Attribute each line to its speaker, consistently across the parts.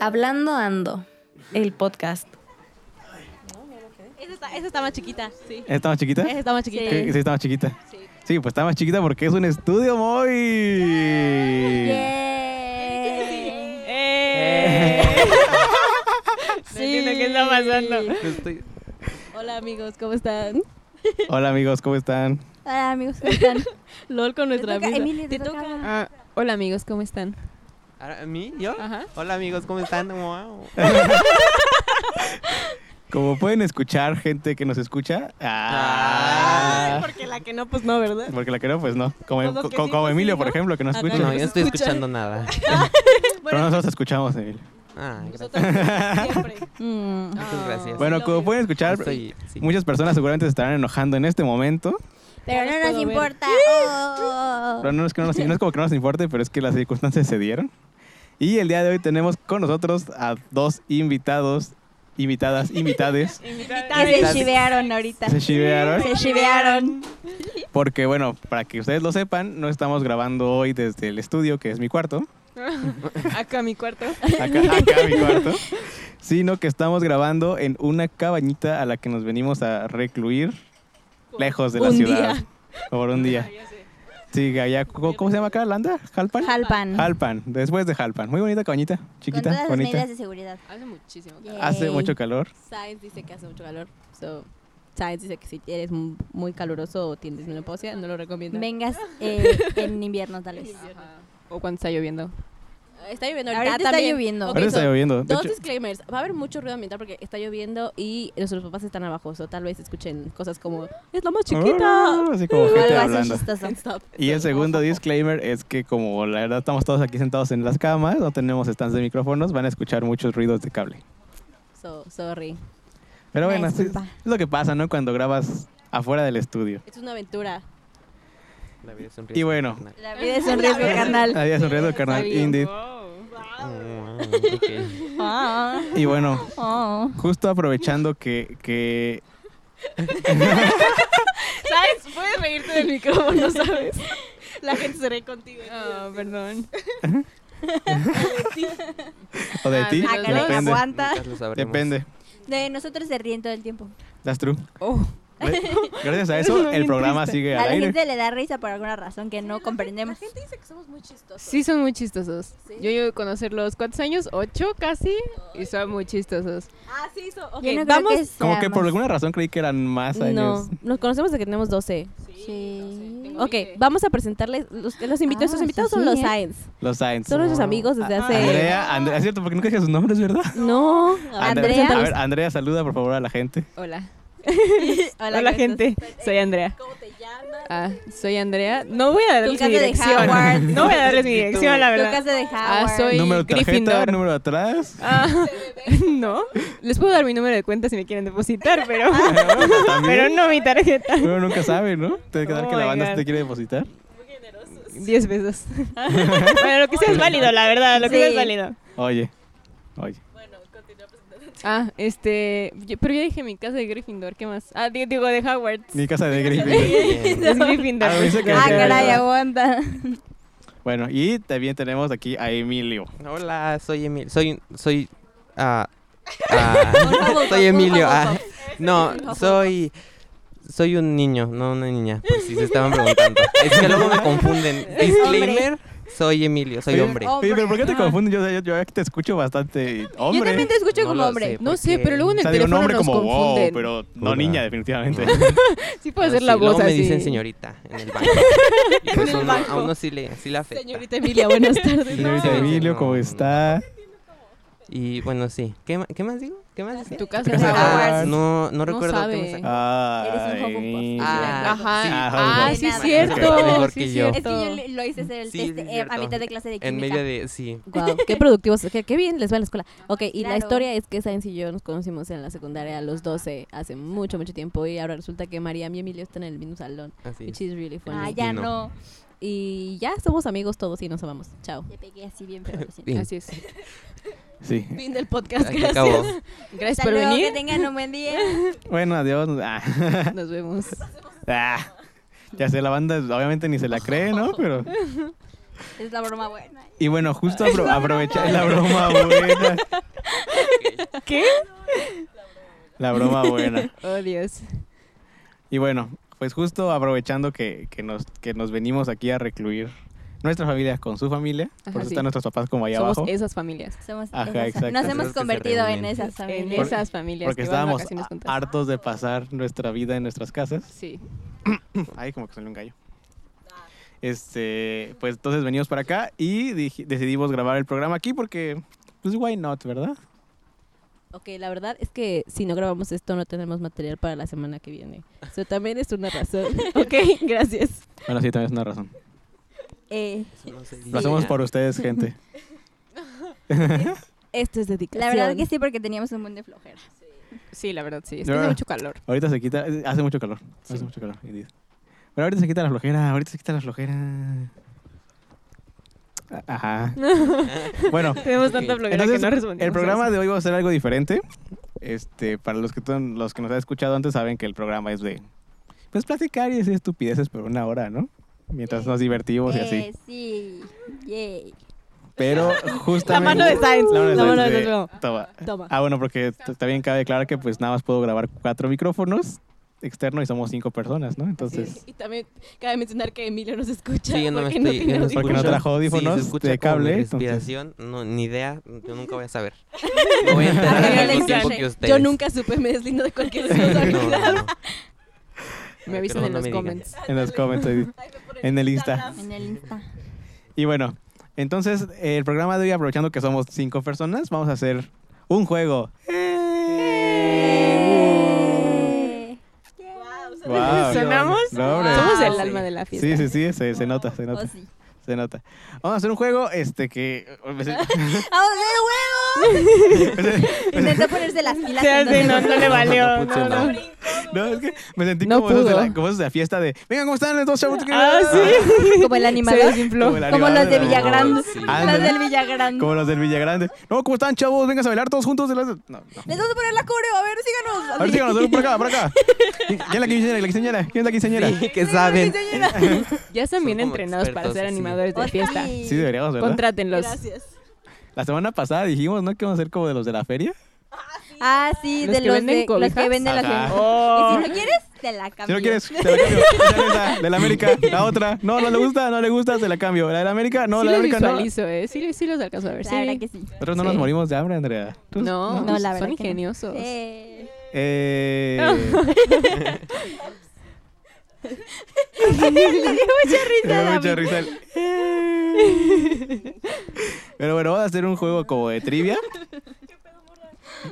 Speaker 1: Hablando Ando, el podcast.
Speaker 2: Esa está, esa está más chiquita, sí.
Speaker 3: ¿Está más chiquita?
Speaker 2: Esa está más chiquita.
Speaker 3: ¿Qué- Sí, está más chiquita. Sí, pues está más chiquita porque es un estudio muy.
Speaker 2: No entiendo qué está pasando.
Speaker 3: Estoy-
Speaker 2: Hola amigos, ¿cómo están?
Speaker 3: Hola amigos, ¿cómo están?
Speaker 4: Hola amigos, ¿cómo están?
Speaker 2: LOL con nuestra
Speaker 4: toca,
Speaker 2: amiga. Ah,
Speaker 4: Emily, te toca.
Speaker 2: hola amigos, ¿cómo están?
Speaker 5: ¿A mí? ¿Yo?
Speaker 2: Ajá.
Speaker 5: Hola amigos, ¿cómo están? Wow.
Speaker 3: Como pueden escuchar, gente que nos escucha.
Speaker 2: Ay,
Speaker 3: ah,
Speaker 2: porque la que no, pues no, ¿verdad?
Speaker 3: porque la que no, pues no. Como,
Speaker 2: Todos los que
Speaker 3: co-
Speaker 2: sí,
Speaker 3: como
Speaker 2: pues sí,
Speaker 3: Emilio,
Speaker 2: ¿no?
Speaker 3: por ejemplo, que no
Speaker 2: Ah,
Speaker 3: escucha.
Speaker 2: Yo
Speaker 5: No,
Speaker 2: no
Speaker 5: yo no estoy
Speaker 2: escucho.
Speaker 5: escuchando nada.
Speaker 3: Pero nosotros escuchamos, Emilio.
Speaker 5: Ah, gracias.
Speaker 2: Nosotros siempre.
Speaker 4: Mm.
Speaker 5: Muchas gracias.
Speaker 3: Bueno,
Speaker 2: lo
Speaker 3: como
Speaker 2: vi.
Speaker 3: pueden escuchar,
Speaker 5: Estoy- Ah, sí.
Speaker 3: muchas personas seguramente se estarán enojando en este momento.
Speaker 4: Pero
Speaker 2: Ya
Speaker 4: no
Speaker 2: los
Speaker 4: nos
Speaker 2: puedo ver.
Speaker 4: importa. Oh.
Speaker 3: Pero no es, que no, nos- no es como que no nos importe, pero es que las circunstancias se dieron. Y el día de hoy tenemos con nosotros a dos invitados, invitadas, invitades.
Speaker 4: Que se chivearon ahorita.
Speaker 3: se chivearon.
Speaker 4: Se chivearon.
Speaker 3: Porque, bueno, para que ustedes lo sepan, no estamos grabando hoy desde el estudio, que es mi cuarto.
Speaker 2: Acá mi cuarto.
Speaker 3: Acá, acá mi cuarto. Sino que estamos grabando en una cabañita a la que nos venimos a recluir lejos de la
Speaker 2: Un
Speaker 3: ciudad.
Speaker 2: día.
Speaker 3: Por un día. Sí, allá, ¿cómo, cómo se llama acá? ¿Landa? ¿Jalpan?
Speaker 4: Jalpan.
Speaker 3: Jalpan, después de Jalpan. Muy bonita cabañita,
Speaker 4: Con
Speaker 3: chiquita,
Speaker 4: todas las
Speaker 3: bonita.
Speaker 4: medidas de seguridad.
Speaker 2: Hace muchísimo calor.
Speaker 4: Yay.
Speaker 3: Hace mucho calor.
Speaker 2: Science dice que hace mucho calor. So, Science dice que si eres m- muy caluroso o tienes menopausia, no lo recomiendo.
Speaker 4: Vengas eh, en invierno, tal vez.
Speaker 2: O cuando está lloviendo. Está lloviendo ahorita.
Speaker 4: Ahorita está
Speaker 2: también.
Speaker 4: lloviendo.
Speaker 2: Ok,
Speaker 3: Ahora
Speaker 2: so,
Speaker 3: está lloviendo. De
Speaker 2: Dos
Speaker 3: hecho,
Speaker 2: disclaimers. Va a haber mucho ruido ambiental porque está lloviendo y nuestros papás están abajo. O tal vez escuchen cosas como: ¡Es la más chiquita!
Speaker 3: ah, así como gente
Speaker 4: Algo así
Speaker 3: hablando.
Speaker 4: chistoso.
Speaker 2: Can't stop.
Speaker 3: Y el
Speaker 2: So,
Speaker 3: segundo
Speaker 2: ojo.
Speaker 3: disclaimer es que como la verdad estamos todos aquí sentados en las camas, no tenemos stands de micrófonos, van a escuchar muchos ruidos de cable.
Speaker 2: So, sorry.
Speaker 3: Pero
Speaker 4: Una
Speaker 3: bueno, así es,
Speaker 4: disculpa.
Speaker 3: es lo que pasa, ¿no? Cuando grabas afuera del estudio.
Speaker 2: Es una aventura.
Speaker 5: La vida es un
Speaker 3: Y bueno.
Speaker 5: carnal.
Speaker 4: La vida es un riesgo, carnal.
Speaker 3: Nadie es un riesgo, carnal. Indeed.
Speaker 5: Wow, ok.
Speaker 4: Ah,
Speaker 3: Y bueno,
Speaker 4: oh.
Speaker 3: justo aprovechando que, que
Speaker 2: ¿Sabes? Puedes reírte del micrófono, ¿sabes? La gente se ríe contigo. No, perdón.
Speaker 3: o de
Speaker 2: Ah,
Speaker 3: ti,
Speaker 2: de los dos.
Speaker 3: depende.
Speaker 4: aguanta.
Speaker 5: Nunca lo sabremos.
Speaker 3: Depende.
Speaker 4: De nosotros se ríen todo el tiempo.
Speaker 3: That's true.
Speaker 2: Oh.
Speaker 3: Gracias a eso el programa sigue
Speaker 4: A
Speaker 3: al
Speaker 4: la
Speaker 3: aire.
Speaker 4: gente le da risa por alguna razón que no comprendemos.
Speaker 2: dice que somos muy chistosos.
Speaker 6: Sí, son muy chistosos.
Speaker 2: ¿Sí?
Speaker 6: Yo llevo a conocerlos, ¿cuántos años? ¿Ocho casi? Y son muy chistosos.
Speaker 2: Ah, sí, so, ok.
Speaker 4: Yo no creo
Speaker 2: vamos.
Speaker 4: que
Speaker 3: Como que
Speaker 4: seamos.
Speaker 3: por alguna razón creí que eran más
Speaker 2: No,
Speaker 3: años.
Speaker 2: nos conocemos desde que tenemos 12.
Speaker 4: Sí.
Speaker 2: Ok, vamos a presentarles. Los, los invitados,
Speaker 4: Ah,
Speaker 2: los invitados
Speaker 4: sí,
Speaker 2: son
Speaker 4: sí,
Speaker 2: los
Speaker 4: ¿eh?
Speaker 2: Science.
Speaker 3: Los Saints.
Speaker 2: Son nuestros amigos desde hace.
Speaker 3: Ah. Andrea, Andrea, es cierto, porque nunca dije sus nombres, ¿verdad?
Speaker 2: No,
Speaker 3: Andrea. A
Speaker 2: preséntalos.
Speaker 3: ver, Andrea, saluda por favor a la gente.
Speaker 6: Hola.
Speaker 2: Hola,
Speaker 6: Hola,
Speaker 2: ¿cómo
Speaker 6: gente. Soy Andrea.
Speaker 2: ¿Cómo te llamas?
Speaker 6: Ah, soy Andrea. No voy a darles
Speaker 4: Tu casa
Speaker 6: mi
Speaker 4: de
Speaker 6: dirección.
Speaker 4: Howard.
Speaker 6: No voy a darles mi dirección, la verdad.
Speaker 4: Lucas de Howard.
Speaker 6: Ah, soy
Speaker 3: número de tarjeta,
Speaker 6: Gryffindor.
Speaker 3: número de atrás.
Speaker 6: Ah, no. Les puedo dar mi número de cuenta si me quieren depositar, pero,
Speaker 3: Ah.
Speaker 6: pero no mi tarjeta.
Speaker 3: Uno nunca sabe, ¿no? Te que dar
Speaker 6: Oh
Speaker 3: que la
Speaker 6: my
Speaker 3: banda se
Speaker 6: God.
Speaker 3: te quiere depositar.
Speaker 6: 10 pesos. bueno, lo que sea es válido, la verdad. Lo que sea
Speaker 4: Sí.
Speaker 6: es válido.
Speaker 3: Oye, oye.
Speaker 6: Ah, este. yo- pero yo dije mi casa de Gryffindor. ¿Qué más? Ah, di- digo de Howard.
Speaker 3: Mi casa de Gryffindor.
Speaker 5: Bien.
Speaker 6: Es Gryffindor.
Speaker 3: Ah, dice que-
Speaker 4: Ah, caray,
Speaker 3: Andrea.
Speaker 4: aguanta.
Speaker 3: Bueno, y también tenemos aquí a Emilio.
Speaker 5: Hola, soy Emilio. Soy. Soy. ah, ah, soy Emilio. ah. no, soy. Soy un niño, no una niña. Por si se estaban preguntando. Es que luego me confunden. Disclaimer: soy Emilio, soy
Speaker 3: Oye,
Speaker 6: Pues,
Speaker 5: hombre.
Speaker 3: Oye, pero ¿por qué te confunden? Yo, yo, yo aquí te escucho bastante hombre.
Speaker 6: Yo también te escucho
Speaker 5: No
Speaker 6: como
Speaker 5: lo
Speaker 6: hombre.
Speaker 5: sé,
Speaker 6: no
Speaker 5: ¿por
Speaker 6: sé,
Speaker 5: qué?
Speaker 6: pero luego en
Speaker 3: o
Speaker 6: el
Speaker 3: sea, digo, un
Speaker 6: teléfono
Speaker 3: hombre
Speaker 6: nos
Speaker 3: como wow,
Speaker 6: confunden.
Speaker 3: pero no
Speaker 5: Hola.
Speaker 3: niña, definitivamente.
Speaker 6: Sí puedo hacer
Speaker 5: sí,
Speaker 6: la voz
Speaker 5: luego
Speaker 6: así.
Speaker 5: me dicen señorita en el banco. Y pues uno- a uno sí le, sí le afecta.
Speaker 2: Señorita Emilia, buenas tardes.
Speaker 3: Señorita
Speaker 5: No.
Speaker 3: Emilio, ¿cómo
Speaker 5: No.
Speaker 3: está?
Speaker 5: Y bueno, sí. ¿Qué, ma- qué más digo? ¿Qué más decía?
Speaker 6: Tu casa
Speaker 3: Tu casa
Speaker 6: de
Speaker 3: de
Speaker 6: Howard.
Speaker 3: Howard.
Speaker 5: No, no recuerdo qué me
Speaker 6: sabe.
Speaker 5: sacó.
Speaker 3: Ah,
Speaker 4: Eres un Hufflepuff.
Speaker 3: Emilio.
Speaker 5: Ah,
Speaker 6: Ajá.
Speaker 5: Sí,
Speaker 6: ah,
Speaker 4: Howard.
Speaker 6: sí, es
Speaker 4: Nada.
Speaker 5: Está mejor
Speaker 6: cierto. sí
Speaker 5: que
Speaker 6: es
Speaker 5: yo.
Speaker 4: Es que
Speaker 6: cierto.
Speaker 4: yo le- lo hice hacer el
Speaker 5: Sí,
Speaker 4: test
Speaker 5: sí, es
Speaker 4: eh, a
Speaker 5: cierto.
Speaker 4: mitad de clase de
Speaker 5: En
Speaker 4: química.
Speaker 5: medio de... Sí.
Speaker 2: Wow, qué productivos, qué, qué bien les va a la escuela. Ok, y la
Speaker 4: Claro.
Speaker 2: historia es que Science y yo nos conocimos en la secundaria a los 12, hace mucho, mucho tiempo, y ahora resulta que María y Emilio están en el mismo salón,
Speaker 5: Así
Speaker 2: which
Speaker 5: es.
Speaker 2: is really funny.
Speaker 4: Ah, ya
Speaker 5: No.
Speaker 4: no.
Speaker 2: Y ya somos amigos todos y nos amamos. Chao.
Speaker 4: Le pegué así bien feo. lo siento.
Speaker 5: Bien,
Speaker 6: Así es.
Speaker 3: Sí.
Speaker 2: Fin del podcast,
Speaker 5: aquí acabó.
Speaker 6: Gracias
Speaker 4: Hasta
Speaker 6: por
Speaker 4: luego,
Speaker 6: venir.
Speaker 4: que tengan un buen día.
Speaker 3: Bueno, adiós. Ah.
Speaker 2: Nos vemos.
Speaker 3: Ah, Ya sé, la banda obviamente ni se la cree, ¿no? Pero
Speaker 4: Es la broma buena.
Speaker 3: Y bueno, justo apro- aprovechar la broma buena.
Speaker 6: ¿Qué?
Speaker 3: La broma buena.
Speaker 6: Oh, Dios.
Speaker 3: Y bueno, pues justo aprovechando que, que nos, que nos venimos aquí a recluir nuestra familia con su familia.
Speaker 6: Ajá,
Speaker 3: por eso
Speaker 6: sí.
Speaker 3: están nuestros papás como allá
Speaker 6: Somos
Speaker 3: abajo.
Speaker 6: esas familias.
Speaker 4: Somos
Speaker 3: Ajá,
Speaker 4: esas-
Speaker 3: exacto.
Speaker 4: Nos
Speaker 5: Esas que
Speaker 4: hemos
Speaker 5: se
Speaker 4: convertido en
Speaker 5: reúnen.
Speaker 4: esas
Speaker 6: En
Speaker 4: familias.
Speaker 6: esas familias.
Speaker 3: Porque
Speaker 6: que van de
Speaker 3: estábamos
Speaker 6: vacaciones
Speaker 3: a-
Speaker 6: juntas.
Speaker 3: hartos de pasar nuestra vida en nuestras casas.
Speaker 6: Sí.
Speaker 3: Ay, como que salió un gallo. Este, pues entonces venimos para acá y dij- decidimos grabar el programa aquí porque, pues, why not, ¿verdad?
Speaker 2: Ok, la verdad es que si no grabamos esto no tenemos material para la semana que viene. Eso también es una razón. Ok, gracias.
Speaker 3: Bueno, sí, también es una razón.
Speaker 4: Eh,
Speaker 3: Lo hacemos por ustedes, gente.
Speaker 2: Esto es
Speaker 4: la
Speaker 2: dedicación.
Speaker 4: verdad que sí, porque teníamos un mundo de flojera.
Speaker 6: Sí, la verdad, sí. Es
Speaker 3: De
Speaker 6: que hace
Speaker 3: verdad.
Speaker 6: mucho calor.
Speaker 3: Ahorita se quita, eh, hace mucho calor.
Speaker 6: Sí.
Speaker 3: Hace mucho calor, indeed. Pero ahorita se quita la flojera, ahorita se quita la flojera. A- Ajá. bueno,
Speaker 6: Tenemos
Speaker 5: Ok.
Speaker 6: tanta flojera
Speaker 3: entonces
Speaker 6: que no respondimos.
Speaker 3: el programa de hoy va a ser algo diferente. Este, para los que ton- los que nos han escuchado antes saben que el programa es de pues platicar y decir estupideces por una hora, ¿no? Mientras nos divertimos y así.
Speaker 4: Eh, sí. Yay.
Speaker 3: Pero
Speaker 6: Este. La
Speaker 3: justamente
Speaker 6: mano de Sainz.
Speaker 3: La mano de Sainz de-
Speaker 6: Sainz.
Speaker 3: Toma.
Speaker 2: Toma.
Speaker 3: Ah, bueno, porque t- también cabe declarar que pues nada más puedo grabar cuatro micrófonos externos y somos cinco personas, ¿no? Entonces,
Speaker 2: Y también cabe mencionar que Emilio nos escucha
Speaker 5: Sí, yo no me
Speaker 2: porque
Speaker 5: estoy... yo
Speaker 2: tiene
Speaker 5: no
Speaker 3: Porque no
Speaker 5: escucho.
Speaker 3: trajo
Speaker 5: Sí, se
Speaker 3: audífonos
Speaker 5: escucha
Speaker 3: de
Speaker 5: como mi
Speaker 3: cable, entonces.
Speaker 5: respiración, no, ni idea, yo nunca voy a saber. Me voy a enterar
Speaker 4: Arriba
Speaker 5: al mismo
Speaker 4: Alexa.
Speaker 5: tiempo que
Speaker 2: audífonos.
Speaker 5: ustedes.
Speaker 2: Yo nunca supe, me deslindo de cualquier
Speaker 5: No,
Speaker 2: responsabilidad.
Speaker 5: no, no.
Speaker 6: Me avisan
Speaker 5: Pero
Speaker 6: en
Speaker 5: no
Speaker 6: los
Speaker 5: me digan.
Speaker 6: comments.
Speaker 3: en los comentarios en el Insta.
Speaker 4: En el Insta.
Speaker 3: Y bueno, entonces eh, el programa de hoy, aprovechando que somos cinco personas, vamos a hacer un juego.
Speaker 4: Eh.
Speaker 3: Guau.
Speaker 6: ¿Sonamos?
Speaker 3: No, hombre.
Speaker 6: Somos el
Speaker 5: Sí.
Speaker 6: alma de la fiesta.
Speaker 3: Sí, sí, sí, se, se nota, se
Speaker 4: Oh,
Speaker 3: nota,
Speaker 4: sí.
Speaker 3: se nota. Vamos a hacer un juego, este, que...
Speaker 4: ¡Vamos a hacer huevo! Intentó ponerse las pilas.
Speaker 6: Sí,
Speaker 4: en dos
Speaker 6: sí, no,
Speaker 4: segundos.
Speaker 6: no le valió.
Speaker 5: No
Speaker 6: No,
Speaker 5: funcionó.
Speaker 6: no.
Speaker 3: No, es que me sentí
Speaker 6: No
Speaker 3: como, esos de
Speaker 6: pudo.
Speaker 3: la, como esos de la fiesta de... Vengan, ¿cómo están los dos chavos?
Speaker 6: Ah, sí.
Speaker 4: Como el
Speaker 6: Se
Speaker 4: animador.
Speaker 6: desinfló.
Speaker 3: el
Speaker 4: Como
Speaker 3: animador
Speaker 4: los de
Speaker 5: No,
Speaker 4: Villagrande.
Speaker 5: sí.
Speaker 4: Las del Villagrande.
Speaker 3: Como los del Villagrande. No, ¿cómo están, chavos? Vengan a bailar todos juntos. de las- No, no.
Speaker 4: Les vamos a poner la coreo, a ver, síganos.
Speaker 3: A ver, síganos, por acá, por acá. ¿Quién es la quinceañera? ¿La quinceañera? ¿Quién es la quinceañera?
Speaker 5: Sí, que saben.
Speaker 6: Ya están
Speaker 5: Son
Speaker 6: bien
Speaker 5: como
Speaker 6: entrenados para
Speaker 5: expertos, sí.
Speaker 6: ser animadores de fiesta.
Speaker 4: Sí.
Speaker 3: Sí, deberíamos, ¿verdad?
Speaker 6: Contrátenlos.
Speaker 2: Gracias.
Speaker 3: La semana pasada dijimos, ¿no? Que vamos a hacer como de los de la feria.
Speaker 4: Ah, sí,
Speaker 6: Los
Speaker 4: de
Speaker 6: que
Speaker 4: los,
Speaker 6: venden
Speaker 4: de, los que
Speaker 6: cobijas.
Speaker 4: venden las
Speaker 3: Ajá.
Speaker 4: Y
Speaker 6: Oh.
Speaker 4: si no quieres, te la cambio.
Speaker 3: Si no quieres, te la cambio. Dale esa, De la América, la otra. No, no le gusta, no le gusta, se la cambio. La de la América, no,
Speaker 6: sí
Speaker 3: la de
Speaker 6: los
Speaker 3: América no.
Speaker 6: visualizo, ¿eh? Sí, sí los alcanzo a ver.
Speaker 4: La
Speaker 6: sí.
Speaker 4: verdad que sí.
Speaker 3: Nosotros no
Speaker 6: Sí.
Speaker 3: nos morimos de hambre, Andrea. Tú-
Speaker 6: No, pues,
Speaker 4: No, la verdad
Speaker 6: son
Speaker 4: que no.
Speaker 6: ingeniosos.
Speaker 4: Eh,
Speaker 3: Eh... Me da mucha risa el- Pero bueno, vamos a hacer un juego como de trivia.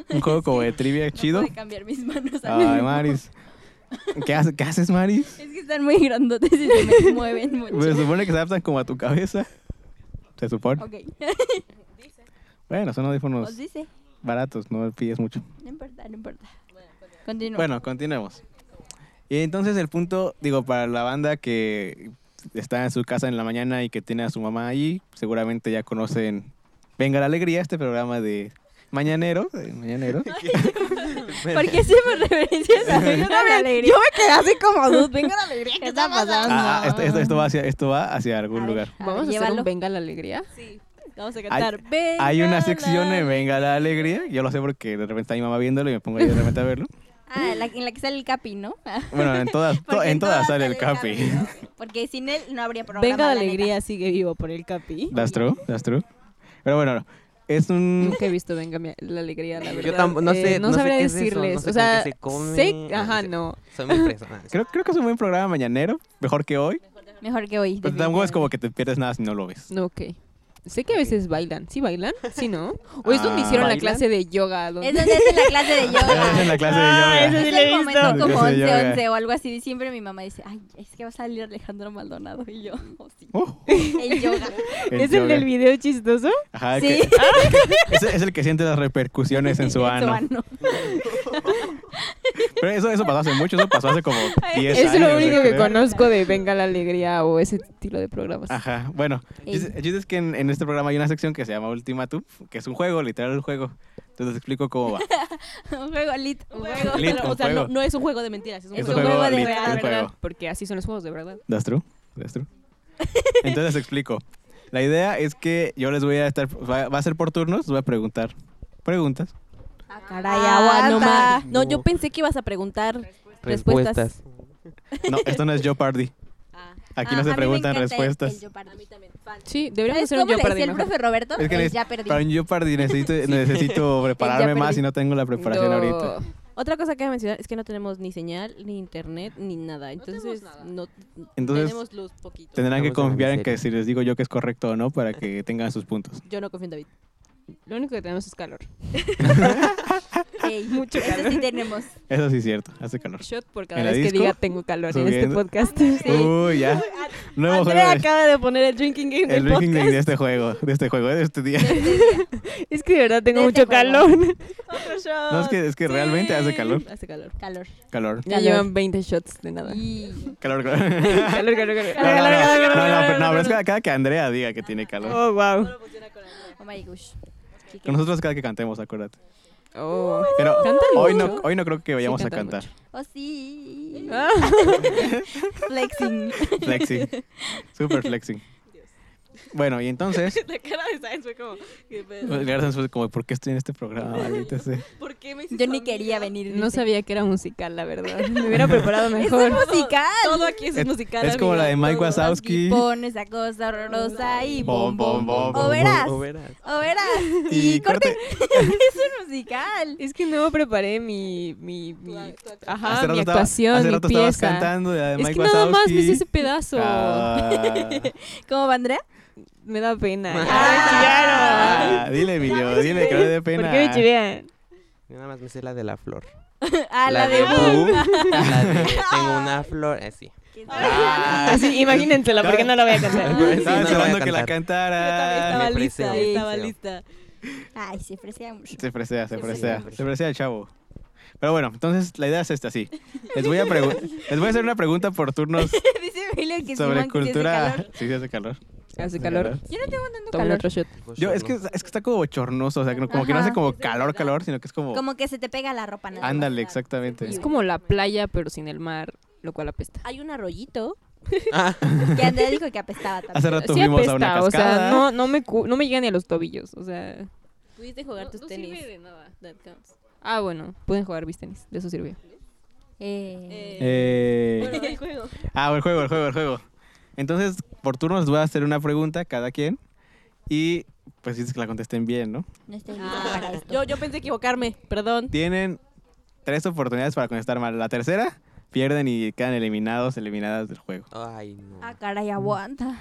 Speaker 3: Un juego como de trivia chido. Ah,
Speaker 4: No pude cambiar mis manos. al
Speaker 3: Ay,
Speaker 4: mismo.
Speaker 3: Maris. ¿Qué, hace- qué haces, Maris? Pues,
Speaker 4: Es que están muy grandotes y se me mueven mucho.
Speaker 3: Se supone que se adaptan como a tu cabeza. Se supone.
Speaker 4: Ok.
Speaker 3: Bueno, son
Speaker 4: Os
Speaker 6: Pues
Speaker 3: audífonos
Speaker 4: dice.
Speaker 3: baratos, no pides mucho.
Speaker 4: No importa, no importa. Continúa.
Speaker 3: Bueno, continuemos. Y entonces el punto, digo, para la banda que está en su casa en la mañana y que tiene a su mamá ahí, seguramente ya conocen Venga la Alegría, este programa de Mañanero. de mañanero.
Speaker 4: ¿Por qué hacemos referencias a Venga la Alegría?
Speaker 6: me quedé así como dude.
Speaker 4: Venga la Alegría, ¿qué está pasando?
Speaker 3: Ah, ah, esto, esto- esto va hacia, esto va hacia
Speaker 4: A
Speaker 3: algún
Speaker 4: ver,
Speaker 3: lugar.
Speaker 4: a ver,
Speaker 6: Vamos a hacer
Speaker 4: llévalo.
Speaker 6: un Venga la Alegría.
Speaker 2: Vamos a cantar. Venga
Speaker 3: Hay una
Speaker 2: la-
Speaker 3: sección de Venga la Alegría, yo lo sé porque de repente está mi mamá viéndolo y me pongo ahí de repente a verlo.
Speaker 4: Ah, la- en la que sale el Capi, ¿no?
Speaker 3: Bueno, en todas, to-
Speaker 4: Porque
Speaker 3: en todas sale el Capi.
Speaker 4: Porque sin él no habría programa.
Speaker 2: Venga la
Speaker 4: neta.
Speaker 2: alegría, sigue vivo por el capi.
Speaker 3: That's true, that's true. Pero bueno, es un...
Speaker 6: Nunca he visto Venga mi- la Alegría, la verdad.
Speaker 5: Yo tampoco, no
Speaker 6: Eh,
Speaker 5: sé,
Speaker 6: no,
Speaker 5: no sé
Speaker 6: sabría
Speaker 5: qué es eso, no
Speaker 6: decirles.
Speaker 5: sé con
Speaker 6: o sea,
Speaker 5: qué se come,
Speaker 6: sé,
Speaker 5: ah,
Speaker 6: ajá,
Speaker 5: sí.
Speaker 6: no.
Speaker 5: Soy muy preso. nada,
Speaker 3: Creo, creo que es un buen programa mañanero, mejor que hoy.
Speaker 4: Mejor que hoy.
Speaker 3: Pero Pues tampoco es como que te pierdes nada si no lo ves.
Speaker 6: No, ok. Sé que a veces bailan. ¿Sí bailan? ¿Sí no? ¿O es donde
Speaker 3: Ah.
Speaker 6: hicieron
Speaker 5: ¿Bailan?
Speaker 6: la clase de yoga? donde-
Speaker 4: Es donde hacen la clase de
Speaker 3: Es en
Speaker 4: yoga.
Speaker 3: la clase de yoga.
Speaker 6: eso sí
Speaker 4: es
Speaker 6: lo he
Speaker 4: el
Speaker 6: visto.
Speaker 4: momento como
Speaker 3: Clase de
Speaker 4: 11,
Speaker 3: yoga.
Speaker 4: 11 o algo así. Siempre mi mamá dice, ay, es que va a salir Alejandro Maldonado y yo. "Oh, sí".
Speaker 3: Oh,
Speaker 4: El yoga.
Speaker 6: ¿Es el
Speaker 3: yoga.
Speaker 6: del video chistoso?
Speaker 3: Ajá,
Speaker 4: Sí.
Speaker 3: que- es, es el que siente las repercusiones en su ano. Pero eso, eso pasó hace mucho, eso pasó hace como 10
Speaker 6: Es
Speaker 3: años.
Speaker 6: lo
Speaker 3: yo
Speaker 6: único que
Speaker 3: creo.
Speaker 6: conozco de Venga la Alegría o ese estilo de programas.
Speaker 3: Ajá, bueno, el chiste- el chiste es que en, en este programa hay una sección que se llama Ultimatum, que es un juego, literal un juego. Entonces te explico cómo va.
Speaker 4: Un juego lit. Un juego.
Speaker 3: Lit,
Speaker 2: Pero,
Speaker 3: un
Speaker 2: o sea, no,
Speaker 3: juego.
Speaker 2: no es un juego de mentiras, es un
Speaker 3: Es un
Speaker 2: juego.
Speaker 3: juego
Speaker 4: de
Speaker 3: lit,
Speaker 4: verdad,
Speaker 3: un juego.
Speaker 6: Porque así son los juegos, de verdad.
Speaker 3: That's true, that's true. Entonces te explico. La idea es que yo les voy a estar. Va, va a ser por turnos, les voy a preguntar preguntas.
Speaker 2: Caray,
Speaker 4: Ah,
Speaker 2: agua, no
Speaker 4: aguanta.
Speaker 2: más. No,
Speaker 5: No.
Speaker 2: yo pensé que ibas a preguntar. Respuestas.
Speaker 5: Respuestas.
Speaker 3: No, esto no es yo party. Aquí
Speaker 4: Ah,
Speaker 3: no se preguntan respuestas.
Speaker 4: A mí también.
Speaker 6: Sí,
Speaker 4: ¿Sabes
Speaker 6: deberíamos hacer
Speaker 4: cómo
Speaker 6: un yo
Speaker 4: le
Speaker 6: perdí.
Speaker 4: decía el
Speaker 6: mejor.
Speaker 4: profe Roberto?
Speaker 3: Es que
Speaker 4: El
Speaker 3: neces-
Speaker 4: Pues ya perdí.
Speaker 3: Para un yo party necesito, necesito prepararme más
Speaker 4: perdí.
Speaker 3: y no tengo la preparación
Speaker 6: No.
Speaker 3: ahorita.
Speaker 2: Otra cosa que voy a mencionar es que no tenemos ni señal, ni internet, ni nada. Entonces, no
Speaker 3: Entonces,
Speaker 2: tenemos luz poquito.
Speaker 3: Tendrán que
Speaker 5: Estamos en
Speaker 3: confiar en que
Speaker 5: miseria.
Speaker 3: si les digo yo que es correcto o no para que tengan sus puntos.
Speaker 2: Yo no confío en David.
Speaker 6: Lo único que tenemos es calor.
Speaker 4: Ey,
Speaker 6: Mucho
Speaker 4: eso
Speaker 6: calor.
Speaker 4: sí tenemos.
Speaker 3: Eso sí es cierto, hace calor.
Speaker 6: Shot por cada
Speaker 3: ¿En la
Speaker 6: vez que
Speaker 3: disco?
Speaker 6: diga tengo calor en este
Speaker 3: Subiendo. Uh,
Speaker 6: podcast.
Speaker 3: Uy, ya. Nuevo juego.
Speaker 6: Andrea
Speaker 3: de-
Speaker 6: acaba de poner el drinking game
Speaker 3: El
Speaker 6: del
Speaker 3: ranking
Speaker 6: podcast.
Speaker 3: de este juego, de este juego, de este día.
Speaker 6: Es que de verdad tengo
Speaker 4: De este
Speaker 6: mucho
Speaker 4: juego.
Speaker 6: calor.
Speaker 3: No, es que, es que realmente hace calor.
Speaker 2: Hace Ah, calor.
Speaker 4: Calor.
Speaker 3: Calor.
Speaker 6: Ya
Speaker 2: Calor.
Speaker 6: llevan 20 shots de nada.
Speaker 3: Calor, calor. No, no, no,
Speaker 6: Calor, calor, calor. Calor, calor,
Speaker 3: no,
Speaker 6: calor,
Speaker 3: no,
Speaker 6: calor,
Speaker 3: pero- no, pero es
Speaker 6: calor.
Speaker 3: cada, cada que Andrea diga que tiene calor.
Speaker 6: Oh, wow.
Speaker 4: Oh my gosh.
Speaker 3: Con nosotros cada que cantemos, acuérdate.
Speaker 6: Oh.
Speaker 3: Pero
Speaker 6: Cantan
Speaker 3: hoy no,
Speaker 6: mucho.
Speaker 3: hoy no creo que vayamos a
Speaker 6: cantan
Speaker 3: cantar.
Speaker 4: Oh sí.
Speaker 6: Ah,
Speaker 4: Flexing.
Speaker 3: Flexing. Super flexing. Bueno, y entonces,
Speaker 6: la cara de Sainz fue como, ¿qué pedo?
Speaker 3: gracias pues, como, ¿por qué estoy en este programa? Maldita sea.
Speaker 6: ¿Por qué me hiciste
Speaker 4: Yo ni
Speaker 6: amiga?
Speaker 4: quería venir.
Speaker 6: No
Speaker 4: dice.
Speaker 6: sabía que era musical, la verdad. Me hubiera preparado
Speaker 4: Eso
Speaker 6: mejor.
Speaker 4: es musical.
Speaker 6: Todo aquí eso es musical.
Speaker 3: Es como
Speaker 6: amiga.
Speaker 3: la de Mike
Speaker 6: Todo.
Speaker 3: Wazowski.
Speaker 4: Y pon esa cosa horrorosa y
Speaker 3: Bom,
Speaker 4: bom,
Speaker 3: bom,
Speaker 4: bom,
Speaker 3: bom, bom,
Speaker 4: O verás,
Speaker 5: O verás.
Speaker 4: o verás.
Speaker 3: Y
Speaker 4: Y corte. es un musical.
Speaker 6: Es que no preparé mi, mi, mi, ajá, Ah, mi
Speaker 3: estaba-
Speaker 6: actuación,
Speaker 3: hace
Speaker 6: mi
Speaker 3: rato estabas
Speaker 6: pieza.
Speaker 3: cantando la de
Speaker 6: es
Speaker 3: Mike
Speaker 6: que nada más me hice
Speaker 3: Wazowski.
Speaker 6: ese pedazo.
Speaker 3: Ah.
Speaker 4: ¿Cómo va, Andrea?
Speaker 6: Me da pena.
Speaker 3: Ah, dile, Emilio, dile que no le dé
Speaker 6: ¿Por
Speaker 3: pena.
Speaker 6: qué me chillan?
Speaker 5: Yo nada más me sé la de la flor.
Speaker 4: A
Speaker 5: Ah,
Speaker 4: la, de
Speaker 5: Bu.
Speaker 3: Uh.
Speaker 5: La de tengo una flor. eh, Así. Ah,
Speaker 6: Así, imagínensela, porque no la voy a cantar.
Speaker 5: Por eso
Speaker 3: Estaba
Speaker 5: no la voy a
Speaker 3: esperando que la
Speaker 5: cantar.
Speaker 3: cantara.
Speaker 2: estaba
Speaker 5: me
Speaker 2: lista,
Speaker 5: preseo.
Speaker 2: estaba
Speaker 5: Preseo.
Speaker 2: lista.
Speaker 4: Ay, se fresea mucho.
Speaker 3: Se fresea, se
Speaker 4: Sí,
Speaker 3: fresea.
Speaker 5: sí.
Speaker 3: Se fresea el chavo. Pero bueno, entonces la idea es esta, sí. Les voy a, pregu- les voy a hacer una pregunta por turnos
Speaker 4: Dice Emilio que
Speaker 3: sobre
Speaker 4: Simón que sí hace
Speaker 3: cultura.
Speaker 4: calor.
Speaker 3: Sí, sí hace calor.
Speaker 6: Hace calor.
Speaker 4: Yo no tengo tanto
Speaker 6: Toma
Speaker 4: calor.
Speaker 6: otro shot.
Speaker 5: Pues
Speaker 3: Yo, es que, es que está como bochornoso, o sea, como que no hace
Speaker 4: Ajá.
Speaker 3: como calor, calor, sino que es como...
Speaker 4: Como que se te pega la ropa. nada más.
Speaker 3: Ándale, exactamente.
Speaker 6: Es como la playa, pero sin el mar, lo cual apesta.
Speaker 2: Hay un arroyito.
Speaker 5: Ah,
Speaker 4: Que Andrea dijo que apestaba también.
Speaker 3: Hace rato
Speaker 6: Sí
Speaker 3: fuimos
Speaker 6: apesta,
Speaker 3: a una
Speaker 6: o
Speaker 3: cascada.
Speaker 6: sea, no, no, me cu- no me llega ni a los tobillos, o sea...
Speaker 2: Pudiste jugar tus tenis.
Speaker 6: Ah, bueno, pueden jugar mis tenis, de eso sirvió.
Speaker 4: Eh,
Speaker 3: Eh,
Speaker 2: el juego.
Speaker 3: Ah, el juego, el juego, el juego. Entonces, por turnos les voy a hacer una pregunta cada quien. Y pues dices que la contesten bien, ¿no?
Speaker 4: no estoy lista para esto.
Speaker 2: Ah, Yo, yo pensé equivocarme, perdón.
Speaker 3: Tienen tres oportunidades para contestar mal. La tercera, pierden y quedan eliminados, eliminadas del juego.
Speaker 5: Ay, no.
Speaker 4: Ah, caray, aguanta.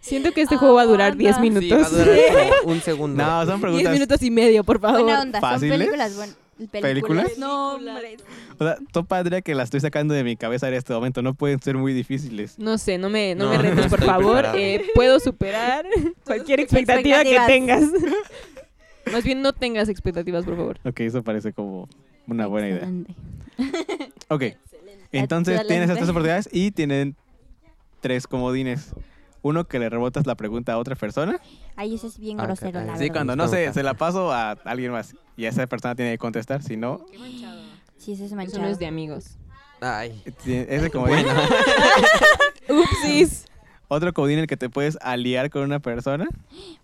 Speaker 6: Siento que este juego va a durar 10 minutos.
Speaker 5: Sí, va a durar como un segundo.
Speaker 3: No, son
Speaker 2: 10
Speaker 3: preguntas.
Speaker 2: minutos y medio, por favor.
Speaker 4: Buena onda,
Speaker 3: ¿Fáciles?
Speaker 4: son películas buenas.
Speaker 3: ¿Películas?
Speaker 4: No, hombre.
Speaker 3: O sea, topa Andrea que la estoy sacando de mi cabeza en este momento. No pueden ser muy difíciles.
Speaker 6: No sé, no me, no
Speaker 5: No,
Speaker 6: me
Speaker 5: no
Speaker 6: retes, por
Speaker 5: estoy
Speaker 6: favor.
Speaker 5: preparado.
Speaker 6: Eh, puedo superar cualquier expectativa que
Speaker 4: expectativas.
Speaker 6: tengas. Más bien no tengas expectativas, por favor.
Speaker 3: Ok, eso parece como una buena idea. Ok. Entonces
Speaker 4: Excelente.
Speaker 3: tienes estas tres oportunidades y tienen tres comodines. Uno que le rebotas la pregunta a otra persona.
Speaker 4: Ay, eso es bien
Speaker 5: Ah,
Speaker 4: grosero,
Speaker 5: caray.
Speaker 4: la
Speaker 3: Sí,
Speaker 4: verdad.
Speaker 3: cuando no sé,
Speaker 5: Pregunta.
Speaker 3: se la paso a alguien más. Y esa persona tiene que contestar. Si no,
Speaker 4: Sí, eso es
Speaker 6: Eso
Speaker 4: manchado.
Speaker 6: no es de amigos.
Speaker 5: Ay.
Speaker 3: ti- ese comodín.
Speaker 6: Upsis.
Speaker 3: Otro comodín en el que te puedes aliar con una persona.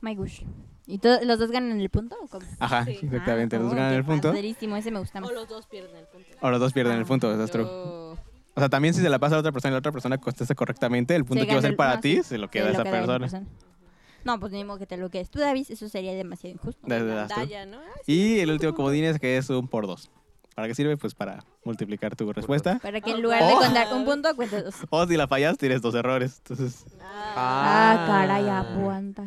Speaker 4: My gosh. ¿Y to- los dos ganan el punto o cómo?
Speaker 3: Ajá, exactamente.
Speaker 4: Ah,
Speaker 3: los
Speaker 4: oh,
Speaker 3: ganan
Speaker 4: qué
Speaker 3: el punto.
Speaker 4: Padrísimo, ese me gusta más.
Speaker 2: los dos pierden el punto.
Speaker 3: O los dos pierden el punto. eso es true.
Speaker 6: Oh.
Speaker 3: O sea, también si se la pasa a otra persona y la otra persona contesta correctamente, el punto
Speaker 4: Se
Speaker 3: que va
Speaker 4: gana
Speaker 3: a ser
Speaker 4: el-
Speaker 3: para
Speaker 4: no,
Speaker 3: ti
Speaker 4: sí.
Speaker 3: se lo
Speaker 4: Se
Speaker 3: queda a
Speaker 4: lo
Speaker 3: esa
Speaker 4: queda la
Speaker 3: persona.
Speaker 4: No, pues ni modo que te lo quedes tú, David. Eso sería demasiado injusto.
Speaker 3: Da- da- das tú. Y el último comodín es que es un por dos. ¿Para qué sirve? Pues para multiplicar tu respuesta.
Speaker 4: Para
Speaker 6: Ah,
Speaker 4: que en lugar de
Speaker 3: Oh.
Speaker 4: contar un punto, cuentes dos.
Speaker 3: O si la fallas, tienes dos errores. Entonces,
Speaker 4: Ah, caray,
Speaker 6: pues.
Speaker 4: aguanta.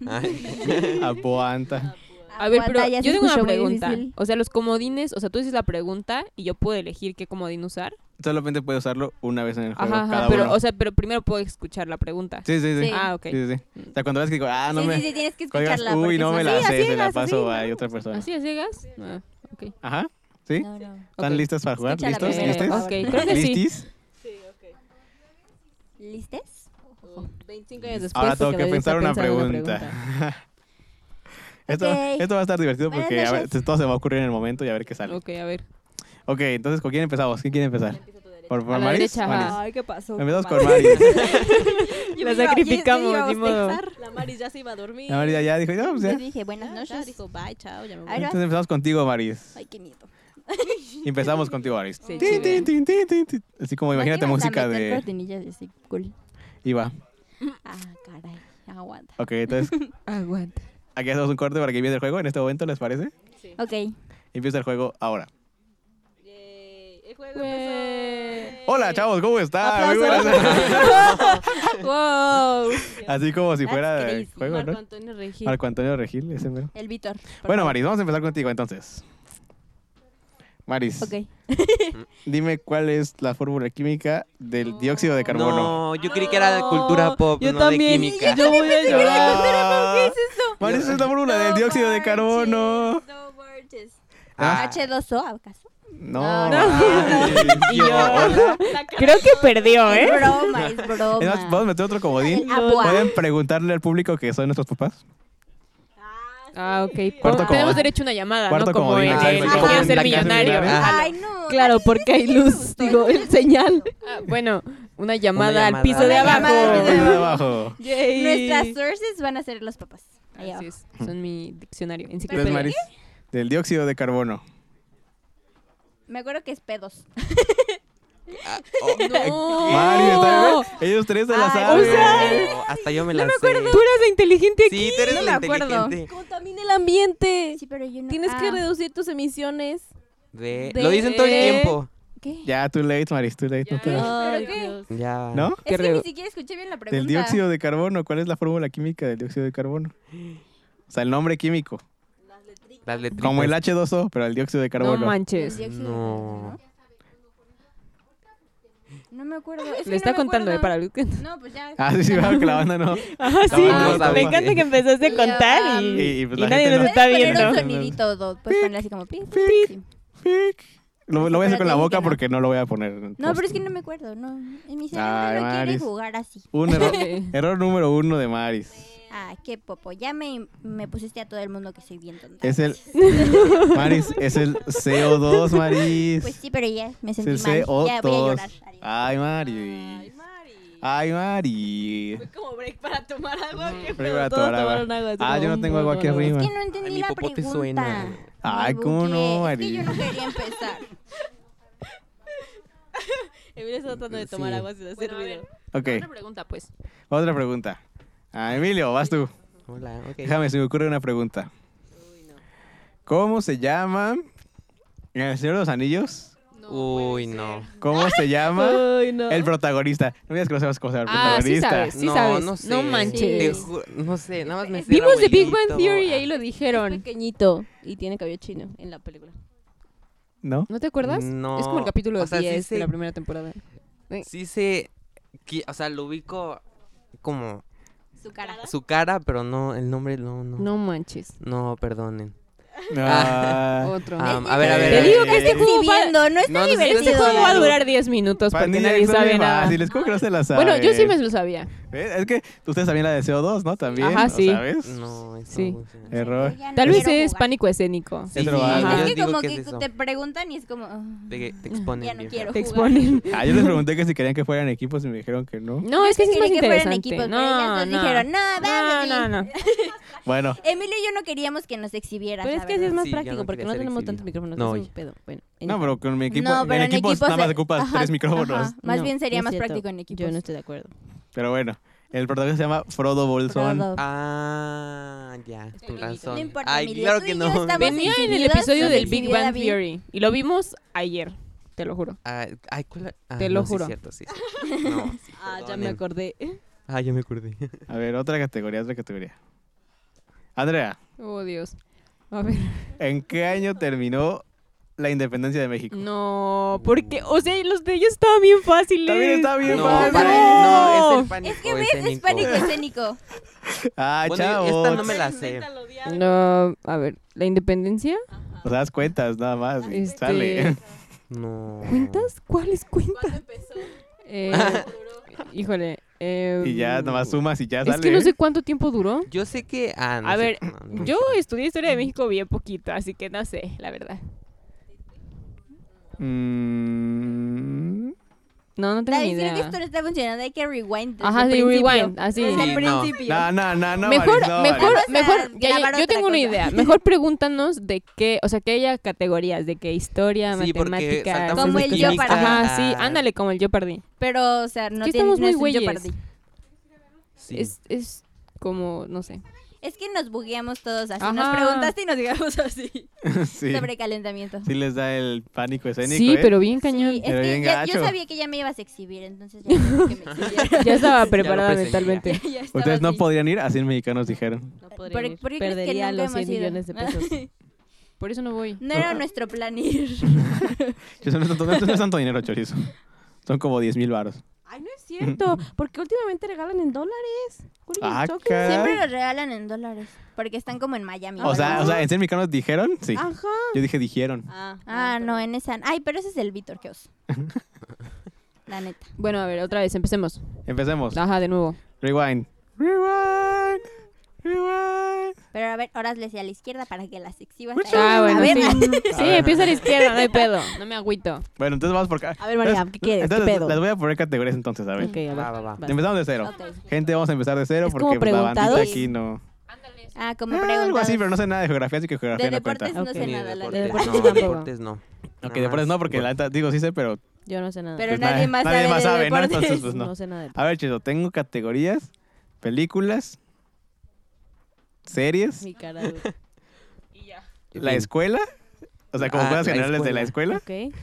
Speaker 5: Ay.
Speaker 3: aguanta.
Speaker 6: A ver, pero
Speaker 4: Aguanta, ya se
Speaker 6: yo tengo una
Speaker 4: escuchó muy
Speaker 6: pregunta.
Speaker 4: difícil.
Speaker 6: O sea, los comodines, o sea, tú dices la pregunta y yo puedo elegir qué comodín usar.
Speaker 3: Solamente puedes usarlo una vez en el juego.
Speaker 6: Ajá, ajá,
Speaker 3: cada
Speaker 6: pero,
Speaker 3: uno.
Speaker 6: o sea, pero primero puedo escuchar la pregunta.
Speaker 3: sí, sí, sí.
Speaker 4: Sí.
Speaker 6: Ah, ok.
Speaker 3: Sí, sí, sí. O sea, cuando ves que digo, ah, no
Speaker 4: sí,
Speaker 3: me.
Speaker 4: sí, sí, tienes que
Speaker 3: cuelgas,
Speaker 4: escucharla.
Speaker 3: uy,
Speaker 4: porque
Speaker 3: no
Speaker 4: si
Speaker 3: me la
Speaker 6: así,
Speaker 3: sé, se la
Speaker 6: así,
Speaker 3: paso a
Speaker 6: ¿no?
Speaker 3: otra persona.
Speaker 6: ¿Así a ciegas? Ah, ok.
Speaker 3: Ajá. ¿Sí?
Speaker 4: No, no.
Speaker 3: ¿Están
Speaker 6: Ok. Pues
Speaker 3: listas para jugar?
Speaker 4: Escucha la
Speaker 3: ¿Listos?
Speaker 4: primera,
Speaker 3: ¿Listes?
Speaker 4: por
Speaker 6: Ok, creo que sí.
Speaker 3: ¿Listis?
Speaker 4: ¿Listes?
Speaker 2: 25 años después.
Speaker 3: Ahora tengo
Speaker 2: porque
Speaker 3: que
Speaker 2: David está
Speaker 3: pensar una
Speaker 2: pensando en
Speaker 3: pregunta. esto,
Speaker 4: Ok.
Speaker 3: esto va a estar divertido
Speaker 4: Buenas
Speaker 3: porque a ver,
Speaker 4: noches.
Speaker 3: todo se va a ocurrir en el momento y a ver qué sale.
Speaker 6: Ok, a ver.
Speaker 3: Ok, entonces, ¿con quién empezamos? ¿Quién quiere empezar? Por, por
Speaker 6: A la
Speaker 3: Maris.
Speaker 6: derecha,
Speaker 3: Maris.
Speaker 6: ajá.
Speaker 4: Ay, ¿qué pasó?
Speaker 3: Empezamos
Speaker 4: comadre?
Speaker 3: con Maris.
Speaker 6: La sacrificamos, ni modo.
Speaker 2: La Maris ya se iba a dormir.
Speaker 3: La Maris ya dijo, no, pues ya.
Speaker 4: Yo dije, buenas
Speaker 6: Ah,
Speaker 2: Ya, ya
Speaker 4: noches.
Speaker 2: dijo, bye, chao, ya me voy.
Speaker 4: Ay,
Speaker 3: Entonces empezamos contigo, Maris.
Speaker 4: Ay, qué miedo.
Speaker 3: Y empezamos contigo, Maris.
Speaker 2: Sí,
Speaker 3: Tin,
Speaker 2: chido.
Speaker 3: tin, tin, tin, tin, tin. Así como imagínate música de
Speaker 4: cortinillas así, cool.
Speaker 3: Iba.
Speaker 4: Ah, caray. Aguanta.
Speaker 3: Ok, entonces
Speaker 6: Aguanta.
Speaker 3: aquí hacemos un corte para que empiece el juego en este momento, ¿les parece?
Speaker 4: Ok.
Speaker 3: Empieza el juego ahora.
Speaker 2: Yay, El juego empezó.
Speaker 3: Hola, chavos, ¿cómo están? Muy
Speaker 6: Aplausos.
Speaker 3: buenas.
Speaker 6: wow.
Speaker 3: Así como si fuera
Speaker 4: That's
Speaker 3: el
Speaker 4: crazy.
Speaker 3: juego,
Speaker 2: Marco
Speaker 3: ¿no?
Speaker 2: Antonio Regil.
Speaker 3: Marco Antonio Regil, ese mero.
Speaker 4: El Víctor.
Speaker 3: Bueno, Maris, vamos a empezar contigo entonces. Maris,
Speaker 4: Ok.
Speaker 3: dime cuál es la fórmula química del dióxido de carbono.
Speaker 5: No, yo creí que era de cultura pop,
Speaker 6: Yo
Speaker 5: no
Speaker 6: también.
Speaker 5: de química.
Speaker 6: Yo voy a llorar.
Speaker 3: ¿Qué es eso? Ah. Maris, esa es la fórmula del dióxido de carbono.
Speaker 4: No marches.
Speaker 5: Ah,
Speaker 4: H2O, ¿acaso?
Speaker 3: No.
Speaker 4: No,
Speaker 3: Maris.
Speaker 5: y yo, hola.
Speaker 6: Creo que perdió,
Speaker 4: Es
Speaker 6: ¿eh?
Speaker 4: broma, es broma.
Speaker 3: Es más, ¿Podemos meter otro comodín?
Speaker 4: Agua.
Speaker 3: ¿Pueden preguntarle al público que son nuestros papás?
Speaker 6: Ah, ok.
Speaker 3: Cuarto
Speaker 6: Tenemos
Speaker 3: comodín.
Speaker 6: derecho a una llamada,
Speaker 3: Cuarto
Speaker 6: ¿no? Como
Speaker 3: comodín,
Speaker 6: en
Speaker 5: exacto.
Speaker 6: el
Speaker 5: Como
Speaker 6: que quiero
Speaker 5: en
Speaker 6: ser
Speaker 5: la casa
Speaker 6: millonario.
Speaker 5: millonario.
Speaker 6: Ah,
Speaker 4: Ay, no.
Speaker 6: Claro, porque hay luz, digo, el señal. Ah, bueno, una llamada,
Speaker 5: llamada.
Speaker 6: al piso de
Speaker 4: Una
Speaker 6: abajo.
Speaker 4: llamada al piso de
Speaker 3: Nada abajo.
Speaker 6: Yay.
Speaker 4: Nuestras sources van a ser los papás. Ahí
Speaker 6: Así
Speaker 4: abajo.
Speaker 6: es, son mi diccionario,
Speaker 3: Entonces,
Speaker 6: enciclopedia.
Speaker 3: Maris, del dióxido de carbono.
Speaker 4: Me acuerdo que es pedos.
Speaker 5: Oh,
Speaker 6: No.
Speaker 3: Maris, ¿está bien? Ellos tres se la
Speaker 4: Ay,
Speaker 3: saben.
Speaker 6: o sea,
Speaker 5: no, hasta yo me la sé.
Speaker 6: Tú eras la inteligente aquí.
Speaker 5: Sí, tú eres
Speaker 6: no
Speaker 5: la
Speaker 6: me acuerdo.
Speaker 5: inteligente.
Speaker 2: Contamina el ambiente.
Speaker 4: Sí, pero yo no.
Speaker 2: Tienes que
Speaker 4: ah.
Speaker 2: reducir tus emisiones.
Speaker 5: De-
Speaker 2: De-
Speaker 5: Lo dicen todo el
Speaker 6: de-
Speaker 5: tiempo.
Speaker 4: ¿Qué?
Speaker 3: Ya, too late, Maris, too late. no te-
Speaker 4: Ya. Oh,
Speaker 2: Ay,
Speaker 4: ¿Pero qué?
Speaker 2: Dios.
Speaker 5: Ya.
Speaker 3: ¿No?
Speaker 4: Es que
Speaker 6: Creo.
Speaker 4: ni siquiera escuché bien la pregunta.
Speaker 3: Del dióxido de carbono. ¿Cuál es la fórmula química del dióxido de carbono? O sea, el nombre químico.
Speaker 5: Las letritas.
Speaker 3: Como el H2O, pero el dióxido de
Speaker 6: No
Speaker 3: carbono.
Speaker 4: Del
Speaker 6: manches.
Speaker 4: dióxido de
Speaker 5: No.
Speaker 4: carbono, No me acuerdo. Es que
Speaker 6: Le está
Speaker 4: no me
Speaker 6: contando eh,
Speaker 4: acuerdo.
Speaker 6: para Luke.
Speaker 4: No, pues ya.
Speaker 3: Ah, sí, sí, claro que la banda no.
Speaker 6: Ah,
Speaker 5: No,
Speaker 6: sí.
Speaker 5: no
Speaker 6: me
Speaker 5: sabemos.
Speaker 6: encanta que empezaste a
Speaker 4: Y,
Speaker 6: contar
Speaker 4: um,
Speaker 6: y,
Speaker 3: Y, pues,
Speaker 6: y
Speaker 3: la
Speaker 6: nadie
Speaker 3: gente
Speaker 6: nos
Speaker 3: no.
Speaker 6: está
Speaker 4: Puedes poner
Speaker 6: viendo.
Speaker 4: un sonidito, do- puedes ponerle así como pi, pi, pi.
Speaker 3: Pic. Lo, lo voy a hacer con la
Speaker 4: Pero te dije
Speaker 3: boca
Speaker 4: que no.
Speaker 3: porque no lo voy a poner.
Speaker 4: No, pero es que no me acuerdo, no. En mi cerebro
Speaker 3: Ay,
Speaker 4: no quiere
Speaker 3: Maris.
Speaker 4: jugar así.
Speaker 3: Un error.
Speaker 6: Ok.
Speaker 3: error número uno de Maris.
Speaker 4: Ah, qué popo. Ya me, me pusiste a todo el mundo que soy bien tonta.
Speaker 3: Es el. Maris, es el CO2, Maris.
Speaker 4: Pues sí, pero ya me
Speaker 3: es
Speaker 4: sentí
Speaker 3: el
Speaker 4: mal. Ya voy a
Speaker 3: CO2.
Speaker 4: llorar. Adiós.
Speaker 3: oh, Ay, Maris. Ay, Maris.
Speaker 2: Fue como break para tomar agua. que
Speaker 3: Break para
Speaker 2: todos
Speaker 3: tomar agua.
Speaker 2: tomaron agua, así
Speaker 3: Ah,
Speaker 2: como,
Speaker 3: yo no tengo
Speaker 2: mm,
Speaker 3: agua aquí
Speaker 2: tomaron
Speaker 3: arriba.
Speaker 4: Es que no entendí
Speaker 5: mi
Speaker 4: la
Speaker 5: popote
Speaker 4: pregunta.
Speaker 5: suena.
Speaker 3: Ay, ¿cómo no,
Speaker 4: Es que yo no
Speaker 3: Maris?
Speaker 4: quería empezar.
Speaker 2: agua. Emilio está tratando de tomar
Speaker 3: Sí.
Speaker 2: agua sin hacer ruido.
Speaker 3: Ok,
Speaker 6: Otra pregunta, pues.
Speaker 3: otra pregunta. Ah, Emilio, vas tú.
Speaker 5: Hola, ok.
Speaker 3: Déjame, se me ocurre una pregunta. ¿Cómo se llama en El Señor de los Anillos?
Speaker 5: Uy, no.
Speaker 3: ¿Cómo se llama
Speaker 6: Ay, no.
Speaker 3: el protagonista? No me digas que no sabes cómo se llama el
Speaker 6: Ah, sí
Speaker 3: protagonista.
Speaker 6: sabes.
Speaker 5: no,
Speaker 6: sabes.
Speaker 5: no sé.
Speaker 6: No manches.
Speaker 5: Te ju- no sé, nada más me sé el
Speaker 6: Vimos de Big
Speaker 5: abuelito.
Speaker 6: Bang Theory y ahí lo
Speaker 2: Es
Speaker 6: dijeron.
Speaker 2: pequeñito y tiene cabello chino en la película.
Speaker 3: ¿No?
Speaker 6: ¿No te acuerdas?
Speaker 5: No.
Speaker 6: Es como el capítulo
Speaker 5: O sea, sí
Speaker 6: 10
Speaker 5: sé.
Speaker 6: de la primera temporada.
Speaker 5: Sí sé, que- o sea, lo ubico como
Speaker 4: Su cara.
Speaker 5: su cara, pero no, el nombre no, no. No,
Speaker 6: No manches.
Speaker 5: perdonen.
Speaker 3: Ah,
Speaker 6: Otro. Eh,
Speaker 5: Ah, a ver, a ver.
Speaker 6: Te
Speaker 5: a
Speaker 6: digo
Speaker 5: ver.
Speaker 6: que este juego va,
Speaker 4: Viviendo, no es
Speaker 5: No,
Speaker 4: tan
Speaker 5: no sé,
Speaker 4: divertido.
Speaker 5: este
Speaker 6: este juego va a
Speaker 4: Dani.
Speaker 6: durar 10 minutos porque
Speaker 3: pandilla,
Speaker 6: nadie
Speaker 3: son
Speaker 6: sabe
Speaker 3: bien
Speaker 6: nada.
Speaker 3: fáciles, ¿cómo que no se la saben?
Speaker 6: Bueno, yo sí me lo sabía.
Speaker 3: ¿Ves? Es que ustedes también la de CO2, ¿no? También,
Speaker 6: Ajá,
Speaker 3: ¿no
Speaker 6: sí.
Speaker 3: ¿sabes?
Speaker 5: No, eso
Speaker 6: Sí.
Speaker 5: no funciona.
Speaker 3: Error.
Speaker 4: Yo ya no
Speaker 6: Tal vez
Speaker 4: quiero
Speaker 6: es
Speaker 4: jugar.
Speaker 6: pánico escénico.
Speaker 5: Sí, sí,
Speaker 3: Eh, Pero, ah,
Speaker 5: yo
Speaker 4: Es que
Speaker 5: digo
Speaker 4: como
Speaker 5: que
Speaker 4: que
Speaker 5: es eso.
Speaker 4: te preguntan y es como. ah,
Speaker 5: Te, te exponen
Speaker 4: Ya no
Speaker 5: bien
Speaker 4: quiero.
Speaker 5: feo.
Speaker 6: Te
Speaker 4: jugar.
Speaker 6: exponen.
Speaker 3: Ah, yo les pregunté que si querían que fueran equipos y me dijeron que no.
Speaker 6: No, es que sí es más
Speaker 4: quería que fueran
Speaker 6: interesante.
Speaker 4: equipos, pero
Speaker 6: no,
Speaker 4: ellas
Speaker 6: no.
Speaker 4: nos dijeron, no,
Speaker 6: no,
Speaker 4: vamos.
Speaker 6: no, no.
Speaker 3: Bueno,
Speaker 4: Emilio y yo no queríamos que nos exhibieras.
Speaker 2: Pero es
Speaker 4: la
Speaker 2: que así es
Speaker 4: verdad.
Speaker 2: más
Speaker 5: Sí, yo no
Speaker 2: práctico porque
Speaker 5: quería
Speaker 2: no
Speaker 5: ser
Speaker 2: tenemos
Speaker 5: exhibido.
Speaker 2: tantos micrófonos.
Speaker 5: No,
Speaker 2: No, es un
Speaker 5: oye.
Speaker 2: pedo. Bueno,
Speaker 3: no, pero con mi equipo,
Speaker 4: No,
Speaker 3: en
Speaker 4: pero en
Speaker 3: equipos
Speaker 4: equipo
Speaker 3: nada más
Speaker 4: se-
Speaker 3: ocupas
Speaker 4: ajá,
Speaker 3: tres micrófonos.
Speaker 4: ajá. Más
Speaker 2: No,
Speaker 4: bien sería
Speaker 2: es
Speaker 4: más
Speaker 2: cierto.
Speaker 4: práctico en equipos.
Speaker 2: Yo no estoy de acuerdo.
Speaker 3: Pero bueno, el protagonista se llama Frodo Bolsón.
Speaker 4: Frodo.
Speaker 5: Ah, ya, con razón.
Speaker 4: No importa,
Speaker 5: Ay,
Speaker 4: Emilio,
Speaker 5: claro
Speaker 4: tú
Speaker 5: que
Speaker 4: y yo
Speaker 5: no.
Speaker 4: estamos-
Speaker 6: Venía en el
Speaker 4: exhibidas,
Speaker 6: episodio
Speaker 4: nos
Speaker 6: del Big
Speaker 4: exhibió
Speaker 6: Bang
Speaker 4: David.
Speaker 6: Theory y lo vimos ayer, te lo juro.
Speaker 5: Ah, Ay, ¿cuál era? Ah,
Speaker 6: Te lo
Speaker 5: no, sí
Speaker 6: juro.
Speaker 5: es cierto, sí es cierto. No, sí,
Speaker 2: Ah, ya me
Speaker 5: perdonen.
Speaker 2: acordé.
Speaker 5: Ah, ya me acordé.
Speaker 3: A ver, otra categoría, otra categoría. Andrea,
Speaker 6: Oh, Dios. A ver.
Speaker 3: ¿en qué año terminó la independencia de México?
Speaker 6: No, porque, o sea, los de ellos estaban bien fáciles.
Speaker 3: También está bien
Speaker 5: No,
Speaker 3: padre.
Speaker 5: para- no, es el pánico.
Speaker 4: Es que ves, es
Speaker 5: escénico.
Speaker 4: pánico escénico.
Speaker 3: Ah,
Speaker 5: Bueno,
Speaker 3: chao.
Speaker 5: esta no me la sé.
Speaker 6: No, a ver, la independencia.
Speaker 3: O sea, das cuentas nada más. y
Speaker 6: Este,
Speaker 3: Sale.
Speaker 5: No.
Speaker 6: ¿Cuentas? ¿Cuáles cuentas? Eh, híjole. eh,
Speaker 3: Y ya nomás sumas y ya
Speaker 6: Es
Speaker 3: sale.
Speaker 6: que no sé cuánto tiempo duró.
Speaker 5: Yo sé que. Ah, no
Speaker 6: A
Speaker 5: es
Speaker 6: ver,
Speaker 5: cierto, no, no es
Speaker 6: Yo
Speaker 5: cierto.
Speaker 6: estudié historia de México bien poquito, así que no sé, la verdad.
Speaker 3: Mm,
Speaker 6: No, no tengo ni
Speaker 4: David, creo
Speaker 6: idea.
Speaker 4: que esto no está funcionando. Hay que rewind. desde
Speaker 6: Ajá,
Speaker 4: el
Speaker 6: sí,
Speaker 4: principio.
Speaker 6: rewind, así.
Speaker 4: Desde el
Speaker 5: Sí, no.
Speaker 4: principio.
Speaker 3: No, no, no, no.
Speaker 6: mejor,
Speaker 3: Varis, no, Varis.
Speaker 6: mejor,
Speaker 4: Vamos a
Speaker 6: mejor, ya,
Speaker 4: grabar
Speaker 6: ya- yo
Speaker 4: otra
Speaker 6: tengo una
Speaker 4: cosa.
Speaker 6: idea. Mejor pregúntanos de qué, o sea, que haya categorías, de qué historia,
Speaker 5: Sí, porque
Speaker 6: matemáticas.
Speaker 5: saltamos
Speaker 4: Como
Speaker 5: de
Speaker 4: el yo
Speaker 5: química
Speaker 4: para-
Speaker 6: Ajá, sí,
Speaker 5: a-
Speaker 6: ándale como el yo perdí.
Speaker 4: Pero, o sea, no
Speaker 6: Es que
Speaker 4: tiene-
Speaker 6: estamos
Speaker 4: no
Speaker 6: muy
Speaker 4: es un yo
Speaker 6: güeyes.
Speaker 4: perdí.
Speaker 5: Sí.
Speaker 6: Es, es como, no sé.
Speaker 4: Es que nos bugueamos todos así. Nos
Speaker 6: Ajá.
Speaker 4: preguntaste y nos digamos así.
Speaker 3: sí.
Speaker 4: Sobre calentamiento.
Speaker 3: Sí les da el pánico escénico.
Speaker 6: sí,
Speaker 3: ¿eh?
Speaker 6: pero bien cañón.
Speaker 4: Sí, es
Speaker 3: Pero
Speaker 4: que
Speaker 3: bien
Speaker 4: ya- yo,
Speaker 3: gacho.
Speaker 4: sabía que ya me ibas a exhibir, entonces ya, no quería que me exhibieras.
Speaker 6: Ya estaba
Speaker 5: Ya
Speaker 6: preparada
Speaker 5: lo perseguía.
Speaker 6: mentalmente.
Speaker 4: Ya estaba
Speaker 3: Ustedes no
Speaker 4: así.
Speaker 3: podrían ir, así los mexicanos dijeron.
Speaker 2: No
Speaker 4: ¿Por,
Speaker 2: podría
Speaker 4: por
Speaker 2: ir.
Speaker 4: qué crees que
Speaker 2: Perdería
Speaker 4: nunca
Speaker 2: los
Speaker 4: hemos
Speaker 2: 100
Speaker 4: ido?
Speaker 2: millones de pesos.
Speaker 6: Por eso no voy.
Speaker 4: No era nuestro plan ir.
Speaker 3: Yo no, es tanto- no es tanto dinero, chorizo. Son como 10 mil baros.
Speaker 2: Ay, no es cierto. Porque últimamente regalan en dólares. Curen
Speaker 3: Ah,
Speaker 2: choques.
Speaker 4: Siempre
Speaker 3: caray.
Speaker 4: nos regalan en dólares. Porque están como en Miami.
Speaker 3: O sea, o sea, ¿en ser mexicanos dijeron? Sí.
Speaker 2: Ajá.
Speaker 3: Yo dije dijeron.
Speaker 2: Ah,
Speaker 4: Ah, no, en esa. Ay, pero ese es el Víctor, qué oso. La neta.
Speaker 6: Bueno, a ver, otra vez, empecemos.
Speaker 3: Empecemos.
Speaker 6: Ajá, de nuevo.
Speaker 3: Rewind. Rewind. Rewind.
Speaker 4: Pero a ver, ahora le a la izquierda para que las exhibas. ahí.
Speaker 6: Ah,
Speaker 4: a
Speaker 6: bueno,
Speaker 4: ver,
Speaker 6: sí.
Speaker 3: A
Speaker 6: Sí,
Speaker 3: ver.
Speaker 6: empieza a la izquierda, no hay pedo. No me agüito.
Speaker 3: Bueno, entonces vamos por acá.
Speaker 2: A ver, María,
Speaker 3: Entonces-
Speaker 2: ¿qué quieres? ¿Qué
Speaker 3: Entonces,
Speaker 2: pedo?
Speaker 3: las voy a poner categorías entonces, a ver.
Speaker 2: Ok, a ver.
Speaker 5: Va, va, va.
Speaker 2: vas.
Speaker 3: Empezamos de cero.
Speaker 4: ah, Ok.
Speaker 3: Gente, vamos a empezar de cero
Speaker 2: ¿Es
Speaker 3: porque
Speaker 2: como
Speaker 3: pues, la bandita
Speaker 2: preguntados?
Speaker 3: aquí no...
Speaker 4: Ah, como
Speaker 3: Ah, Algo
Speaker 4: preguntas.
Speaker 3: así, pero no sé nada de geografía, así que geografía
Speaker 4: De
Speaker 3: no cuenta.
Speaker 4: deportes no
Speaker 2: Ok.
Speaker 4: sé
Speaker 5: Ni
Speaker 4: nada. la
Speaker 5: deportes.
Speaker 4: neta.
Speaker 5: No,
Speaker 6: Deportes tampoco.
Speaker 5: deportes no.
Speaker 3: Ok,
Speaker 5: Nada
Speaker 3: deportes
Speaker 5: más.
Speaker 3: no, porque la neta, digo, sí sé, pero
Speaker 2: Yo no sé nada.
Speaker 4: Pero
Speaker 3: Pues
Speaker 4: nadie
Speaker 3: nadie-
Speaker 4: más
Speaker 3: nadie más
Speaker 4: sabe. de
Speaker 3: sabe, ¿no?
Speaker 4: deportes.
Speaker 3: Entonces, pues, no.
Speaker 2: sé nada. de-
Speaker 3: A ver, Chiso, tengo categorías, películas, series,
Speaker 2: Mi cara. de-
Speaker 3: la escuela, o sea, como
Speaker 5: Ah,
Speaker 3: cosas
Speaker 5: la
Speaker 3: generales de la escuela.
Speaker 2: Ok.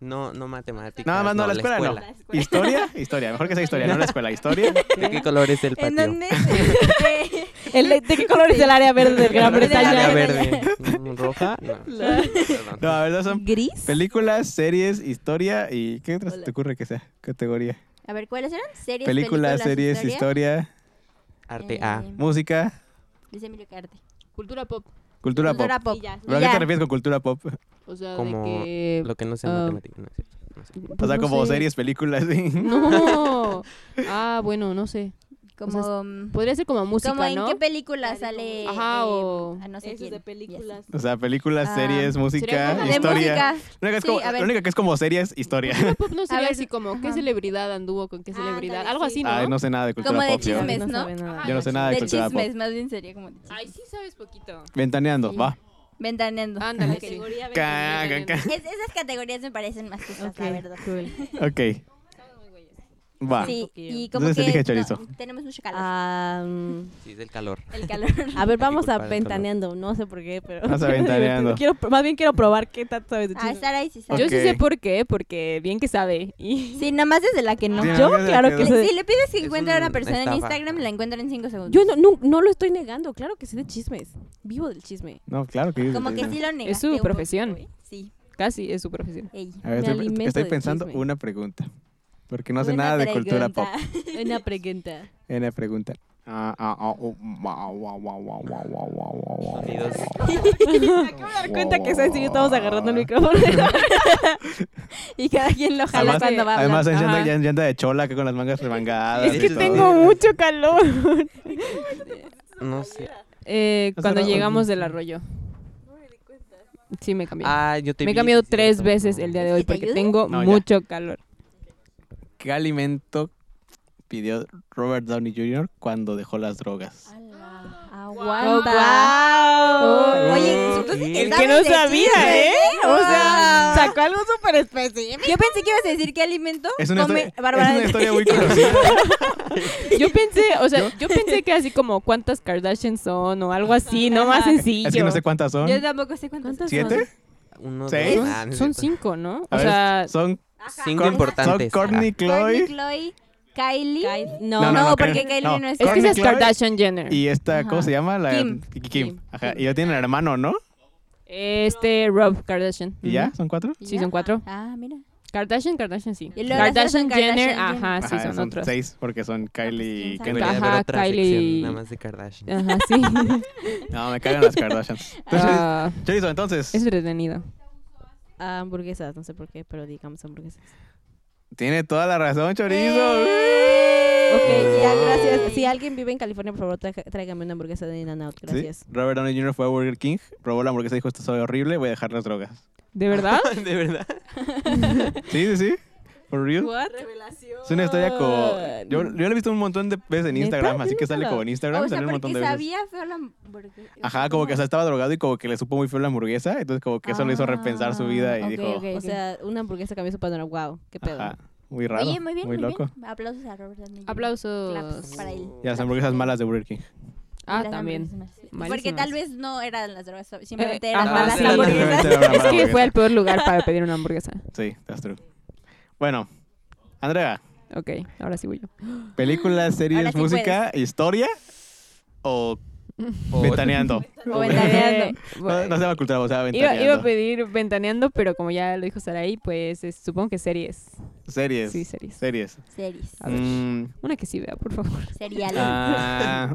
Speaker 5: No, no matemáticas.
Speaker 3: Nada más, no, la escuela, no. Historia, historia, mejor que sea historia, no la escuela, historia.
Speaker 5: ¿De qué color es el
Speaker 4: ¿En
Speaker 5: patio?
Speaker 4: dónde? se-
Speaker 2: El, ¿De qué color es el área verde
Speaker 6: Pues
Speaker 2: de Gran
Speaker 4: Área
Speaker 5: ¿La
Speaker 2: Bretaña?
Speaker 5: verde? Mm, ¿Roja? No. Perdón.
Speaker 3: No, a ver, esas son
Speaker 2: ¿Gris?
Speaker 3: películas, series, historia y ¿qué otra se te ocurre que sea categoría?
Speaker 4: A ver, ¿cuáles eran? Series,
Speaker 3: Películas, series,
Speaker 4: historia.
Speaker 3: historia,
Speaker 5: Arte A.
Speaker 4: Eh,
Speaker 3: música,
Speaker 4: Dice Emilio que arte.
Speaker 6: Cultura pop.
Speaker 3: cultura pop.
Speaker 4: Cultura pop.
Speaker 2: Y ya.
Speaker 3: ¿Pero a
Speaker 4: Ya.
Speaker 3: qué te refieres con cultura pop?
Speaker 6: O sea,
Speaker 5: Como
Speaker 6: de que...
Speaker 5: Lo que no sea
Speaker 6: ah.
Speaker 5: matemática. No es cierto. No sé.
Speaker 3: O sea,
Speaker 6: no
Speaker 3: como
Speaker 6: sé.
Speaker 3: series, películas, ¿sí?
Speaker 6: No. Ah, bueno, no sé.
Speaker 4: Como,
Speaker 6: O Podría ser como música,
Speaker 4: como en
Speaker 6: ¿no?
Speaker 4: qué película sale.
Speaker 6: Ajá,
Speaker 4: eh,
Speaker 6: o-
Speaker 4: a no sé
Speaker 2: Eso
Speaker 4: quién.
Speaker 2: es de
Speaker 4: Y
Speaker 2: películas.
Speaker 3: O sea, películas,
Speaker 4: Ah,
Speaker 3: series, música,
Speaker 6: como
Speaker 4: así.
Speaker 6: de
Speaker 3: historia.
Speaker 4: De música.
Speaker 3: La única, es
Speaker 4: Sí,
Speaker 3: como-
Speaker 4: a ver.
Speaker 3: la única que es como series, historia.
Speaker 6: Pop no sería
Speaker 4: ver,
Speaker 6: así como qué
Speaker 4: ajá.
Speaker 6: celebridad anduvo con qué
Speaker 4: Ah,
Speaker 6: celebridad.
Speaker 4: ándale,
Speaker 6: Algo
Speaker 4: sí.
Speaker 6: así, ¿no?
Speaker 3: Ay, no sé nada de cultura
Speaker 4: Como de
Speaker 3: pop. yo.
Speaker 4: chismes, ¿no?
Speaker 6: sabe nada.
Speaker 3: Yo no sé nada de
Speaker 4: De
Speaker 3: cultura Ah, pop.
Speaker 4: chismes, más bien sería como. de chismes.
Speaker 6: Ay, sí sabes poquito.
Speaker 3: Ventaneando,
Speaker 4: Sí.
Speaker 3: va.
Speaker 4: Ventaneando.
Speaker 6: Ándale,
Speaker 4: Ok.
Speaker 6: sí.
Speaker 3: Ca, ca, ca.
Speaker 4: Es- esas categorías me parecen más justas, la verdad.
Speaker 3: Ok. Va.
Speaker 4: Sí, y como
Speaker 3: Entonces
Speaker 4: que
Speaker 3: elige chorizo.
Speaker 4: no, tenemos mucho calor.
Speaker 2: Ah, mm,
Speaker 5: Sí, es del calor.
Speaker 4: El calor.
Speaker 2: a ver, vamos a
Speaker 5: culpar del calor.
Speaker 2: ventaneando. No sé por qué, pero.
Speaker 3: Vamos a ventaneando.
Speaker 2: quiero, más bien quiero probar qué tanto sabes de
Speaker 4: Ah,
Speaker 2: chisme.
Speaker 4: estar ahí sí
Speaker 3: Ok.
Speaker 4: sabe.
Speaker 6: Yo sí sé por qué, porque bien que sabe. Y
Speaker 4: Sí, nada más desde la que no.
Speaker 3: Sí,
Speaker 2: Yo,
Speaker 3: nada más
Speaker 2: claro
Speaker 3: de
Speaker 2: que
Speaker 3: que-
Speaker 2: sé.
Speaker 4: Si le pides que
Speaker 5: Es
Speaker 4: encuentre a una
Speaker 5: un-
Speaker 4: persona en
Speaker 5: estafa.
Speaker 4: Instagram, la encuentra en 5 segundos.
Speaker 2: Yo no, no, no lo estoy negando, claro que sé de chismes. Vivo del chisme.
Speaker 3: No, claro que
Speaker 4: Como que sí lo negaste
Speaker 6: Es su
Speaker 4: un poquito,
Speaker 6: profesión.
Speaker 4: ¿eh? Sí.
Speaker 6: casi es su profesión.
Speaker 4: Ey.
Speaker 3: A ver,
Speaker 2: Me
Speaker 3: estoy,
Speaker 2: alimento
Speaker 3: estoy
Speaker 2: de
Speaker 3: pensando
Speaker 2: chisme.
Speaker 3: una pregunta. Porque no sé
Speaker 4: Una
Speaker 3: nada de cultura pop.
Speaker 4: pregunta.
Speaker 2: Una pregunta.
Speaker 3: En la pregunta. Ah, ah, ah, oh, wow, wow, wow, wow, wow, wow, wow, wow,
Speaker 5: Sonidos.
Speaker 3: wow,
Speaker 2: Me cuenta que
Speaker 3: wow,
Speaker 2: sabes que estamos
Speaker 3: wow.
Speaker 2: agarrando el micrófono.
Speaker 4: Y cada quien lo jala
Speaker 3: Además,
Speaker 4: cuando va a hablar.
Speaker 3: además ya anda,
Speaker 6: Ajá.
Speaker 3: ya- ya anda de chola que con las mangas remangadas.
Speaker 6: Es
Speaker 5: sí,
Speaker 6: que
Speaker 5: sí.
Speaker 3: y todo.
Speaker 6: tengo mucho calor.
Speaker 5: No sé.
Speaker 6: Eh,
Speaker 3: Hace
Speaker 6: cuando
Speaker 3: rato,
Speaker 6: llegamos
Speaker 3: sí.
Speaker 6: del arroyo. Sí, me cambié.
Speaker 5: Ah, yo te
Speaker 6: me he
Speaker 5: vi,
Speaker 6: cambiado
Speaker 5: sí,
Speaker 6: tres
Speaker 5: cierto.
Speaker 6: veces el día de hoy
Speaker 4: ¿Sí te
Speaker 6: porque
Speaker 4: ayudo?
Speaker 6: tengo
Speaker 3: No, ya.
Speaker 6: mucho calor.
Speaker 3: ¿Qué alimento pidió Robert Downey Jr. cuando dejó las drogas?
Speaker 4: Ala,
Speaker 6: Oh,
Speaker 4: Aguanta.
Speaker 6: wow.
Speaker 4: Oye,
Speaker 5: ¿qué?
Speaker 4: tú sí
Speaker 5: El
Speaker 4: que
Speaker 6: El que no
Speaker 4: sabes de
Speaker 6: sabía,
Speaker 4: chismes,
Speaker 6: ¿eh? O sea,
Speaker 4: Wow.
Speaker 6: sacó algo súper específico.
Speaker 4: Yo pensé que ibas a decir qué alimento
Speaker 3: Es una,
Speaker 4: come
Speaker 3: historia,
Speaker 4: Bárbara
Speaker 3: es
Speaker 4: de-
Speaker 3: una historia muy conocida.
Speaker 6: Yo pensé, o sea, yo pensé que así como cuántas Kardashians son o algo así, no más sencillo.
Speaker 3: es que no sé cuántas son.
Speaker 4: Yo tampoco sé cuántas.
Speaker 6: ¿Cuántas
Speaker 3: ¿Siete?
Speaker 5: Uno,
Speaker 3: ¿Seis?
Speaker 5: dos, ah, no
Speaker 6: son?
Speaker 5: es
Speaker 6: Son
Speaker 5: cierto.
Speaker 6: cinco, ¿no?
Speaker 3: A
Speaker 6: O
Speaker 3: ver,
Speaker 6: sea,
Speaker 3: son,
Speaker 5: Cinco
Speaker 3: Cor-
Speaker 5: importantes. Ah.
Speaker 3: son Courtney
Speaker 4: Courtney,
Speaker 3: Chloe
Speaker 4: Chloe, Kylie.
Speaker 2: No,
Speaker 4: No,
Speaker 3: No, no,
Speaker 4: porque
Speaker 3: Kylie-
Speaker 4: Kylie no,
Speaker 3: no.
Speaker 4: es.
Speaker 6: es que
Speaker 3: Kourtney
Speaker 6: esa es
Speaker 3: Chloe
Speaker 6: Kardashian Jenner.
Speaker 3: y esta, ¿cómo
Speaker 4: Ajá.
Speaker 3: se llama? La,
Speaker 4: Kim.
Speaker 3: Kim.
Speaker 6: Kim.
Speaker 3: Ajá. Y ya tienen hermano, ¿no?
Speaker 6: Este, Rob Kardashian.
Speaker 3: ¿Y ya?
Speaker 6: Ujú.
Speaker 3: ¿Son cuatro?
Speaker 6: Sí, son cuatro.
Speaker 4: Ah, mira.
Speaker 6: Kardashian, Kardashian, sí.
Speaker 4: Y luego las otras son
Speaker 6: Kardashian, Jenner,
Speaker 4: Kardashian, Jenner.
Speaker 6: ajá, Ah, sí,
Speaker 3: Ajá,
Speaker 6: son, otros.
Speaker 3: seis, porque son Kylie y
Speaker 4: pues, quién
Speaker 5: Debería
Speaker 3: Kendall.
Speaker 6: sabe.
Speaker 5: haber
Speaker 6: Ajá,
Speaker 5: otra
Speaker 6: Kylie.
Speaker 5: sección nada más de Kardashian.
Speaker 6: Ajá, sí.
Speaker 3: No, me cagan las Kardashians. Entonces,
Speaker 6: Ah,
Speaker 3: Chorizo, entonces,
Speaker 6: es entretenido.
Speaker 2: Ah, hamburguesas, no sé por qué, pero digamos hamburguesas.
Speaker 3: tiene toda la razón, Chorizo.
Speaker 4: Eh.
Speaker 2: Ok, ya,
Speaker 3: Oh.
Speaker 5: Wow.
Speaker 2: gracias. Si alguien vive en California, por favor, traga- tráigame una hamburguesa de In-N-Out.
Speaker 3: Sí,
Speaker 2: Gracias.
Speaker 3: Robert Downey Jr. fue a Burger King, robó la hamburguesa y
Speaker 6: ¿Ah?
Speaker 3: dijo, esto sabe horrible, voy a dejar las drogas.
Speaker 6: ¿De verdad?
Speaker 5: ¿De verdad?
Speaker 3: Sí, sí, sí. ¿For real?
Speaker 2: What?
Speaker 3: Es una historia como... Yo, yo la he visto un montón de veces en Instagram, así que sale como en Instagram,
Speaker 4: o sea,
Speaker 3: salió un montón
Speaker 4: porque
Speaker 3: de veces.
Speaker 4: sabía feo la hamburguesa.
Speaker 3: Ajá, como que o sea, estaba drogado y como que le supo muy feo la hamburguesa, entonces como que eso le hizo
Speaker 4: Ah,
Speaker 3: repensar su vida y
Speaker 4: ok,
Speaker 3: dijo,
Speaker 4: ok,
Speaker 2: O
Speaker 4: ok.
Speaker 2: sea, una hamburguesa cambió su panorama. Wow, qué pedo.
Speaker 3: ajá, muy raro,
Speaker 4: Oye, muy bien, muy,
Speaker 3: loco.
Speaker 4: bien. Aplausos a Robert Downey Jr. Claps
Speaker 6: Aplausos.
Speaker 4: para él.
Speaker 3: Y las hamburguesas malas de Burger King.
Speaker 6: Ah,
Speaker 4: Las
Speaker 6: también.
Speaker 4: hamburguesas malas.
Speaker 6: Malísimas.
Speaker 4: Porque tal vez no eran las drogas, simplemente
Speaker 6: Eh,
Speaker 4: eran
Speaker 5: ah,
Speaker 4: malas
Speaker 5: sí, las
Speaker 4: hamburguesas.
Speaker 3: Era una mala
Speaker 6: Es que fue
Speaker 3: hamburguesa.
Speaker 6: al peor lugar para pedir una hamburguesa.
Speaker 3: Sí, that's true. Bueno, Andrea,
Speaker 6: Ok, ahora sí voy yo.
Speaker 3: películas, series,
Speaker 4: Ahora sí
Speaker 3: música, historia o ventaneando.
Speaker 4: O ventaneando.
Speaker 6: Eh,
Speaker 3: No, no se va a ocultar, o sea,
Speaker 6: Iba,
Speaker 3: ventaneando.
Speaker 6: iba a pedir ventaneando, pero como ya lo dijo Saraí, pues es- supongo que series.
Speaker 3: Series.
Speaker 6: Sí, series.
Speaker 3: Series.
Speaker 4: Series.
Speaker 6: A ver.
Speaker 3: Mm,
Speaker 6: Una que sí vea, por favor.
Speaker 4: Seriales.
Speaker 3: ah.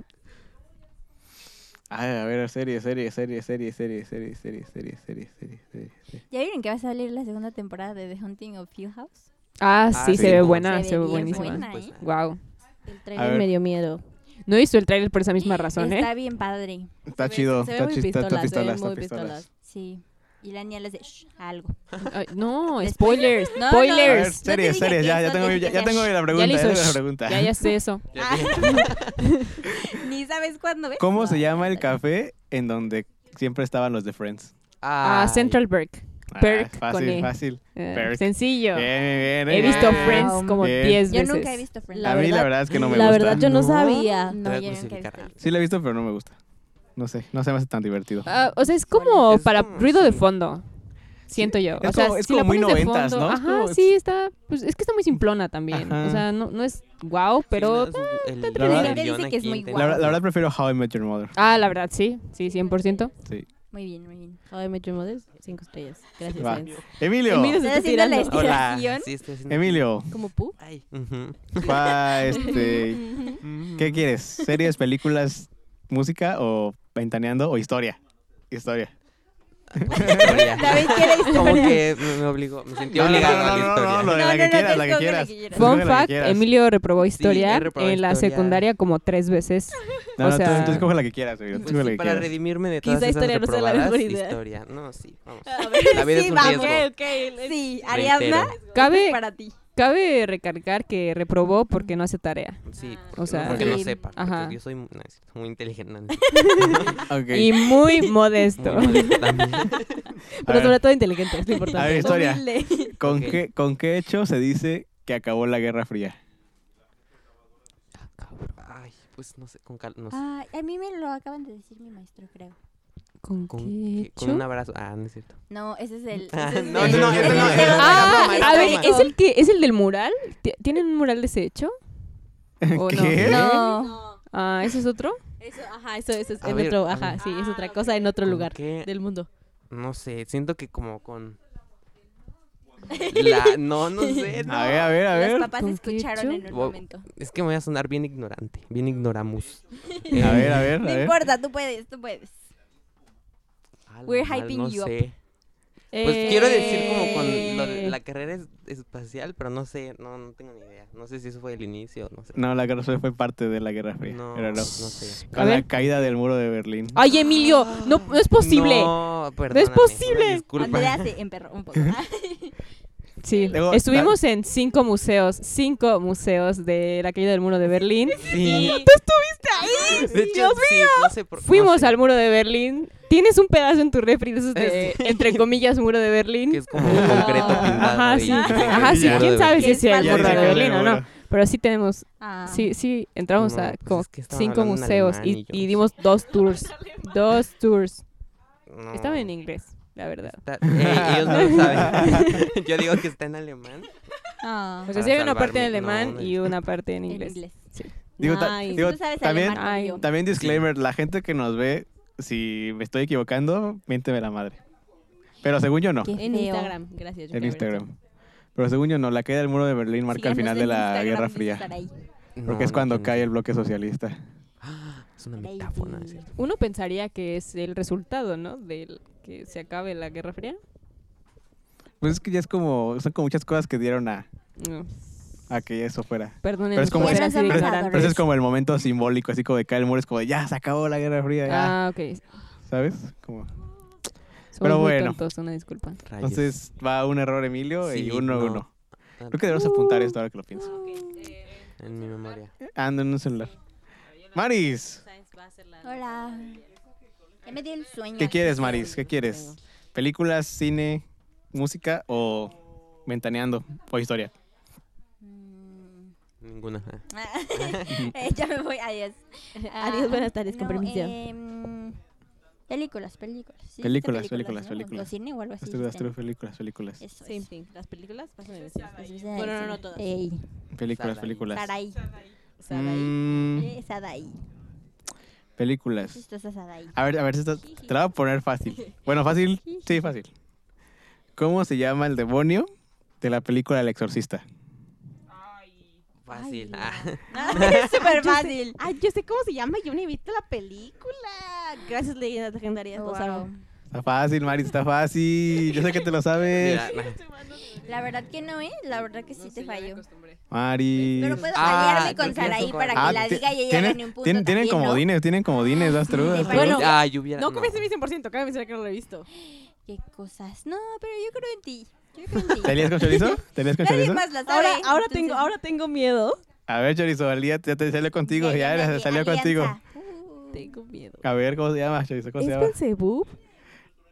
Speaker 3: Ay, a ver, series, series, series, series, series, series, series, series, series, series, series, series.
Speaker 4: ¿Ya vieron que va a salir la segunda temporada de The Hunting of Hill House?
Speaker 6: Ah,
Speaker 5: Ah,
Speaker 6: sí,
Speaker 5: sí.
Speaker 6: se ve buena,
Speaker 4: Se
Speaker 6: se,
Speaker 4: ve
Speaker 6: ve
Speaker 4: bien
Speaker 6: buenísima.
Speaker 4: buena,
Speaker 5: pues.
Speaker 4: ¿eh?
Speaker 6: Wow.
Speaker 2: El
Speaker 3: A
Speaker 2: trailer
Speaker 3: ver.
Speaker 2: me dio miedo.
Speaker 6: No he visto el tráiler por esa misma razón, ¿eh?
Speaker 4: Está bien padre.
Speaker 3: Está
Speaker 2: Se ve-
Speaker 3: chido,
Speaker 2: se ve
Speaker 3: está
Speaker 2: muy
Speaker 3: chido, está
Speaker 2: pistolas, se
Speaker 3: pistolas,
Speaker 2: ven
Speaker 3: está
Speaker 2: muy
Speaker 3: pistolas.
Speaker 4: Sí. Y la niña le hace "Shh", algo.
Speaker 6: Ay, no,
Speaker 4: Después-
Speaker 6: spoilers,
Speaker 4: No, no.
Speaker 3: A ver,
Speaker 6: spoilers.
Speaker 4: No te
Speaker 3: series,
Speaker 4: dije
Speaker 3: series,
Speaker 4: que
Speaker 3: ya,
Speaker 4: eso,
Speaker 3: ya
Speaker 4: no
Speaker 3: tengo,
Speaker 4: te
Speaker 3: ya,
Speaker 4: dije
Speaker 3: ya
Speaker 4: que-
Speaker 3: tengo la
Speaker 6: ya
Speaker 3: pregunta,
Speaker 6: le
Speaker 3: ya
Speaker 6: hizo
Speaker 3: tengo la
Speaker 6: shh,
Speaker 3: pregunta.
Speaker 6: Ya, ya sé eso.
Speaker 5: Ya dije.
Speaker 4: Ah. Ni sabes cuándo ves.
Speaker 3: ¿Cómo se
Speaker 4: Ay,
Speaker 3: llama el
Speaker 4: ay,
Speaker 3: café en donde siempre estaban los de Friends?
Speaker 6: Ah,
Speaker 5: Ay.
Speaker 6: Central Perk.
Speaker 3: Ah,
Speaker 6: Perk con
Speaker 3: fácil,
Speaker 6: E.
Speaker 3: fácil.
Speaker 6: Eh,
Speaker 3: Perk.
Speaker 6: Sencillo.
Speaker 3: Bien, bien, bien.
Speaker 6: He
Speaker 3: bien.
Speaker 6: visto
Speaker 4: Wow.
Speaker 6: Friends como
Speaker 3: Bien.
Speaker 6: 10
Speaker 4: Yo
Speaker 6: veces.
Speaker 4: nunca he visto Friends.
Speaker 3: A mí la verdad es que no me
Speaker 2: la
Speaker 3: gusta.
Speaker 2: verdad yo no,
Speaker 5: No.
Speaker 2: sabía.
Speaker 4: No,
Speaker 5: Te voy a
Speaker 4: yo nunca he
Speaker 5: crucificar.
Speaker 4: visto.
Speaker 3: Sí la he visto, pero no me gusta. No sé, no se me hace tan divertido.
Speaker 6: Ah, o sea, es como
Speaker 5: Es
Speaker 6: para
Speaker 5: como-
Speaker 6: ruido de
Speaker 5: sí.
Speaker 6: fondo. Siento yo.
Speaker 3: Es
Speaker 6: o sea,
Speaker 3: como- es
Speaker 6: si la
Speaker 3: como muy
Speaker 6: pones de
Speaker 3: noventas,
Speaker 6: fondo-
Speaker 3: ¿no? Es
Speaker 6: Ajá,
Speaker 3: como-
Speaker 6: sí, está. Pues es que está muy simplona también.
Speaker 3: Ajá.
Speaker 6: O sea, no, no es guau, pero.
Speaker 5: Sí, no, es un- el-
Speaker 3: La verdad-
Speaker 5: el guión
Speaker 4: dice que es
Speaker 5: aquí
Speaker 4: muy
Speaker 5: intenta-
Speaker 3: La, verdad- la verdad prefiero How I Met Your Mother.
Speaker 6: Ah, la verdad, sí. Sí, 100%.
Speaker 3: Sí.
Speaker 4: Muy bien, muy bien.
Speaker 2: How I Met Your Mother, cinco estrellas. Gracias,
Speaker 3: Va.
Speaker 2: Friends.
Speaker 3: Emilio.
Speaker 6: Emilio-
Speaker 4: ¿Estás haciendo la
Speaker 6: tirando.
Speaker 5: Hola.
Speaker 4: estiración?
Speaker 5: Sí, estoy haciendo-
Speaker 3: Emilio.
Speaker 2: Como Pooh.
Speaker 5: Ay. Ujú.
Speaker 3: va, este, ¿Qué quieres? ¿Series, películas, música o ventaneando o historia? Historia.
Speaker 5: Historia.
Speaker 4: David quiere historia.
Speaker 5: Como que me, me obligó, me sentí obligado a la
Speaker 3: no, no,
Speaker 5: historia.
Speaker 3: no, lo
Speaker 4: No,
Speaker 3: de la
Speaker 4: no,
Speaker 3: que
Speaker 4: no,
Speaker 3: quieras,
Speaker 4: te
Speaker 3: la
Speaker 4: escoge
Speaker 3: que
Speaker 4: la
Speaker 3: quieras.
Speaker 4: que quieras.
Speaker 3: Escoge
Speaker 6: Fun
Speaker 3: la que
Speaker 6: fact:
Speaker 3: quieras.
Speaker 6: Emilio reprobó historia
Speaker 5: he reprobado
Speaker 6: en la
Speaker 5: historia.
Speaker 6: secundaria como tres veces.
Speaker 3: No,
Speaker 6: o
Speaker 3: no, tú-
Speaker 6: sea-
Speaker 3: tú escoge la que quieras, Emilio. tú
Speaker 5: Pues
Speaker 3: escoge la
Speaker 5: sí,
Speaker 3: que
Speaker 5: para
Speaker 3: quieras.
Speaker 5: redimirme de todas
Speaker 2: Quizá
Speaker 5: esas
Speaker 2: historia no sea la
Speaker 5: reprobadas,
Speaker 2: mejor idea.
Speaker 5: historia. No, sí, vamos.
Speaker 4: A ver,
Speaker 5: La vida es
Speaker 4: sí,
Speaker 5: un
Speaker 4: vamos.
Speaker 5: riesgo.
Speaker 4: Sí, Ariadna,
Speaker 5: Reitero.
Speaker 4: esto
Speaker 6: Cabe-
Speaker 4: es para ti.
Speaker 6: Cabe recalcar que reprobó porque no hace tarea.
Speaker 5: Sí,
Speaker 4: Ah.
Speaker 5: porque,
Speaker 6: O sea,
Speaker 5: no, porque no
Speaker 4: sí.
Speaker 5: sepa. porque
Speaker 6: Ajá.
Speaker 5: yo soy muy, no, es cierto, muy inteligente. no, no,
Speaker 3: Ok.
Speaker 6: Y muy modesto.
Speaker 5: muy modesto también.
Speaker 3: A
Speaker 2: Pero
Speaker 3: ver.
Speaker 2: sobre todo inteligente, es lo
Speaker 3: A
Speaker 2: importante.
Speaker 3: ver, historia.
Speaker 4: Humilde.
Speaker 3: ¿Con,
Speaker 5: Ok.
Speaker 3: qué, ¿Con qué hecho se dice que acabó la Guerra Fría?
Speaker 5: Ay, pues no sé, con cal- no sé.
Speaker 6: Ah,
Speaker 4: Ay, a mí me lo acaban de decir mi maestro, creo.
Speaker 6: ¿Con
Speaker 5: Con,
Speaker 6: qué
Speaker 5: que- con
Speaker 6: hecho?
Speaker 5: un abrazo. Ah, no es cierto.
Speaker 4: No, ese es el.
Speaker 5: Ah,
Speaker 4: ese es
Speaker 5: no,
Speaker 4: el-
Speaker 3: no, no,
Speaker 4: ese
Speaker 3: ese no,
Speaker 4: es
Speaker 3: ese
Speaker 4: el-
Speaker 3: no.
Speaker 6: Ah,
Speaker 4: Broma,
Speaker 6: a ver,
Speaker 4: broma.
Speaker 6: ¿es el, que, ¿es el del mural? ¿Ti- ¿Tienen un mural de ese hecho? ¿O
Speaker 3: ¿Qué?
Speaker 6: No.
Speaker 4: No.
Speaker 6: Ah, ¿ese es otro?
Speaker 2: Eso, ajá, eso, eso es
Speaker 5: A
Speaker 2: en
Speaker 5: ver,
Speaker 2: otro,
Speaker 5: a
Speaker 2: ajá,
Speaker 5: ver.
Speaker 2: sí, es otra cosa en otro
Speaker 5: ¿Con
Speaker 2: lugar
Speaker 5: qué?
Speaker 2: del mundo.
Speaker 5: No sé, siento que como con. La... No, no sé. no.
Speaker 3: A ver, a ver, a
Speaker 4: Los
Speaker 3: ver.
Speaker 4: papás
Speaker 6: ¿Con qué
Speaker 4: escucharon
Speaker 6: hecho?
Speaker 4: en un
Speaker 5: Wow.
Speaker 4: momento.
Speaker 5: Es que me voy a sonar bien ignorante, bien ignoramus.
Speaker 3: A ver, a ver, a
Speaker 4: No
Speaker 3: ver.
Speaker 4: importa, tú puedes, tú puedes.
Speaker 5: Ah, la
Speaker 4: We're
Speaker 5: mal,
Speaker 4: hyping
Speaker 5: no
Speaker 4: you up.
Speaker 5: sé. Pues quiero decir como con lo de
Speaker 6: Eh.
Speaker 5: la carrera es- espacial, pero no sé, no, no tengo ni idea. No sé si eso fue el inicio, no sé.
Speaker 3: No, la Guerra Fría fue parte de la Guerra Fría.
Speaker 5: No,
Speaker 3: pero no.
Speaker 5: no sé.
Speaker 3: Con
Speaker 6: A
Speaker 3: la
Speaker 6: ver.
Speaker 3: caída del muro de Berlín.
Speaker 6: Ay, Emilio, no, no es posible.
Speaker 5: No,
Speaker 6: No es
Speaker 5: perdóname,
Speaker 6: posible.
Speaker 5: una Disculpa.
Speaker 4: Andrea se emperró un poco.
Speaker 6: Sí,
Speaker 3: Luego,
Speaker 6: estuvimos en cinco museos, cinco museos de la caída del muro de Berlín.
Speaker 5: Sí.
Speaker 6: Tú estuviste ahí.
Speaker 5: De hecho,
Speaker 6: Dios
Speaker 5: sí,
Speaker 6: mío.
Speaker 5: no sé por- no
Speaker 6: Fuimos
Speaker 5: sé,
Speaker 6: al muro de Berlín. Tienes un pedazo en tu refri de esos de,
Speaker 5: Sí.
Speaker 6: entre comillas, muro de Berlín.
Speaker 5: Que es como un concreto
Speaker 4: No.
Speaker 5: pintado.
Speaker 6: Ajá,
Speaker 5: y
Speaker 6: sí.
Speaker 5: dicen que
Speaker 6: Ajá,
Speaker 5: es
Speaker 6: sí,
Speaker 5: muro
Speaker 6: quién
Speaker 5: de
Speaker 6: sabe si
Speaker 5: Berlín.
Speaker 6: es el
Speaker 4: Ya dice
Speaker 6: muro de
Speaker 4: que
Speaker 6: Berlín o
Speaker 3: el
Speaker 6: no.
Speaker 3: muro.
Speaker 6: Pero sí tenemos,
Speaker 4: Ah.
Speaker 6: sí, sí, entramos
Speaker 5: No,
Speaker 6: a
Speaker 5: pues
Speaker 6: como
Speaker 5: es que estaban
Speaker 6: cinco
Speaker 5: hablando en
Speaker 6: museos
Speaker 5: alemán y
Speaker 6: y,
Speaker 5: yo
Speaker 6: y
Speaker 5: no
Speaker 6: dimos dos tours. Dos tours.
Speaker 5: No. Ah,
Speaker 6: Estaba en inglés, la verdad.
Speaker 5: Está- Ey, ellos no lo saben. Yo digo que está en alemán.
Speaker 4: Ah.
Speaker 6: O sea,
Speaker 5: Para
Speaker 6: sí había Pues una parte en
Speaker 5: salvarme. No,
Speaker 6: alemán
Speaker 5: no
Speaker 6: y
Speaker 5: es-
Speaker 6: una parte en
Speaker 4: En
Speaker 6: inglés.
Speaker 4: inglés.
Speaker 3: Digo, ta-
Speaker 2: Nice.
Speaker 3: digo,
Speaker 4: Tú sabes
Speaker 3: también,
Speaker 4: alemán,
Speaker 6: Ay.
Speaker 4: yo.
Speaker 3: también disclaimer, la gente que nos ve, si me estoy equivocando, miénteme la madre. Pero según yo no,
Speaker 4: Qué
Speaker 2: En
Speaker 4: feo.
Speaker 2: Instagram, gracias. yo
Speaker 3: en
Speaker 2: quiero ver esto.
Speaker 3: Instagram. Pero según yo no, la caída del muro de Berlín marca el
Speaker 4: Síganos
Speaker 3: final de
Speaker 4: en
Speaker 3: la
Speaker 4: Instagram,
Speaker 3: Guerra
Speaker 4: dice
Speaker 3: Fría.
Speaker 4: Saraí.
Speaker 5: No,
Speaker 3: Porque es
Speaker 5: no
Speaker 3: cuando
Speaker 5: tiene-
Speaker 3: cae el bloque socialista.
Speaker 5: Es una metáfora. es cierto.
Speaker 6: Uno pensaría que es el resultado, ¿no? Del que se acabe la Guerra Fría.
Speaker 3: Pues es que ya es como, son como muchas cosas que dieron a,
Speaker 6: No.
Speaker 3: a que eso fuera.
Speaker 6: Perdónenos
Speaker 3: Pero es como-
Speaker 6: por ser
Speaker 4: Pero
Speaker 6: así
Speaker 4: somos
Speaker 6: ignorantes.
Speaker 3: Pero ese es como el momento simbólico, así como de caer el muro, es como de, ya se acabó la Guerra Fría,
Speaker 5: ¿eh?
Speaker 3: ya",
Speaker 6: Ah, ok.
Speaker 3: ¿sabes? Como...
Speaker 6: Somos
Speaker 3: Pero
Speaker 6: muy
Speaker 3: bueno.
Speaker 6: tontos, una disculpa.
Speaker 5: Rayos.
Speaker 3: Entonces va un error Emilio
Speaker 5: Sí,
Speaker 3: y uno
Speaker 5: no.
Speaker 3: uno. Creo que debemos apuntar esto ahora que lo pienso.
Speaker 5: Ah, En mi memoria.
Speaker 3: Ando en un celular. Maris,
Speaker 4: Hola. Ya me di el sueño.
Speaker 3: ¿qué quieres, Maris? ¿Qué quieres? ¿Películas, cine, música o ventaneando o historia?
Speaker 4: Mm.
Speaker 5: Ninguna.
Speaker 4: Eh, ya me voy. Adiós.
Speaker 2: Ah. Adiós, buenas tardes, con permiso.
Speaker 4: em, películas, películas. Sí,
Speaker 3: Películas,
Speaker 4: dijiste
Speaker 3: películas,
Speaker 4: ¿no?
Speaker 3: películas.
Speaker 4: O cine o algo así.
Speaker 3: Las tres, las
Speaker 4: dijiste, ¿no?
Speaker 3: tres películas, películas.
Speaker 4: Eso,
Speaker 2: Sí,
Speaker 4: eso.
Speaker 2: sí. Las películas pasan en el
Speaker 4: Eso,
Speaker 2: cine.
Speaker 4: eso,
Speaker 2: Pues Bueno, no,
Speaker 4: eso.
Speaker 2: no todas.
Speaker 4: Ey,
Speaker 3: Películas,
Speaker 5: Sarai.
Speaker 3: películas.
Speaker 4: Sarai.
Speaker 2: O sea, de ahí.
Speaker 3: Mm,
Speaker 4: Eh, Sadai.
Speaker 3: películas.
Speaker 4: Chistosa Sadai.
Speaker 3: A ver, a ver si está- te la voy a poner fácil. Bueno, fácil. Sí, fácil. ¿Cómo se llama el demonio de la película El Exorcista?
Speaker 5: Fácil. Ah.
Speaker 4: Es súper fácil.
Speaker 2: Ay, yo sé cómo se llama, yo no he visto la película. Gracias, leyendas legendarias, los
Speaker 4: Wow.
Speaker 2: amo.
Speaker 3: Está fácil, Maris, está fácil. Yo sé que te lo sabes.
Speaker 5: Mira, nah.
Speaker 4: La verdad que no, ¿eh? La verdad que sí te fallo.
Speaker 3: Maris.
Speaker 4: Pero puedo
Speaker 5: Ah,
Speaker 4: fallarme con
Speaker 5: yo pienso
Speaker 4: Saraí
Speaker 5: cuál.
Speaker 4: para que
Speaker 5: Ah,
Speaker 4: la
Speaker 3: ti-
Speaker 4: diga y ella
Speaker 3: tienen-
Speaker 4: gane un punto.
Speaker 3: tienen- Tienen
Speaker 4: también, ¿no?
Speaker 3: comodines, tienen comodines, das true. das
Speaker 4: me
Speaker 3: true.
Speaker 2: Bueno,
Speaker 5: ah, yo hubiera.
Speaker 2: No comiste mi 100%, cabe mencionar que no lo he visto.
Speaker 4: Qué cosas. No, pero yo creo en ti. Yo creo en
Speaker 3: ¿Te
Speaker 4: ti.
Speaker 3: lías con chorizo? ¿Te lías con
Speaker 4: Nadie
Speaker 3: chorizo?
Speaker 4: más la sabe.
Speaker 2: Ahora, ahora,
Speaker 4: entonces-
Speaker 2: tengo, ahora tengo miedo.
Speaker 3: A ver, chorizo, al día ya te salió contigo, ya
Speaker 4: gané,
Speaker 3: se salió contigo.
Speaker 4: alianza. Uh,
Speaker 2: Tengo miedo.
Speaker 3: A ver, ¿cómo se llama, chorizo? ¿Cómo se llama?
Speaker 2: Belzebub?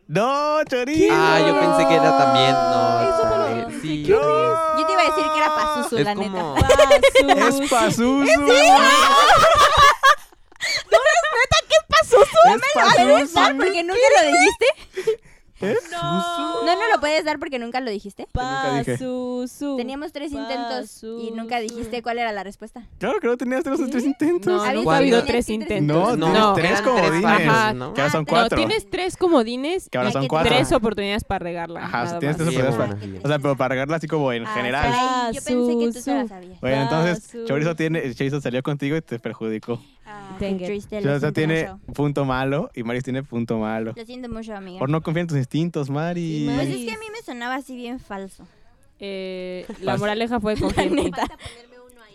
Speaker 3: ¡No, chorizo!
Speaker 5: Ah, yo pensé que era también. No,
Speaker 4: Eso me
Speaker 5: está
Speaker 4: lo
Speaker 5: bien.
Speaker 4: pensé.
Speaker 5: Sí.
Speaker 4: Yo te iba a decir que era Pazuzu,
Speaker 5: Es
Speaker 4: la
Speaker 5: como-
Speaker 4: neta.
Speaker 3: ¡Es Pazuzu! ¡No, neta, que es
Speaker 4: ¿Puedes
Speaker 3: Pazuzu!
Speaker 4: dar porque nunca lo dijiste?
Speaker 3: ¡Es Pazuzu!
Speaker 2: No.
Speaker 4: No, no lo puedes dar porque nunca lo dijiste.
Speaker 3: Nunca dije.
Speaker 2: Pazuzu.
Speaker 4: Teníamos tres intentos y nunca dijiste cuál era la respuesta.
Speaker 3: Claro que no tenías tres, tres intentos.
Speaker 6: No,
Speaker 4: Había
Speaker 6: nunca ha habido
Speaker 4: tres
Speaker 6: tres
Speaker 4: intentos.
Speaker 6: intentos.
Speaker 3: No, tienes tres
Speaker 5: eran
Speaker 3: comodines.
Speaker 5: fáciles,
Speaker 6: Ajá.
Speaker 5: ¿no?
Speaker 3: Que ahora son
Speaker 4: No,
Speaker 6: No,
Speaker 3: cuatro.
Speaker 6: tienes tres comodines
Speaker 3: Que ahora
Speaker 4: Ya
Speaker 3: son
Speaker 4: que
Speaker 3: cuatro.
Speaker 6: tres oportunidades para regarla.
Speaker 3: Ajá,
Speaker 6: nada
Speaker 3: tienes tres
Speaker 6: más.
Speaker 5: Sí,
Speaker 3: oportunidades
Speaker 5: bueno.
Speaker 3: para- O sea, pero para regarla así como en
Speaker 4: Ah,
Speaker 3: general.
Speaker 4: Sarai, Yo pensé que tú se la
Speaker 2: Pazuzu.
Speaker 4: sabías.
Speaker 3: Bueno, entonces,
Speaker 2: Pazuzu.
Speaker 3: Chorizo, tiene, Chorizo salió contigo y te perjudicó.
Speaker 4: Ah, qué
Speaker 2: Tengue.
Speaker 4: triste, lo
Speaker 3: Chorizo
Speaker 4: siento
Speaker 3: tiene
Speaker 4: mucho.
Speaker 3: punto malo y Maris tiene punto malo.
Speaker 4: Lo siento mucho, amiga.
Speaker 3: Por no confiar en tus instintos, Mari.
Speaker 2: Sí,
Speaker 4: Pues
Speaker 2: Maris.
Speaker 4: es que a mí me sonaba así bien falso.
Speaker 6: Eh, la
Speaker 3: Pas-
Speaker 6: moraleja fue
Speaker 4: La
Speaker 6: confía en ti.
Speaker 4: neta.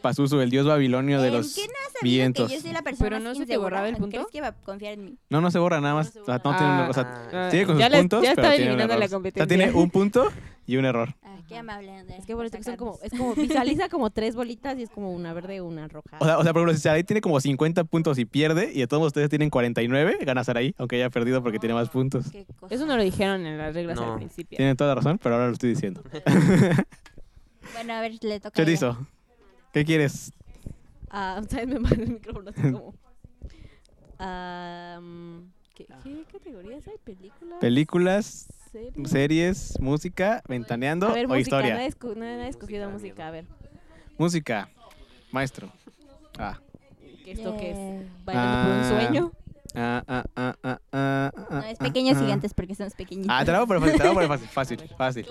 Speaker 3: Pazuzu, el dios babilonio de
Speaker 4: ¿En
Speaker 3: los
Speaker 4: qué no has sabido
Speaker 3: vientos.
Speaker 4: que yo soy la persona
Speaker 6: Pero no
Speaker 4: más
Speaker 6: se te
Speaker 4: insegura?
Speaker 6: borraba el punto.
Speaker 4: ¿Crees que va a confiar en mí?
Speaker 3: No, no se borra nada más. O sea, no tiene,
Speaker 6: Ah.
Speaker 3: o sea,
Speaker 5: Ah,
Speaker 3: sigue con
Speaker 6: Ya
Speaker 3: sus
Speaker 6: le-
Speaker 3: puntos,
Speaker 6: ya
Speaker 3: pero
Speaker 6: estaba
Speaker 3: tiene un
Speaker 6: eliminando
Speaker 3: error.
Speaker 6: la
Speaker 3: O sea,
Speaker 6: competencia.
Speaker 3: tiene un punto y un error.
Speaker 4: Ay, Ah, qué amable, Andrea.
Speaker 2: Es que por eso que son como,
Speaker 4: sacarnos.
Speaker 2: es como visualiza como tres bolitas y es como una verde, una roja.
Speaker 3: O sea, o sea, por ejemplo, si Sarai tiene como 50 puntos y pierde, y de todos ustedes tienen 49, gana Sarai, aunque haya perdido porque tiene más puntos.
Speaker 4: Qué cosa.
Speaker 6: Eso no lo dijeron en las reglas
Speaker 5: No.
Speaker 6: al principio.
Speaker 3: Tienen toda la razón, pero ahora lo estoy diciendo.
Speaker 4: Bueno, a ver, le toca. a ella.
Speaker 3: Chorizo, ¿qué quieres?
Speaker 2: Ah, ¿sabes? Me manda el micrófono así como. Ah, mm, ¿qué, ¿Qué categorías hay? ¿Películas?
Speaker 3: ¿Películas,
Speaker 2: ¿Series?
Speaker 3: series, música, ventaneando
Speaker 2: A ver,
Speaker 3: o
Speaker 2: música.
Speaker 3: historia?
Speaker 2: Nadie, esco- nadie- nadie ha escogido
Speaker 5: Música,
Speaker 2: música. A ver,
Speaker 3: Música, maestro. Ah.
Speaker 2: ¿qué esto qué es?
Speaker 4: Yeah.
Speaker 2: ¿Bailando por un
Speaker 3: Ah.
Speaker 2: sueño?
Speaker 3: Ah, ah, ah, ah, ah, ah,
Speaker 4: No, es
Speaker 3: ah,
Speaker 4: pequeños
Speaker 3: ah.
Speaker 4: gigantes porque somos pequeñitos.
Speaker 3: Ah, te la voy a poner fácil, te la voy a poner fácil, fácil, fácil.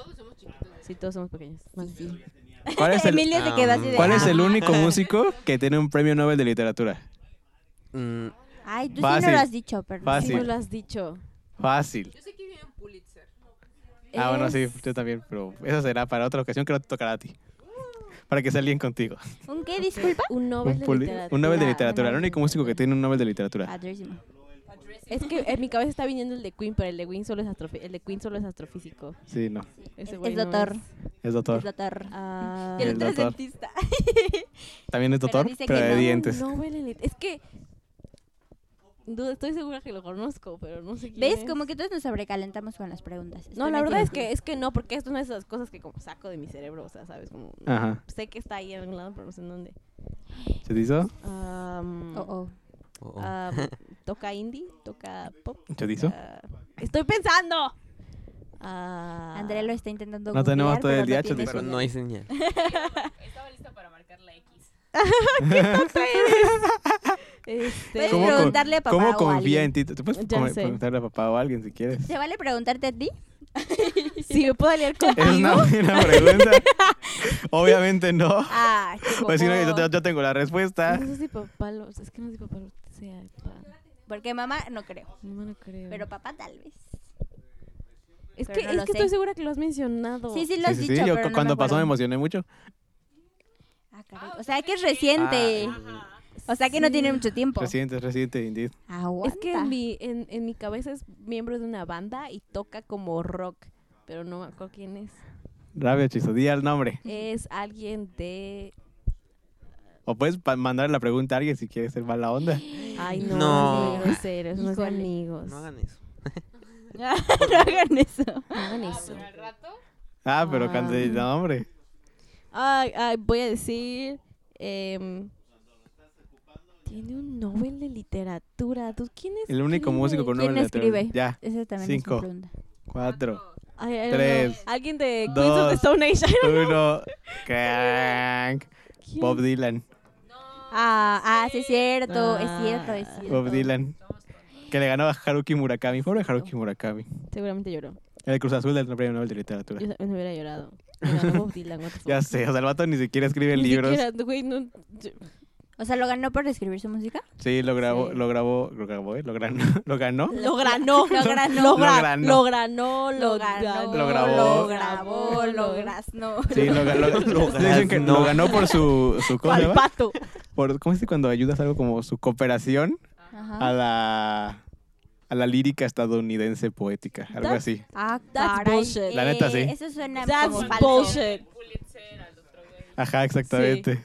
Speaker 2: Sí, todos somos pequeños.
Speaker 4: Sí, sí.
Speaker 3: ¿Cuál es el,
Speaker 4: Emilio se quedó así de.
Speaker 3: cuál es
Speaker 4: ah.
Speaker 3: el único músico que tiene un premio Nobel de literatura?
Speaker 5: mm,
Speaker 4: Ay, tú sí
Speaker 3: Fácil.
Speaker 4: no lo has dicho, perdón.
Speaker 3: Fácil.
Speaker 2: Sí, no lo has dicho.
Speaker 3: Fácil. Ah, bueno, sí, yo también, pero eso será para otra ocasión que no te tocará a ti. Para que sea alguien contigo.
Speaker 4: ¿Un qué? Disculpa.
Speaker 2: Un Nobel
Speaker 3: Un,
Speaker 2: de
Speaker 3: poli-
Speaker 2: literatura.
Speaker 3: un Nobel de literatura,
Speaker 2: Un
Speaker 4: Ah,
Speaker 3: el
Speaker 2: Nobel
Speaker 3: único
Speaker 2: de
Speaker 3: músico que
Speaker 2: literatura.
Speaker 3: tiene un Nobel de literatura.
Speaker 4: Padrísimo.
Speaker 2: Es que en mi cabeza está viniendo el de Queen, pero el de Queen solo es, astrofi- el de Queen solo es astrofísico.
Speaker 3: Sí, no,
Speaker 2: Ese
Speaker 4: Es-
Speaker 2: güey
Speaker 4: es
Speaker 2: no
Speaker 4: doctor.
Speaker 2: es-
Speaker 3: es
Speaker 4: Es
Speaker 3: doctor.
Speaker 4: doctor.
Speaker 2: Ah,
Speaker 4: Y el
Speaker 3: El
Speaker 4: otro es
Speaker 3: doctor.
Speaker 4: dentista.
Speaker 3: También es
Speaker 4: Pero
Speaker 3: doctor,
Speaker 4: dice
Speaker 3: pero
Speaker 4: que
Speaker 3: de
Speaker 4: no,
Speaker 3: dientes.
Speaker 2: No, huele lit- Es que. Dudo, estoy segura que lo conozco, pero no sé quién
Speaker 4: ¿Ves?
Speaker 2: es.
Speaker 4: Como que todos nos sobrecalentamos con las preguntas.
Speaker 2: No,
Speaker 4: Estoy
Speaker 2: la verdad es
Speaker 4: metiendo.
Speaker 2: que, es que no, porque esto es una de esas cosas que como saco de mi cerebro, o sea, ¿sabes? Como,
Speaker 3: Ajá.
Speaker 2: Sé que está ahí en algún lado, pero no sé en dónde.
Speaker 3: ¿Se hizo?
Speaker 2: Am,
Speaker 4: Oh, oh.
Speaker 5: oh,
Speaker 6: Ah,
Speaker 2: am,
Speaker 5: oh.
Speaker 2: toca indie, toca pop.
Speaker 3: ¿Se hizo?
Speaker 2: toca- Ah, ¡Estoy pensando! Ah,
Speaker 4: Andrea lo está intentando
Speaker 3: No tenemos
Speaker 4: googlear,
Speaker 3: todo el
Speaker 4: pero
Speaker 3: día,
Speaker 4: no tiene
Speaker 5: Pero
Speaker 3: Chorizo.
Speaker 5: no hay señal.
Speaker 2: este,
Speaker 4: Puedes
Speaker 3: ¿Cómo con-
Speaker 4: preguntarle a papá
Speaker 3: ¿Cómo
Speaker 4: o a
Speaker 3: confía
Speaker 4: alguien.
Speaker 3: en ti? Te puedes
Speaker 2: Ya
Speaker 3: com-
Speaker 2: sé.
Speaker 3: preguntarle a papá o a alguien si quieres.
Speaker 4: ¿Se vale preguntarte a ti?
Speaker 2: Si me puedo aliar
Speaker 3: Es
Speaker 2: contigo.
Speaker 3: una buena pregunta. Obviamente no.
Speaker 4: Ah, qué
Speaker 3: Pues si no, yo,
Speaker 4: bobo.
Speaker 3: te- yo tengo la respuesta.
Speaker 2: No sé si papá lo... Es que no sé si papá lo sea. pa-
Speaker 4: Porque mamá no creo,
Speaker 2: No me lo creo.
Speaker 4: pero papá tal vez.
Speaker 2: es
Speaker 4: pero
Speaker 2: que,
Speaker 4: no
Speaker 2: es
Speaker 4: lo
Speaker 2: que
Speaker 4: sé.
Speaker 2: estoy segura que lo has mencionado.
Speaker 4: Sí, sí lo has
Speaker 3: sí, sí,
Speaker 4: dicho,
Speaker 3: yo
Speaker 4: pero
Speaker 3: cu-
Speaker 4: no
Speaker 3: cuando
Speaker 4: me
Speaker 3: pasó me
Speaker 4: acuerdo.
Speaker 3: emocioné mucho.
Speaker 4: Ah, caray. O sea que es reciente.
Speaker 5: Ah,
Speaker 4: o sea que no tiene mucho tiempo.
Speaker 3: Reciente, reciente, indeed.
Speaker 4: Aguanta.
Speaker 2: Es que en mi, en, en mi cabeza es miembro de una banda y toca como rock, pero no me acuerdo quién es.
Speaker 3: Rabia hechizo, di el nombre.
Speaker 2: Es alguien de.
Speaker 3: O puedes pa- mandar la pregunta a alguien si quieres ser mala onda.
Speaker 2: Ay, no.
Speaker 5: No.
Speaker 2: amigos, serios, unos
Speaker 4: Híjole.
Speaker 2: amigos.
Speaker 5: No hagan eso.
Speaker 2: no hagan eso. No hagan eso.
Speaker 3: Ah, pero cuando
Speaker 2: Ah.
Speaker 3: el nombre.
Speaker 2: Ay, ay, voy a decir. em, tiene un Nobel de literatura. ¿Tú quién es?
Speaker 3: El único músico con
Speaker 4: ¿Quién
Speaker 3: nombre
Speaker 4: escribe?
Speaker 3: Ya,
Speaker 4: Esa también
Speaker 3: Cinco.
Speaker 4: es una pregunta.
Speaker 3: cuatro,
Speaker 2: Ay, I don't
Speaker 3: Tres,
Speaker 2: know. Alguien de Queens of the
Speaker 3: dos,
Speaker 2: Stone Age. I don't know.
Speaker 3: uno, crank.
Speaker 2: ¿Quién?
Speaker 3: Bob Dylan,
Speaker 4: Ah, ah, sí es cierto,
Speaker 2: Ah.
Speaker 4: es cierto, es cierto.
Speaker 3: Bob Dylan. Que le ganó a Haruki Murakami. Pobre Haruki Murakami.
Speaker 2: Seguramente lloró.
Speaker 3: El Cruz Azul del Premio Nobel de Literatura.
Speaker 2: Yo también hubiera llorado. Ganó Bob Dylan, what the fuck.
Speaker 3: Ya sé, o sea, el vato ni siquiera escribe
Speaker 2: Ni
Speaker 3: libros.
Speaker 2: siquiera, güey, no- yo-
Speaker 4: O sea, ¿lo ganó por escribir su música?
Speaker 3: Sí, lo grabó,
Speaker 2: Sí.
Speaker 3: lo grabó, lo grabó, ¿eh? lo gran- lo ganó.
Speaker 2: Lo granó.
Speaker 4: Lo granó.
Speaker 2: Lo gra- Lo
Speaker 3: Lo granó.
Speaker 2: granó.
Speaker 4: Lo ganó,
Speaker 3: Lo grabó.
Speaker 4: lo grabó, lo graznó.
Speaker 3: Sí, lo, ga- lo-
Speaker 5: Lo
Speaker 3: dicen que
Speaker 5: ganó.
Speaker 3: lo ganó por su, su ¿cómo se
Speaker 2: Al
Speaker 3: llama?
Speaker 2: pato.
Speaker 3: Por, ¿Cómo se dice cuando ayudas algo como su cooperación a
Speaker 6: Ah.
Speaker 4: Ajá.
Speaker 3: la a la lírica estadounidense poética, algo
Speaker 2: That's-
Speaker 3: así?
Speaker 4: Ah,
Speaker 2: That's
Speaker 4: caray. Eh,
Speaker 2: bullshit.
Speaker 3: La neta, sí.
Speaker 4: Eso suena
Speaker 2: That's
Speaker 4: como falso.
Speaker 2: bullshit.
Speaker 3: Ajá, exactamente.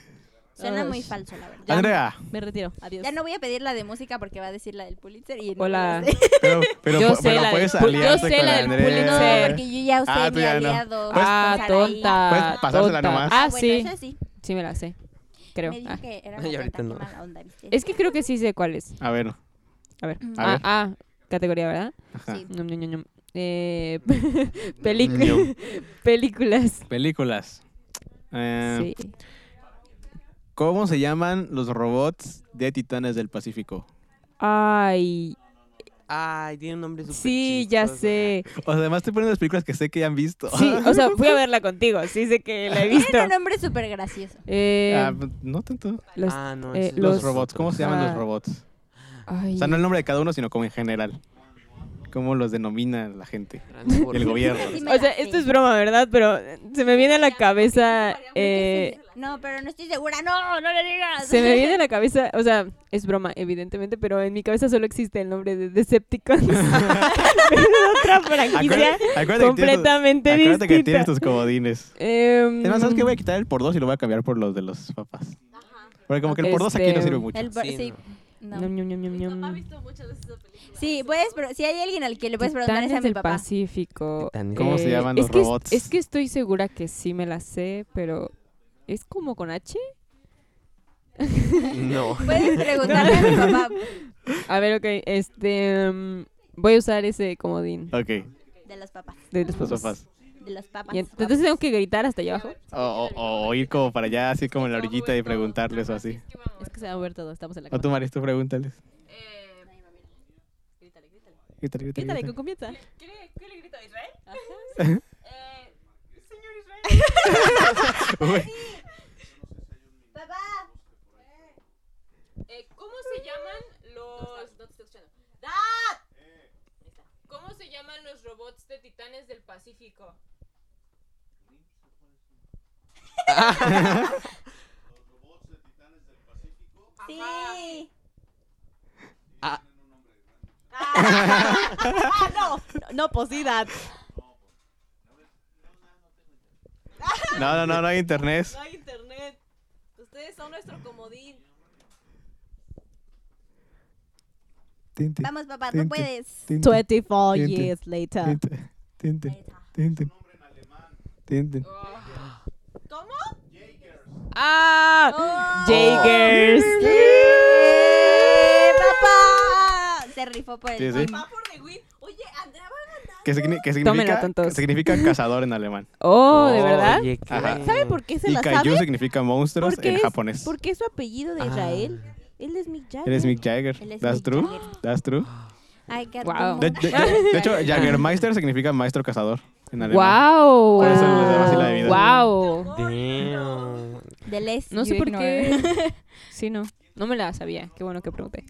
Speaker 4: Suena muy
Speaker 2: Ush.
Speaker 4: falso, la verdad.
Speaker 2: Ya-
Speaker 3: Andrea,
Speaker 2: Me retiro. Adiós.
Speaker 4: Ya no voy a pedir la de música porque va a decir la del Pulitzer y no
Speaker 6: Hola.
Speaker 4: voy a hacer-
Speaker 3: pero, pero,
Speaker 6: Yo
Speaker 3: pu-
Speaker 6: sé
Speaker 3: pero
Speaker 6: la
Speaker 3: puedes
Speaker 6: del pul- yo
Speaker 3: aliarte
Speaker 6: sé
Speaker 3: con
Speaker 6: la del Pulitzer.
Speaker 4: No,
Speaker 3: Andrea.
Speaker 4: porque yo ya usé
Speaker 3: Ah, tú
Speaker 4: mi
Speaker 3: ya no.
Speaker 4: aliado.
Speaker 3: Pues-
Speaker 6: ah,
Speaker 4: Saraí.
Speaker 6: tonta.
Speaker 3: Puedes pasársela
Speaker 6: tonta.
Speaker 3: nomás.
Speaker 6: Ah,
Speaker 4: bueno,
Speaker 6: sí.
Speaker 4: eso sí.
Speaker 6: Sí me la sé. Creo.
Speaker 4: Me dijo
Speaker 6: Ah.
Speaker 4: que era
Speaker 5: Ay,
Speaker 4: una
Speaker 5: ahorita
Speaker 4: tonta, qué
Speaker 5: no.
Speaker 4: mala onda, ¿viste?
Speaker 6: Es que creo que sí sé cuál es.
Speaker 3: A ver,
Speaker 6: A ver.
Speaker 4: Mm.
Speaker 3: A
Speaker 6: Ah,
Speaker 3: ver.
Speaker 6: ah, categoría, ¿verdad?
Speaker 3: ajá.
Speaker 4: Sí.
Speaker 6: Ñom, ñom, ñom, ñom. Eh, pelicu- películas.
Speaker 3: películas. Eh,
Speaker 6: Sí.
Speaker 3: ¿Cómo se llaman los robots de Titanes del Pacífico?
Speaker 6: Ay,
Speaker 5: Ay, tiene un nombre súper
Speaker 6: sí, ya
Speaker 5: chistoso. ¿eh?
Speaker 6: sé.
Speaker 3: O sea, además te ponen las películas que sé que ya han visto.
Speaker 6: Sí, o sea, fui a verla contigo. Sí sé que la he visto.
Speaker 4: Tiene un nombre súper gracioso.
Speaker 6: Eh,
Speaker 3: Ah, pues, no tanto.
Speaker 6: los-
Speaker 5: Ah, no,
Speaker 6: eh,
Speaker 5: ese es
Speaker 3: Los,
Speaker 6: los-
Speaker 3: robots, ¿cómo se llaman
Speaker 6: Ah.
Speaker 3: los robots?
Speaker 6: ay,
Speaker 3: O sea, no el nombre de cada uno, sino como en general. ¿Cómo los denomina la gente?
Speaker 5: Transformers.
Speaker 3: El gobierno.
Speaker 4: Sí me
Speaker 6: o sea,
Speaker 4: la sé.
Speaker 6: esto es broma, ¿verdad? Pero se me viene a la cabeza... Eh,
Speaker 4: No, pero no estoy segura. No, no le digas.
Speaker 6: Se me viene a la cabeza, o sea, es broma, evidentemente, pero en mi cabeza solo existe el nombre de Decepticons. es otra franquicia
Speaker 3: Acuérdate- acuérdate que tienes tus-
Speaker 6: completamente
Speaker 3: Acuérdate que
Speaker 6: distinta.
Speaker 3: tienes tus comodines.
Speaker 6: Em,
Speaker 3: Además, ¿sabes qué? Voy a quitar el por dos y lo voy a cambiar por los de los papás. Porque como que el por dos aquí no
Speaker 6: Este-
Speaker 3: sirve mucho.
Speaker 4: El bo-
Speaker 5: Sí,
Speaker 4: sí, no.
Speaker 6: ñom, ñom, ñom, ñom, ñom.
Speaker 4: Sí, puedes, pero si hay alguien al que le puedes preguntar es a
Speaker 6: Titanes
Speaker 4: mi
Speaker 6: del
Speaker 4: papá.
Speaker 6: Pacífico.
Speaker 5: Titanes.
Speaker 3: ¿Cómo se llaman
Speaker 6: es
Speaker 3: los
Speaker 6: que es-
Speaker 3: robots?
Speaker 6: Es, que estoy segura que sí me la sé, pero ¿es como con H?
Speaker 5: No.
Speaker 4: Puedes preguntarle a mi papá.
Speaker 6: A ver, ok, este... em, voy a usar ese comodín
Speaker 3: Ok,
Speaker 4: De los papás.
Speaker 6: de los
Speaker 3: los
Speaker 6: papás.
Speaker 3: papás.
Speaker 4: De los papás.
Speaker 6: Y en- entonces tengo que gritar hasta allá abajo.
Speaker 3: O, o- o ir como para allá, así como en la orillita y preguntarles o así.
Speaker 2: Es que se va a ver todo. Estamos en la
Speaker 3: O tú, Maris, tú pregúntales.
Speaker 2: Grítale, grítale.
Speaker 3: Grítale,
Speaker 2: Grítale,
Speaker 3: grítale, grítale.
Speaker 2: con comienza.
Speaker 7: Eh,
Speaker 4: Papá.
Speaker 7: Eh, ¿Cómo se llaman los... No te estoy escuchando. ¿Cómo se llaman los robots de titanes del Pacífico?
Speaker 4: Sí.
Speaker 7: Ah.
Speaker 2: Ah, No, pues posidad.
Speaker 3: No, no, no, no hay internet.
Speaker 2: hay internet. Ustedes son nuestro comodín.
Speaker 3: Tin, tin,
Speaker 4: Vamos, papá,
Speaker 3: tin,
Speaker 4: tú
Speaker 3: tin,
Speaker 4: puedes.
Speaker 3: tin, tin,
Speaker 2: 24
Speaker 3: Gente.
Speaker 2: years later.
Speaker 3: tin, tin, tin, tin, tin, tin. Tin, tin.
Speaker 6: ¡Ah! Jagers.
Speaker 4: ¡Eh, papá! Se rifó pues. por el
Speaker 3: Sí, sí.
Speaker 4: team.
Speaker 3: Que, signi- que
Speaker 6: Tómenla,
Speaker 3: significa,
Speaker 6: tontos.
Speaker 3: significa cazador en alemán.
Speaker 6: Oh, ¿de verdad?
Speaker 5: Oye, ¿qué?
Speaker 3: Ajá.
Speaker 2: ¿Sabe por qué se
Speaker 3: Y
Speaker 2: la
Speaker 3: kaiju
Speaker 2: sabe?
Speaker 3: significa monstruos
Speaker 2: Porque
Speaker 3: en
Speaker 2: es-
Speaker 3: japonés.
Speaker 2: Porque es su apellido de
Speaker 5: Ah.
Speaker 2: Israel. Él es Mick Jagger.
Speaker 3: Eres Mick Jagger.
Speaker 4: Él es
Speaker 3: That's
Speaker 4: Mick
Speaker 3: true.
Speaker 4: Jagger. Oh.
Speaker 3: That's true.
Speaker 4: Ay, qué
Speaker 6: Wow.
Speaker 3: De,
Speaker 4: hermoso.
Speaker 3: de- de- de hecho, Jaggermeister significa maestro cazador en alemán.
Speaker 6: Wow.
Speaker 3: Por eso les daba así la bebida.
Speaker 6: Wow.
Speaker 5: Damn.
Speaker 4: The less
Speaker 6: No
Speaker 4: you
Speaker 6: sé por
Speaker 4: ignore.
Speaker 6: qué. Sí, no. No me la sabía. Qué bueno que pregunté.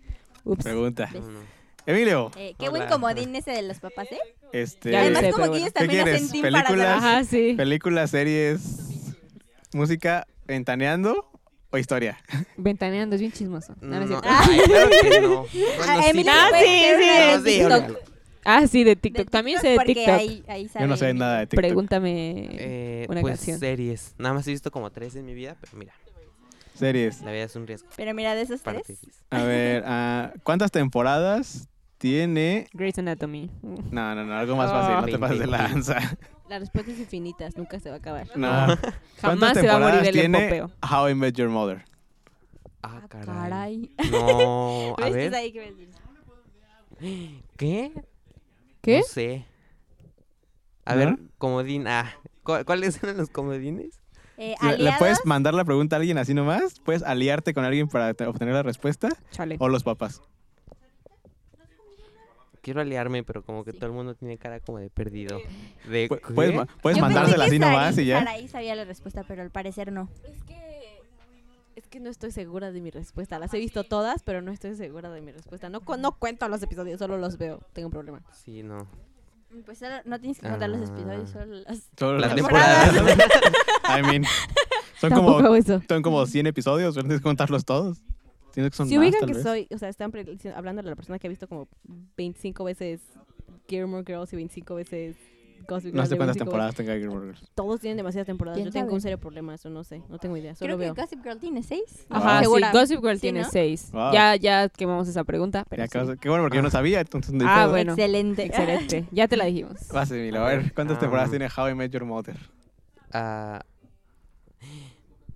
Speaker 6: Ups.
Speaker 3: Pregunta.
Speaker 5: No, no.
Speaker 3: Emilio,
Speaker 4: Eh, qué buen
Speaker 5: Hola.
Speaker 4: comodín ese de los papás, ¿eh?
Speaker 3: este,
Speaker 6: Ya lo
Speaker 4: Además,
Speaker 6: sé,
Speaker 4: como
Speaker 6: pero
Speaker 4: que
Speaker 6: bueno.
Speaker 4: ellos
Speaker 3: ¿Qué
Speaker 4: también hacen
Speaker 3: quieres?
Speaker 4: team para
Speaker 3: ¿Películas?
Speaker 4: ganar.
Speaker 6: Ajá, sí.
Speaker 3: películas, series, música, ventaneando o historia.
Speaker 6: Ventaneando, es bien chismoso. No, no es
Speaker 5: No,
Speaker 6: cierto.
Speaker 5: ay, claro que
Speaker 4: A
Speaker 5: no. Bueno, sí,
Speaker 4: Emilio
Speaker 5: claro.
Speaker 4: le puede hacer una
Speaker 5: No,
Speaker 4: de
Speaker 5: sí,
Speaker 4: TikTok.
Speaker 5: órale.
Speaker 6: Ah, sí, de TikTok. También sé de
Speaker 4: porque
Speaker 6: TikTok.
Speaker 4: Ahí, ahí
Speaker 3: Yo no sé
Speaker 4: sabe.
Speaker 3: nada de TikTok.
Speaker 6: Pregúntame.
Speaker 5: Eh,
Speaker 6: Una
Speaker 5: pues
Speaker 6: canción.
Speaker 5: series. Nada más he visto como tres en mi vida, pero mira,
Speaker 3: Series.
Speaker 5: la vida es un riesgo.
Speaker 4: Pero mira, de esas
Speaker 5: Para
Speaker 4: tres.
Speaker 5: ti.
Speaker 3: A ver, ah, ¿cuántas temporadas tiene?
Speaker 6: Grey's Anatomy.
Speaker 3: No, no, no, algo más fácil, no te pases de la lanza.
Speaker 2: La respuesta es infinitas, nunca se va a acabar.
Speaker 3: No. ¿Cuántas
Speaker 6: Jamás se va a morir
Speaker 3: temporadas
Speaker 6: el
Speaker 3: tiene
Speaker 6: epopeo.
Speaker 3: How I Met Your Mother?
Speaker 5: Ah,
Speaker 4: Ah,
Speaker 5: caray.
Speaker 4: caray.
Speaker 5: No, a
Speaker 4: ¿Ves? Es
Speaker 5: ver.
Speaker 4: ahí que ves.
Speaker 5: ¿Qué?
Speaker 6: ¿Qué?
Speaker 5: No sé. A
Speaker 3: ¿No?
Speaker 5: ver, comodín. Ah, ¿cu- ¿cuáles eran los comodines?
Speaker 4: Eh,
Speaker 3: ¿Le- ¿Le
Speaker 4: aliados,
Speaker 3: puedes mandar la pregunta a alguien así nomás? ¿Puedes aliarte con alguien para te- obtener la respuesta?
Speaker 6: Chale.
Speaker 3: ¿O los papás?
Speaker 5: Quiero aliarme, pero como que todo el mundo tiene cara como de perdido. De,
Speaker 3: Pu-
Speaker 5: ¿qué?
Speaker 3: ¿Puedes, ma- puedes
Speaker 4: Yo pensé
Speaker 3: mandársela
Speaker 4: que
Speaker 3: así nomás
Speaker 4: Saraí-
Speaker 3: y ya?
Speaker 4: Saraí sabía la respuesta, pero al parecer no.
Speaker 2: Es que es que no estoy segura de mi respuesta. Las he visto todas, pero no estoy segura de mi respuesta. No, cu- no cuento los episodios, solo los veo. Tengo un problema.
Speaker 5: Sí, no.
Speaker 4: Pues solo- no tienes que contar los
Speaker 5: Ah.
Speaker 4: episodios, solo las...
Speaker 3: Solo
Speaker 5: Las
Speaker 3: las
Speaker 5: temporadas.
Speaker 3: temporadas. I mean, son
Speaker 2: Tampoco
Speaker 3: como,
Speaker 2: hago eso.
Speaker 3: son como 100 episodios, tienes que contarlos todos. Siento que son
Speaker 2: Si
Speaker 3: más,
Speaker 2: ubican
Speaker 3: tal
Speaker 2: que
Speaker 3: vez.
Speaker 2: soy, o sea, están pre- dic- hablando de la persona que ha visto como 25 veces Gilmore Girls y 25 veces Gossip Girl.
Speaker 3: No sé
Speaker 2: y
Speaker 3: cuántas
Speaker 2: 25
Speaker 3: temporadas tenga Gilmore Girls.
Speaker 2: veces- Todos tienen demasiadas temporadas.
Speaker 4: ¿Quién
Speaker 2: Yo tengo
Speaker 4: sabe?
Speaker 2: un serio problema, eso no sé. No tengo idea, solo
Speaker 4: Creo
Speaker 2: veo.
Speaker 4: que Gossip Girl tiene seis.
Speaker 3: Wow.
Speaker 6: Ajá,
Speaker 4: Segura.
Speaker 6: sí, Gossip Girl
Speaker 4: Sí,
Speaker 6: tiene
Speaker 4: ¿no?
Speaker 6: seis.
Speaker 3: Wow.
Speaker 6: Ya, ya quemamos esa pregunta.
Speaker 3: Ya
Speaker 6: Pero sí.
Speaker 3: acabas de- Qué bueno, porque yo no sabía, entonces no hay
Speaker 6: Ah,
Speaker 3: pedo.
Speaker 6: bueno.
Speaker 4: Excelente.
Speaker 6: Excelente. Ya te la dijimos.
Speaker 3: Vas, Emilio, a ver, ¿cuántas
Speaker 5: Ah.
Speaker 3: temporadas tiene How I Met Your Mother?
Speaker 5: Ah,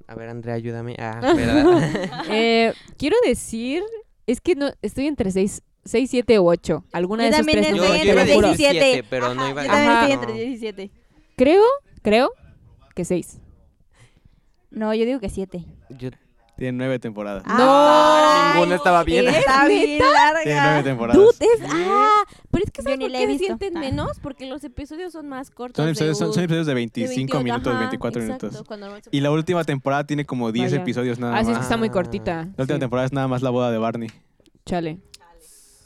Speaker 5: a ver, Andrea, ayúdame. Ah, ¿verdad?
Speaker 6: Eh, quiero decir, es que no, estoy entre seis, seis, siete u ocho. Alguna
Speaker 4: Yo
Speaker 6: de esas
Speaker 4: también
Speaker 6: tres.
Speaker 5: yo
Speaker 4: estoy
Speaker 6: números,
Speaker 4: entre
Speaker 6: te
Speaker 5: iba
Speaker 6: lo
Speaker 5: a
Speaker 6: juro.
Speaker 5: decir
Speaker 4: 17.
Speaker 5: siete, pero no
Speaker 4: Ajá,
Speaker 5: iba
Speaker 4: yo
Speaker 5: a-
Speaker 4: también estoy
Speaker 5: Ajá.
Speaker 4: entre 17.
Speaker 6: Creo, creo que seis.
Speaker 4: No, yo digo que siete.
Speaker 5: Yo
Speaker 3: Tiene nueve temporadas.
Speaker 4: Ah, ¡No!
Speaker 5: ninguna estaba bien.
Speaker 4: Está bien
Speaker 3: Tiene
Speaker 4: larga.
Speaker 3: nueve temporadas.
Speaker 2: Dude, es. Ah, pero es
Speaker 4: Yo
Speaker 2: que ¿sabes
Speaker 4: ni
Speaker 2: por
Speaker 4: la
Speaker 2: qué
Speaker 4: he
Speaker 2: se
Speaker 4: visto.
Speaker 2: sienten
Speaker 4: Ah.
Speaker 2: menos? Porque los episodios son más cortos.
Speaker 3: Son
Speaker 2: de
Speaker 3: episodios, son,
Speaker 2: un-
Speaker 3: son episodios de
Speaker 2: de
Speaker 3: 25
Speaker 2: 28,
Speaker 3: minutos,
Speaker 2: ajá,
Speaker 3: 24
Speaker 2: exacto,
Speaker 3: minutos.
Speaker 2: cuando normalmente-
Speaker 3: Y la última temporada tiene como 10
Speaker 6: Vaya.
Speaker 3: episodios nada
Speaker 6: Ah, sí, es que
Speaker 3: más.
Speaker 6: está muy
Speaker 5: Ah.
Speaker 6: cortita.
Speaker 3: La última
Speaker 6: Sí,
Speaker 3: temporada es nada más la boda de Barney.
Speaker 6: Chale.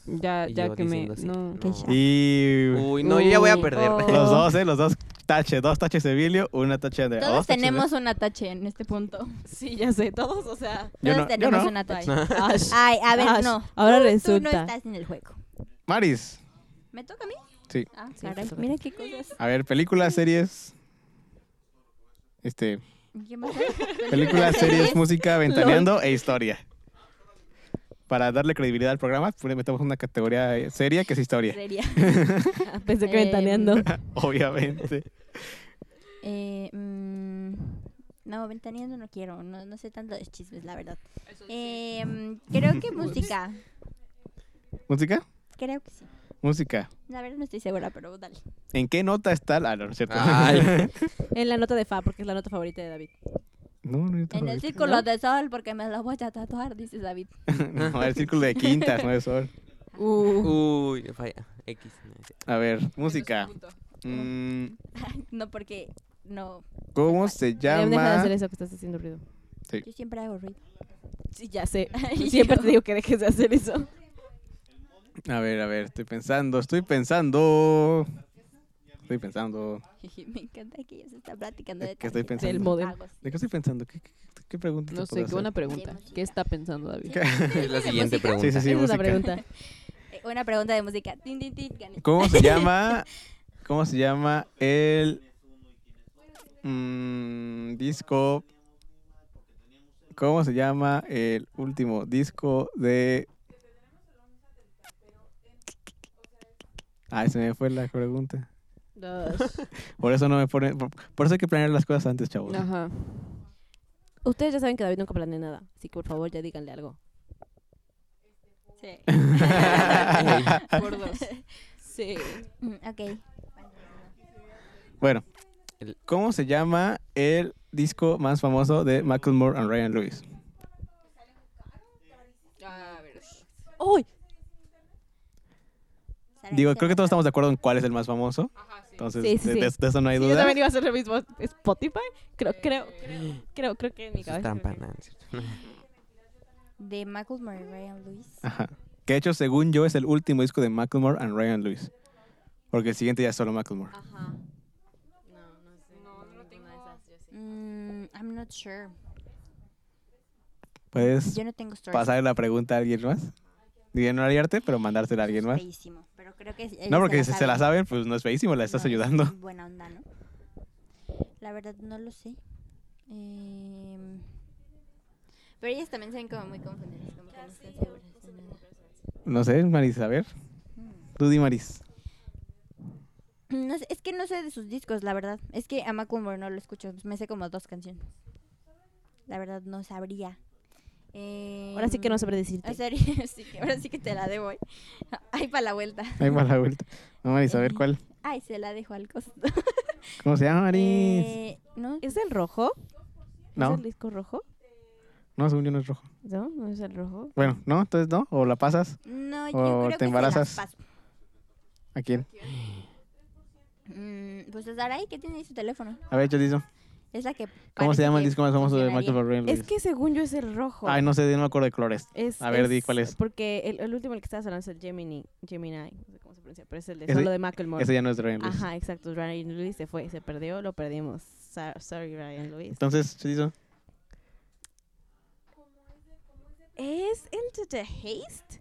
Speaker 6: Ya,
Speaker 5: y
Speaker 6: ya
Speaker 5: yo
Speaker 6: que me.
Speaker 5: diciendo sí.
Speaker 6: No.
Speaker 4: Qué chafa.
Speaker 3: Y
Speaker 5: Uy, no, yo ya voy a
Speaker 6: Uy.
Speaker 5: perder.
Speaker 3: los dos, ¿eh? Los dos taches. Dos taches Emilio, una tache Andrea. o
Speaker 4: Todos
Speaker 3: dos taches de-
Speaker 4: tenemos un atache en este punto.
Speaker 2: Sí, ya sé, todos, o sea.
Speaker 3: Yo
Speaker 4: Todos
Speaker 3: no- yo
Speaker 4: tenemos Ah,
Speaker 3: no.
Speaker 4: un atache.
Speaker 2: Ash.
Speaker 4: Ay, a ver,
Speaker 2: Ash,
Speaker 4: no.
Speaker 2: Ahora
Speaker 4: Tú no
Speaker 2: resulta.
Speaker 4: estás en el juego.
Speaker 3: Maris,
Speaker 4: ¿Me toca a mí?
Speaker 3: Sí.
Speaker 4: Ah,
Speaker 2: Sí,
Speaker 4: caray,
Speaker 2: te toca a
Speaker 4: mira qué cosas.
Speaker 3: a ver, películas, series. Este,
Speaker 4: ¿Qué más hay?
Speaker 3: películas, series, música, ventaneando e historia. Para darle credibilidad al programa, pues, metemos una categoría eh, seria que es historia,
Speaker 4: Sería.
Speaker 2: Ah, Pensé que
Speaker 4: Em,
Speaker 2: ventaneando.
Speaker 3: obviamente.
Speaker 4: Eh, mm, no, ventaneando no quiero. No, no sé tanto de chismes, la verdad. Eh, mm, creo que música.
Speaker 3: ¿Música?
Speaker 4: Creo que sí.
Speaker 3: Música.
Speaker 4: La verdad no estoy segura, pero dale.
Speaker 3: ¿En qué nota está? la- Ah, no, no es cierto.
Speaker 5: Ay.
Speaker 2: En la nota de Fa, porque es la nota favorita de David.
Speaker 3: No, no, yo
Speaker 4: En
Speaker 3: tampoco.
Speaker 4: el círculo de sol porque me lo voy a tatuar, dice David.
Speaker 3: No, el círculo de quintas, no de sol.
Speaker 5: uh. Uy, falla. X. no es
Speaker 3: A ver, música. Mm,
Speaker 4: No porque no.
Speaker 3: ¿Cómo se
Speaker 6: Deberían dejar de
Speaker 3: llama?
Speaker 6: hacer eso que estás haciendo ruido.
Speaker 4: Yo siempre hago ruido.
Speaker 2: Sí, ya sé.
Speaker 4: Y
Speaker 2: Siempre
Speaker 4: yo.
Speaker 2: te digo que dejes de hacer eso.
Speaker 3: A ver, a ver, estoy pensando, estoy pensando. Estoy pensando.
Speaker 4: me encanta que ellos están platicando
Speaker 3: ¿De
Speaker 4: de
Speaker 3: qué estoy
Speaker 4: tantas
Speaker 3: pensando?
Speaker 6: Del modem.
Speaker 4: cosas.
Speaker 3: ¿De qué estoy pensando? ¿Qué, qué, qué pregunta? te
Speaker 6: No
Speaker 3: puedo
Speaker 6: sé, qué buena
Speaker 3: hacer?
Speaker 6: pregunta. ¿Qué está pensando David?
Speaker 5: cierto. Es la siguiente
Speaker 4: música?
Speaker 5: pregunta.
Speaker 3: Sí, sí,
Speaker 2: Esa
Speaker 3: sí,
Speaker 2: es la
Speaker 3: música.
Speaker 2: pregunta.
Speaker 4: Eh, Una pregunta de música. Tin, tin, tin, gané.
Speaker 3: ¿Cómo se llama? ¿Cómo se llama el mm, disco? ¿Cómo se llama el último disco de? Ay, se me fue la pregunta. Por eso no me ponen. Por, por eso hay que planear las cosas antes, chavos.
Speaker 6: Ajá.
Speaker 2: Ustedes ya saben que David nunca planea nada. Así que por favor, ya díganle algo.
Speaker 4: Sí.
Speaker 2: Por dos. Sí.
Speaker 4: Mm, ok.
Speaker 3: Bueno,
Speaker 5: El-
Speaker 3: ¿cómo se llama el disco más famoso de Macklemore and Ryan Lewis?
Speaker 2: ¡Uy!
Speaker 4: Sara,
Speaker 3: Digo,
Speaker 4: ¿qué
Speaker 3: creo que todos
Speaker 4: pasa?
Speaker 3: estamos de acuerdo en cuál es el más famoso. Entonces,
Speaker 2: Sí, sí,
Speaker 3: de,
Speaker 2: sí.
Speaker 3: de- de eso no hay
Speaker 2: yo
Speaker 3: duda.
Speaker 2: también iba a hacer lo mismo. ¿Spotify? Creo, creo, creo, creo, creo que en mi
Speaker 5: Eso
Speaker 2: cabeza.
Speaker 5: es trampa, no, no es cierto.
Speaker 4: De Macklemore y Ryan Lewis.
Speaker 3: Ajá. Que de hecho, según yo, es el último disco de Macklemore and Ryan Lewis. Porque el siguiente ya es solo Macklemore.
Speaker 2: Ajá. No, no sé. No, no tengo nada de esas.
Speaker 4: Mm, I'm not sure.
Speaker 3: ¿Puedes
Speaker 4: Yo no tengo stories.
Speaker 3: pasar la pregunta a alguien más? Diría no aliarte, pero mandársela a alguien
Speaker 4: Es
Speaker 3: más.
Speaker 4: feísimo, pero creo que ellos
Speaker 3: No, porque
Speaker 4: la
Speaker 3: si se la
Speaker 4: saben.
Speaker 3: saben, pues no es feísimo, la estás
Speaker 4: No, es
Speaker 3: ayudando.
Speaker 4: Buena onda, ¿no? La verdad no lo sé. Em, pero ellas también se ven como muy confundidas, como que no están seguras de nada.
Speaker 3: No sé, Maris, a ver. Tú di Maris.
Speaker 4: No sé, es que no sé de sus discos, la verdad. Es que a Macumbo no lo escucho. Me sé como dos canciones. La verdad no sabría.
Speaker 2: Ahora sí que no
Speaker 4: Em,
Speaker 2: sabré decirte.
Speaker 4: o sea, ahora sí que- ahora sí que te la debo. ¿eh? Ay, para la vuelta.
Speaker 3: Ahí va la vuelta. No, Maris, a ver
Speaker 4: Eh,
Speaker 3: cuál.
Speaker 4: Ay, se la dejo al costo.
Speaker 3: ¿Cómo se llama, Maris?
Speaker 4: Eh, no,
Speaker 2: ¿Es el rojo? ¿Es
Speaker 3: No,
Speaker 2: el disco rojo?
Speaker 3: no, según yo no es rojo.
Speaker 2: No, no es el rojo.
Speaker 3: Bueno, no, entonces no. O la pasas.
Speaker 4: no, yo
Speaker 3: o
Speaker 4: creo
Speaker 3: te
Speaker 4: que se la
Speaker 3: embarazas.
Speaker 4: paso.
Speaker 3: ¿A quién?
Speaker 4: Mm, pues a Sarai, ¿qué tiene ahí su teléfono?
Speaker 3: A ver, Chorizo.
Speaker 4: Es la que.
Speaker 3: ¿Cómo
Speaker 4: parece
Speaker 3: se llama el
Speaker 4: que
Speaker 3: disco más famoso de Michael
Speaker 4: funcionaría.
Speaker 3: Bublé?
Speaker 2: Es que según yo es el rojo.
Speaker 3: Ay, no sé, no me acuerdo de colores.
Speaker 2: Es-
Speaker 3: A ver, di, ¿cuál es?
Speaker 2: Porque el, el último el que estabas hablando es el Gemini, Gemini, no sé cómo se pronuncia, pero es el de
Speaker 3: Ese-
Speaker 2: solo de Macklemore.
Speaker 3: Ese ya no es de Ryan Lewis.
Speaker 2: Ajá, exacto. Ryan Lewis se fue, se perdió, lo perdimos. Sa- Sorry, Ryan Lewis.
Speaker 3: Entonces, Chorizo.
Speaker 2: ¿Es el de The Haste?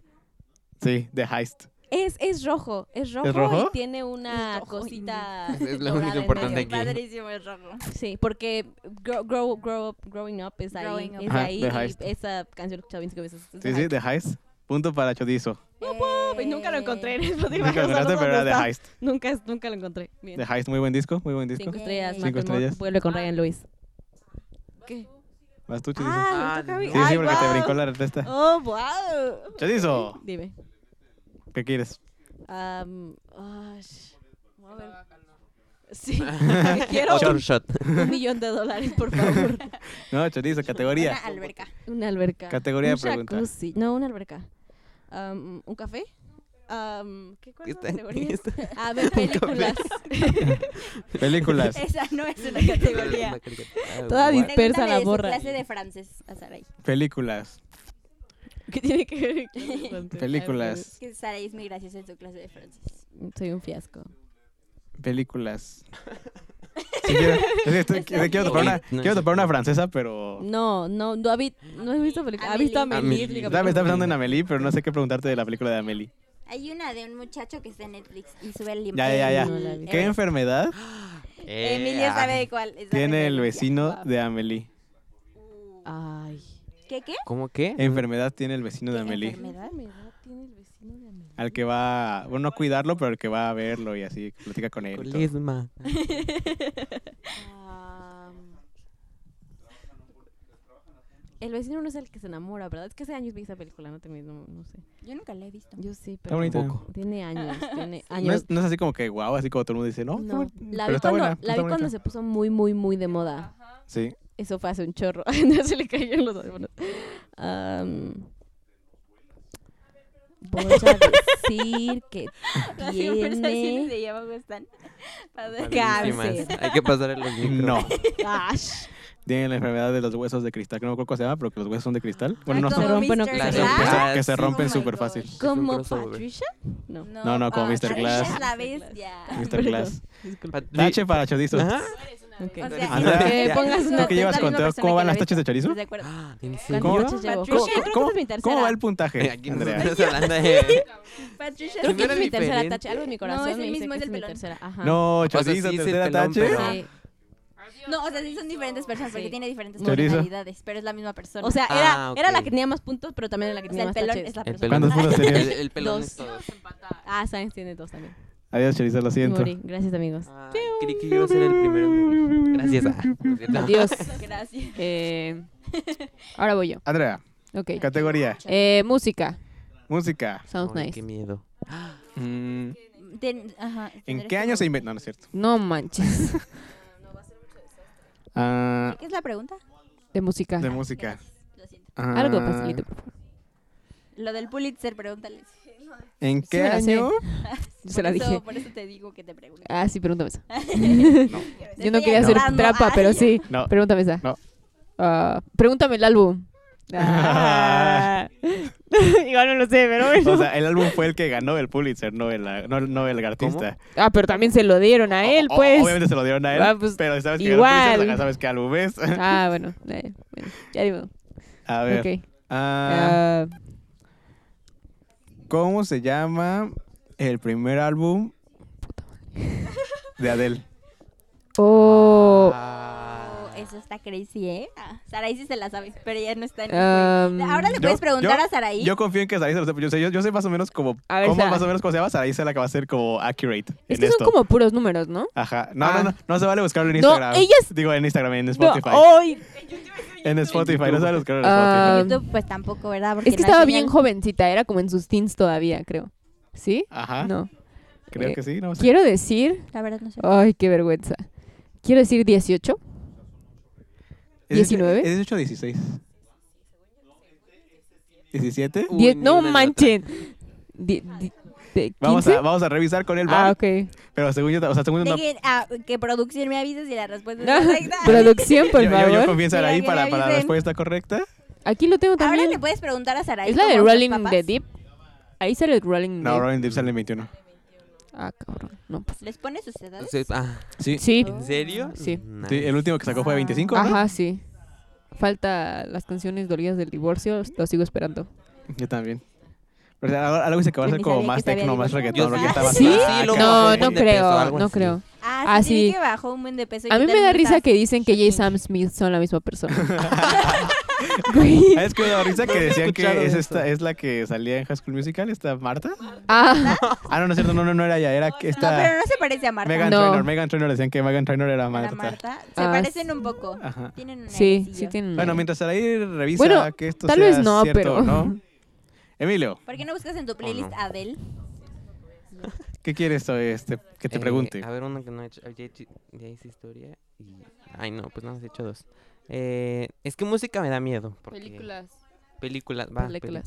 Speaker 3: Sí, The Heist.
Speaker 2: Es, es rojo, es rojo,
Speaker 3: rojo?
Speaker 2: y tiene una
Speaker 4: Es rojo,
Speaker 2: cosita.
Speaker 5: Es
Speaker 2: dorada
Speaker 5: lo único
Speaker 2: en medio.
Speaker 5: importante aquí.
Speaker 4: Padrísimo el rojo.
Speaker 2: Sí, porque grow, grow, grow up, Growing Up es ahí,
Speaker 4: Growing Up.
Speaker 2: es
Speaker 3: Ajá,
Speaker 2: ahí
Speaker 3: The
Speaker 2: y
Speaker 3: Heist.
Speaker 2: esa canción que he escuchado 25 veces. es The
Speaker 3: Sí, sí,
Speaker 2: Heist.
Speaker 3: The Heist. Punto para Chorizo.
Speaker 4: Eh,
Speaker 2: Y pues nunca lo encontré en Spotify.
Speaker 3: Nunca lo
Speaker 2: o sea, no
Speaker 3: ganaste,
Speaker 2: sé
Speaker 3: pero era
Speaker 2: dónde
Speaker 3: The
Speaker 2: está.
Speaker 3: Heist.
Speaker 2: Nunca, es- nunca lo encontré. Bien.
Speaker 3: The Heist, muy buen disco, muy buen disco.
Speaker 2: Cinco estrellas,
Speaker 4: Cinco Ah.
Speaker 2: Michael
Speaker 3: estrellas.
Speaker 2: Moore, vuelve con Ryan Lewis. ¿Qué?
Speaker 3: Vas tú, Chorizo.
Speaker 2: Ah,
Speaker 5: Ah,
Speaker 2: me toca a mí.
Speaker 3: sí, sí,
Speaker 2: Ay,
Speaker 3: porque te
Speaker 2: guau.
Speaker 3: brincó la Oh. respuesta.
Speaker 2: Oh, wow.
Speaker 3: Chorizo,
Speaker 2: Dime.
Speaker 3: ¿qué quieres?
Speaker 2: Am, ah, sh- voy a ver. Sí, quiero
Speaker 5: Otro
Speaker 2: un,
Speaker 5: shot.
Speaker 2: un millón de dólares, por favor.
Speaker 3: No, Chorizo, categoría.
Speaker 4: Una alberca.
Speaker 2: Una alberca.
Speaker 3: Categoría
Speaker 2: un
Speaker 3: de pregunta.
Speaker 2: jacuzzi. No, una alberca. Am, ¿Un café? Am, ¿Qué cuál es la
Speaker 5: Está en-
Speaker 2: categoría?
Speaker 5: está-
Speaker 2: A ver, películas.
Speaker 3: Películas.
Speaker 4: Esa no es una categoría.
Speaker 5: Una caricatura. Ah,
Speaker 2: Toda
Speaker 5: guau.
Speaker 2: dis- Dispersa
Speaker 4: Pregúntale
Speaker 2: la
Speaker 4: de su
Speaker 2: borra.
Speaker 4: clase de francés a Sarai.
Speaker 3: Películas.
Speaker 2: ¿Qué tiene que ver? con-
Speaker 3: Películas.
Speaker 4: Es que Sarai es muy graciosa en su clase de francés.
Speaker 2: Soy un fiasco.
Speaker 3: Películas. Sí, quiero, es que estoy-
Speaker 4: Está
Speaker 3: quiero topar
Speaker 5: bien.
Speaker 3: una, quiero topar una francesa, pero.
Speaker 2: No, no, no, David, no he visto películas. ¿Has visto a
Speaker 4: Amelie.
Speaker 2: Amelie?
Speaker 5: Amelie.
Speaker 3: Estaba, estaba pensando en Amelie, pero no sé qué preguntarte de la película de Amelie.
Speaker 4: Hay una de un muchacho que está en Netflix y sube el
Speaker 3: Ya, ya, ya.
Speaker 2: No la vi.
Speaker 4: Este,
Speaker 3: ¿Qué enfermedad
Speaker 5: Eh,
Speaker 4: Emilio
Speaker 5: ah,
Speaker 4: sabe de cuál. es la
Speaker 3: tiene el
Speaker 4: referencia.
Speaker 3: vecino de Amelie?
Speaker 2: Ay.
Speaker 4: ¿Qué, qué?
Speaker 5: ah, ¿Cómo qué?
Speaker 3: Enfermedad tiene el vecino de
Speaker 4: ¿Qué
Speaker 3: Amelie.
Speaker 4: enfermedad?
Speaker 2: tiene el vecino de Amelie?
Speaker 3: Al que va, bueno, no a cuidarlo, pero al que va a verlo y así platica con él. y todo.
Speaker 5: Colisma.
Speaker 2: El vecino no es el que se enamora, ¿verdad? Es que hace años vi esa película, no, te, no, no sé.
Speaker 4: Yo nunca la he visto.
Speaker 2: Yo sí,
Speaker 3: Está
Speaker 2: pero
Speaker 3: bonita.
Speaker 5: Tampoco.
Speaker 2: tiene años, tiene
Speaker 3: No
Speaker 2: años.
Speaker 3: es, no es así como que guau, así como todo el mundo dice, no, qué
Speaker 2: No,
Speaker 3: bonito",
Speaker 2: la
Speaker 3: pero
Speaker 2: vi, cuando,
Speaker 3: está buena,
Speaker 2: la
Speaker 3: está
Speaker 2: vi cuando
Speaker 3: bonita.
Speaker 2: se puso muy, muy, muy de moda.
Speaker 3: Sí,
Speaker 2: Eso fue hace un chorro. no se le cayeron los audífonos. Am, voy a decir que
Speaker 4: Las conversaciones
Speaker 2: tiene
Speaker 4: de Yamaha están
Speaker 5: Padrísimas. Hay que pasar los micros.
Speaker 3: no.
Speaker 2: Ash.
Speaker 3: Tiene la enfermedad de los huesos de cristal, que no me acuerdo cómo se llama, pero que los huesos son de cristal. Bueno,
Speaker 4: Ah,
Speaker 3: no
Speaker 2: como
Speaker 3: sé.
Speaker 2: se rompen o
Speaker 4: Mr.
Speaker 2: que
Speaker 5: se
Speaker 3: Que se-
Speaker 4: Glass.
Speaker 3: que se-
Speaker 5: Glass.
Speaker 3: que se
Speaker 4: Oh
Speaker 3: rompen
Speaker 4: my
Speaker 3: súper
Speaker 4: gosh.
Speaker 3: fácil.
Speaker 5: un
Speaker 2: como
Speaker 5: crossover.
Speaker 2: Patricia. No.
Speaker 3: No, no, como
Speaker 4: ah,
Speaker 3: Mr. Glass.
Speaker 4: Es la bestia.
Speaker 3: Mr. Glass.
Speaker 2: Disculpa.
Speaker 5: Patri-
Speaker 3: H para chorizo.
Speaker 5: Ajá.
Speaker 2: Ok.
Speaker 4: O sea,
Speaker 5: Andrea,
Speaker 4: es la
Speaker 2: que
Speaker 4: misma
Speaker 2: pongas
Speaker 4: persona,
Speaker 2: una-
Speaker 3: ¿Qué
Speaker 4: es
Speaker 3: llevas
Speaker 4: la misma
Speaker 3: contado?
Speaker 4: persona
Speaker 3: ¿Cómo
Speaker 4: que
Speaker 3: van
Speaker 4: la
Speaker 3: las
Speaker 4: bestia.
Speaker 3: tachas de chorizo?
Speaker 4: ¿Estás de acuerdo?
Speaker 5: Ah, ¿en
Speaker 2: ¿Cuántas
Speaker 5: serio?
Speaker 3: ¿Cómo?
Speaker 2: noches llevo?
Speaker 4: Patricia,
Speaker 2: ¿Cómo-
Speaker 4: creo que
Speaker 2: cómo-
Speaker 4: es mi tercera.
Speaker 3: ¿Cómo va el puntaje,
Speaker 5: Aquí nos
Speaker 3: Andrea?
Speaker 5: estás hablando de...
Speaker 4: Patricia,
Speaker 2: Creo que
Speaker 5: Primero
Speaker 2: es mi
Speaker 5: era
Speaker 2: tercera
Speaker 5: diferente.
Speaker 2: tacha. Algo en mi
Speaker 4: No, es
Speaker 2: corazón.
Speaker 4: el
Speaker 2: me dice
Speaker 4: mismo,
Speaker 2: que
Speaker 4: es el
Speaker 2: mi
Speaker 4: pelón.
Speaker 2: tercera. Ajá.
Speaker 3: No,
Speaker 5: sea,
Speaker 3: chorizo,
Speaker 5: sí, sí,
Speaker 3: tercera
Speaker 5: pelón,
Speaker 3: tache.
Speaker 5: pero-
Speaker 2: Sí.
Speaker 4: No, o sea, sí son diferentes personas porque
Speaker 2: Sí.
Speaker 4: tiene diferentes
Speaker 3: Chorizo.
Speaker 4: personalidades, pero es la misma persona.
Speaker 2: O sea,
Speaker 5: Ah,
Speaker 2: era, era la
Speaker 5: ok.
Speaker 2: que tenía más puntos, pero también era la que
Speaker 4: O sea,
Speaker 2: tenía
Speaker 4: el
Speaker 2: más
Speaker 4: pelón
Speaker 2: tachas.
Speaker 4: es la
Speaker 5: El
Speaker 4: persona.
Speaker 5: pelón. este.
Speaker 3: ¿Cuántos puntos tenías?
Speaker 5: El, el pelón este.
Speaker 2: Dos.
Speaker 5: es todo.
Speaker 2: Ah, Sáenz tiene dos también.
Speaker 3: Adiós, chorizo, lo
Speaker 2: Y
Speaker 3: siento.
Speaker 2: Morí. Gracias, amigos.
Speaker 5: Ah, creí que yo iba a ser el primero. en morir. Gracias. ah, por cierto.
Speaker 6: Dios.
Speaker 4: Gracias.
Speaker 6: Eh, ahora voy yo.
Speaker 3: Andrea,
Speaker 6: Ok.
Speaker 3: categoría,
Speaker 6: Eh, música.
Speaker 3: música.
Speaker 6: Sounds
Speaker 5: Ay,
Speaker 6: nice.
Speaker 5: Qué miedo.
Speaker 3: Mm,
Speaker 4: Ten- ajá,
Speaker 3: ¿En
Speaker 4: tendrás
Speaker 3: qué año
Speaker 4: que-
Speaker 3: se inventó? No, no es cierto.
Speaker 6: No manches.
Speaker 3: Ah,
Speaker 4: ¿Qué es la pregunta?
Speaker 6: De música.
Speaker 3: de música.
Speaker 4: Gracias, Lo siento.
Speaker 3: Ah,
Speaker 6: Algo, pastelito.
Speaker 4: Lo del Pulitzer, pregúntale.
Speaker 3: ¿En
Speaker 6: Sí
Speaker 3: qué
Speaker 6: me la sé.
Speaker 3: año?
Speaker 6: Yo se la
Speaker 4: Por eso-
Speaker 6: dije.
Speaker 4: Por eso te digo que te pregunte.
Speaker 6: Ah, sí, pregúntame esa.
Speaker 4: Te
Speaker 6: Yo no
Speaker 4: estoy
Speaker 6: quería hacer
Speaker 4: ayudando.
Speaker 6: trampa,
Speaker 4: Ay,
Speaker 6: pero sí.
Speaker 3: No.
Speaker 6: Pregúntame esa.
Speaker 3: No.
Speaker 6: Ah, pregúntame el álbum. Ah. Igual no lo sé, pero bueno.
Speaker 3: O sea, el álbum fue el que ganó el Pulitzer, no el, no, no el artista.
Speaker 6: ah, pero también se lo dieron a él,
Speaker 3: O- o-
Speaker 6: pues.
Speaker 3: obviamente se lo dieron a él,
Speaker 6: Ah, pues,
Speaker 3: pero sabes que
Speaker 6: igual.
Speaker 3: ganó el Pulitzer, ya sabes qué álbum es.
Speaker 6: Ah, bueno. eh, bueno, ya digo. Ah.
Speaker 3: A ver.
Speaker 6: Ok.
Speaker 3: ah,
Speaker 6: Ah,
Speaker 3: ¿Cómo se llama el primer álbum de Adele?
Speaker 6: Oh.
Speaker 4: Oh, eso está crazy, ¿eh? Ah, Saraí sí se la sabe, pero ella no está en
Speaker 6: Am,
Speaker 4: Ahora le
Speaker 3: Yo-
Speaker 4: puedes preguntar
Speaker 3: yo-
Speaker 4: a Saraí.
Speaker 3: Yo confío en que Saraí se lo sepa. Yo sé, yo, yo sé más o menos como
Speaker 6: A ver,
Speaker 3: cómo
Speaker 6: Sara.
Speaker 3: más o menos cómo se llama. Saraí se la que va a ser como accurate en
Speaker 6: Es que
Speaker 3: esto.
Speaker 6: son como puros números, ¿no?
Speaker 3: Ajá. No,
Speaker 5: Ah.
Speaker 3: no, no. No se vale buscarlo en
Speaker 6: No,
Speaker 3: Instagram.
Speaker 6: ellas-
Speaker 3: Digo, en Instagram, en
Speaker 6: No, oh,
Speaker 3: Spotify.
Speaker 6: ay,
Speaker 3: En Spotify. No se vale buscarlo en Spotify.
Speaker 6: Ah,
Speaker 4: En YouTube, pues tampoco, ¿verdad? Porque
Speaker 6: es que
Speaker 4: no
Speaker 6: estaba
Speaker 4: enseñan-
Speaker 6: bien jovencita, era como en sus teens todavía, creo. ¿Sí?
Speaker 3: Ajá.
Speaker 6: Ah, No.
Speaker 3: Creo
Speaker 6: eh,
Speaker 3: que sí. No sé.
Speaker 6: Quiero decir.
Speaker 4: La verdad no sé.
Speaker 6: Ay, qué vergüenza. Quiero decir 18.
Speaker 3: ¿Es
Speaker 6: 19?
Speaker 3: 18 o 16. 17.
Speaker 5: Uy,
Speaker 6: Die-
Speaker 5: ni
Speaker 6: no
Speaker 5: una ni
Speaker 6: manchen. Di- di- de-
Speaker 3: Vamos
Speaker 6: 15?
Speaker 3: a, vamos a revisar con el bar.
Speaker 6: Ah, ok.
Speaker 3: Pero según yo, o sea, según yo,
Speaker 4: De
Speaker 3: no-
Speaker 4: que, ah, que producción me avisas si la respuesta es correcta.
Speaker 6: Producción, por
Speaker 3: yo, yo, yo
Speaker 6: favor.
Speaker 3: confío
Speaker 4: Mira,
Speaker 3: en Saraí
Speaker 4: que
Speaker 3: para,
Speaker 4: le
Speaker 3: para la
Speaker 4: avisen.
Speaker 3: respuesta correcta.
Speaker 6: Aquí lo tengo
Speaker 4: Ahora
Speaker 6: también.
Speaker 4: le puedes preguntar a Saraí.
Speaker 6: Es la de
Speaker 4: como a sus
Speaker 6: Rolling
Speaker 4: papás.
Speaker 6: the Deep. Ahí sale el Rolling
Speaker 3: No,
Speaker 6: the Deep.
Speaker 3: Robin Deep sale en 21.
Speaker 6: Ah, cabrón. No, pues.
Speaker 4: ¿Les pone sus edades?
Speaker 5: Sí, ah,
Speaker 3: Sí.
Speaker 6: Sí.
Speaker 5: ¿En serio?
Speaker 6: Sí.
Speaker 5: Nice.
Speaker 3: Sí, el último que sacó fue de 25. ¿no?
Speaker 6: Ah. Ajá, sí. Falta las canciones dolidas del divorcio. Lo sigo esperando.
Speaker 3: Yo también. Pero o sea, algo, algo se acabó a
Speaker 4: Yo
Speaker 3: hacer
Speaker 4: ni
Speaker 3: como
Speaker 4: sabía
Speaker 3: más
Speaker 4: que se había
Speaker 3: tecno, más
Speaker 4: divorciado.
Speaker 3: reggaetón. porque
Speaker 4: Yo
Speaker 3: estaba
Speaker 6: ¿Sí?
Speaker 3: hasta
Speaker 5: Sí, lo
Speaker 3: acá.
Speaker 6: No,
Speaker 5: bajó
Speaker 6: no
Speaker 5: un de peso,
Speaker 6: creo.
Speaker 5: algo
Speaker 6: No
Speaker 5: así.
Speaker 6: creo.
Speaker 4: Ah, sí,
Speaker 6: Ah,
Speaker 4: sí. vi
Speaker 6: sí.
Speaker 4: que bajó un buen de peso. y
Speaker 6: A
Speaker 4: yo
Speaker 6: mí me
Speaker 4: también
Speaker 6: da risa
Speaker 4: estaba-
Speaker 6: que dicen que Jay y Sam Smith son la misma persona. Güey.
Speaker 3: Ah, Es que me da risa que decían
Speaker 5: escuchado
Speaker 3: que es,
Speaker 5: eso.
Speaker 3: esta, es la que salía en High School Musical, esta Marta.
Speaker 6: Ah,
Speaker 3: Ah, no, no es cierto, no, no, no era ella, era que
Speaker 4: No, pero
Speaker 3: esta
Speaker 4: no se parece a Marta.
Speaker 3: Megan
Speaker 6: No.
Speaker 3: Trainor. Megan Trainor decían que Megan Trainor era
Speaker 4: A la
Speaker 3: Marta.
Speaker 4: Marta. Se
Speaker 6: Ah,
Speaker 4: parecen
Speaker 6: sí.
Speaker 4: un poco.
Speaker 3: Ajá.
Speaker 4: Tienen un
Speaker 6: sí,
Speaker 4: airecillo.
Speaker 6: sí tienen.
Speaker 3: Bueno, mientras Saraí revisa
Speaker 6: Mm. Bueno,
Speaker 3: que esto
Speaker 6: tal
Speaker 3: sea
Speaker 6: vez no,
Speaker 3: cierto
Speaker 6: pero-
Speaker 3: o no. Emilio,
Speaker 4: ¿Por qué no buscas
Speaker 3: Oh,
Speaker 4: en tu playlist
Speaker 5: no.
Speaker 4: Adele?
Speaker 3: ¿qué quieres o, este, que te
Speaker 5: Eh,
Speaker 3: pregunte?
Speaker 5: A ver, una que no he hecho. ah, Ya, he hecho- ya hice historia. Y... Ay, no, pues no, he hecho dos. Eh, es que música me da miedo. porque-
Speaker 7: Películas.
Speaker 5: Películas, va,
Speaker 6: Películas.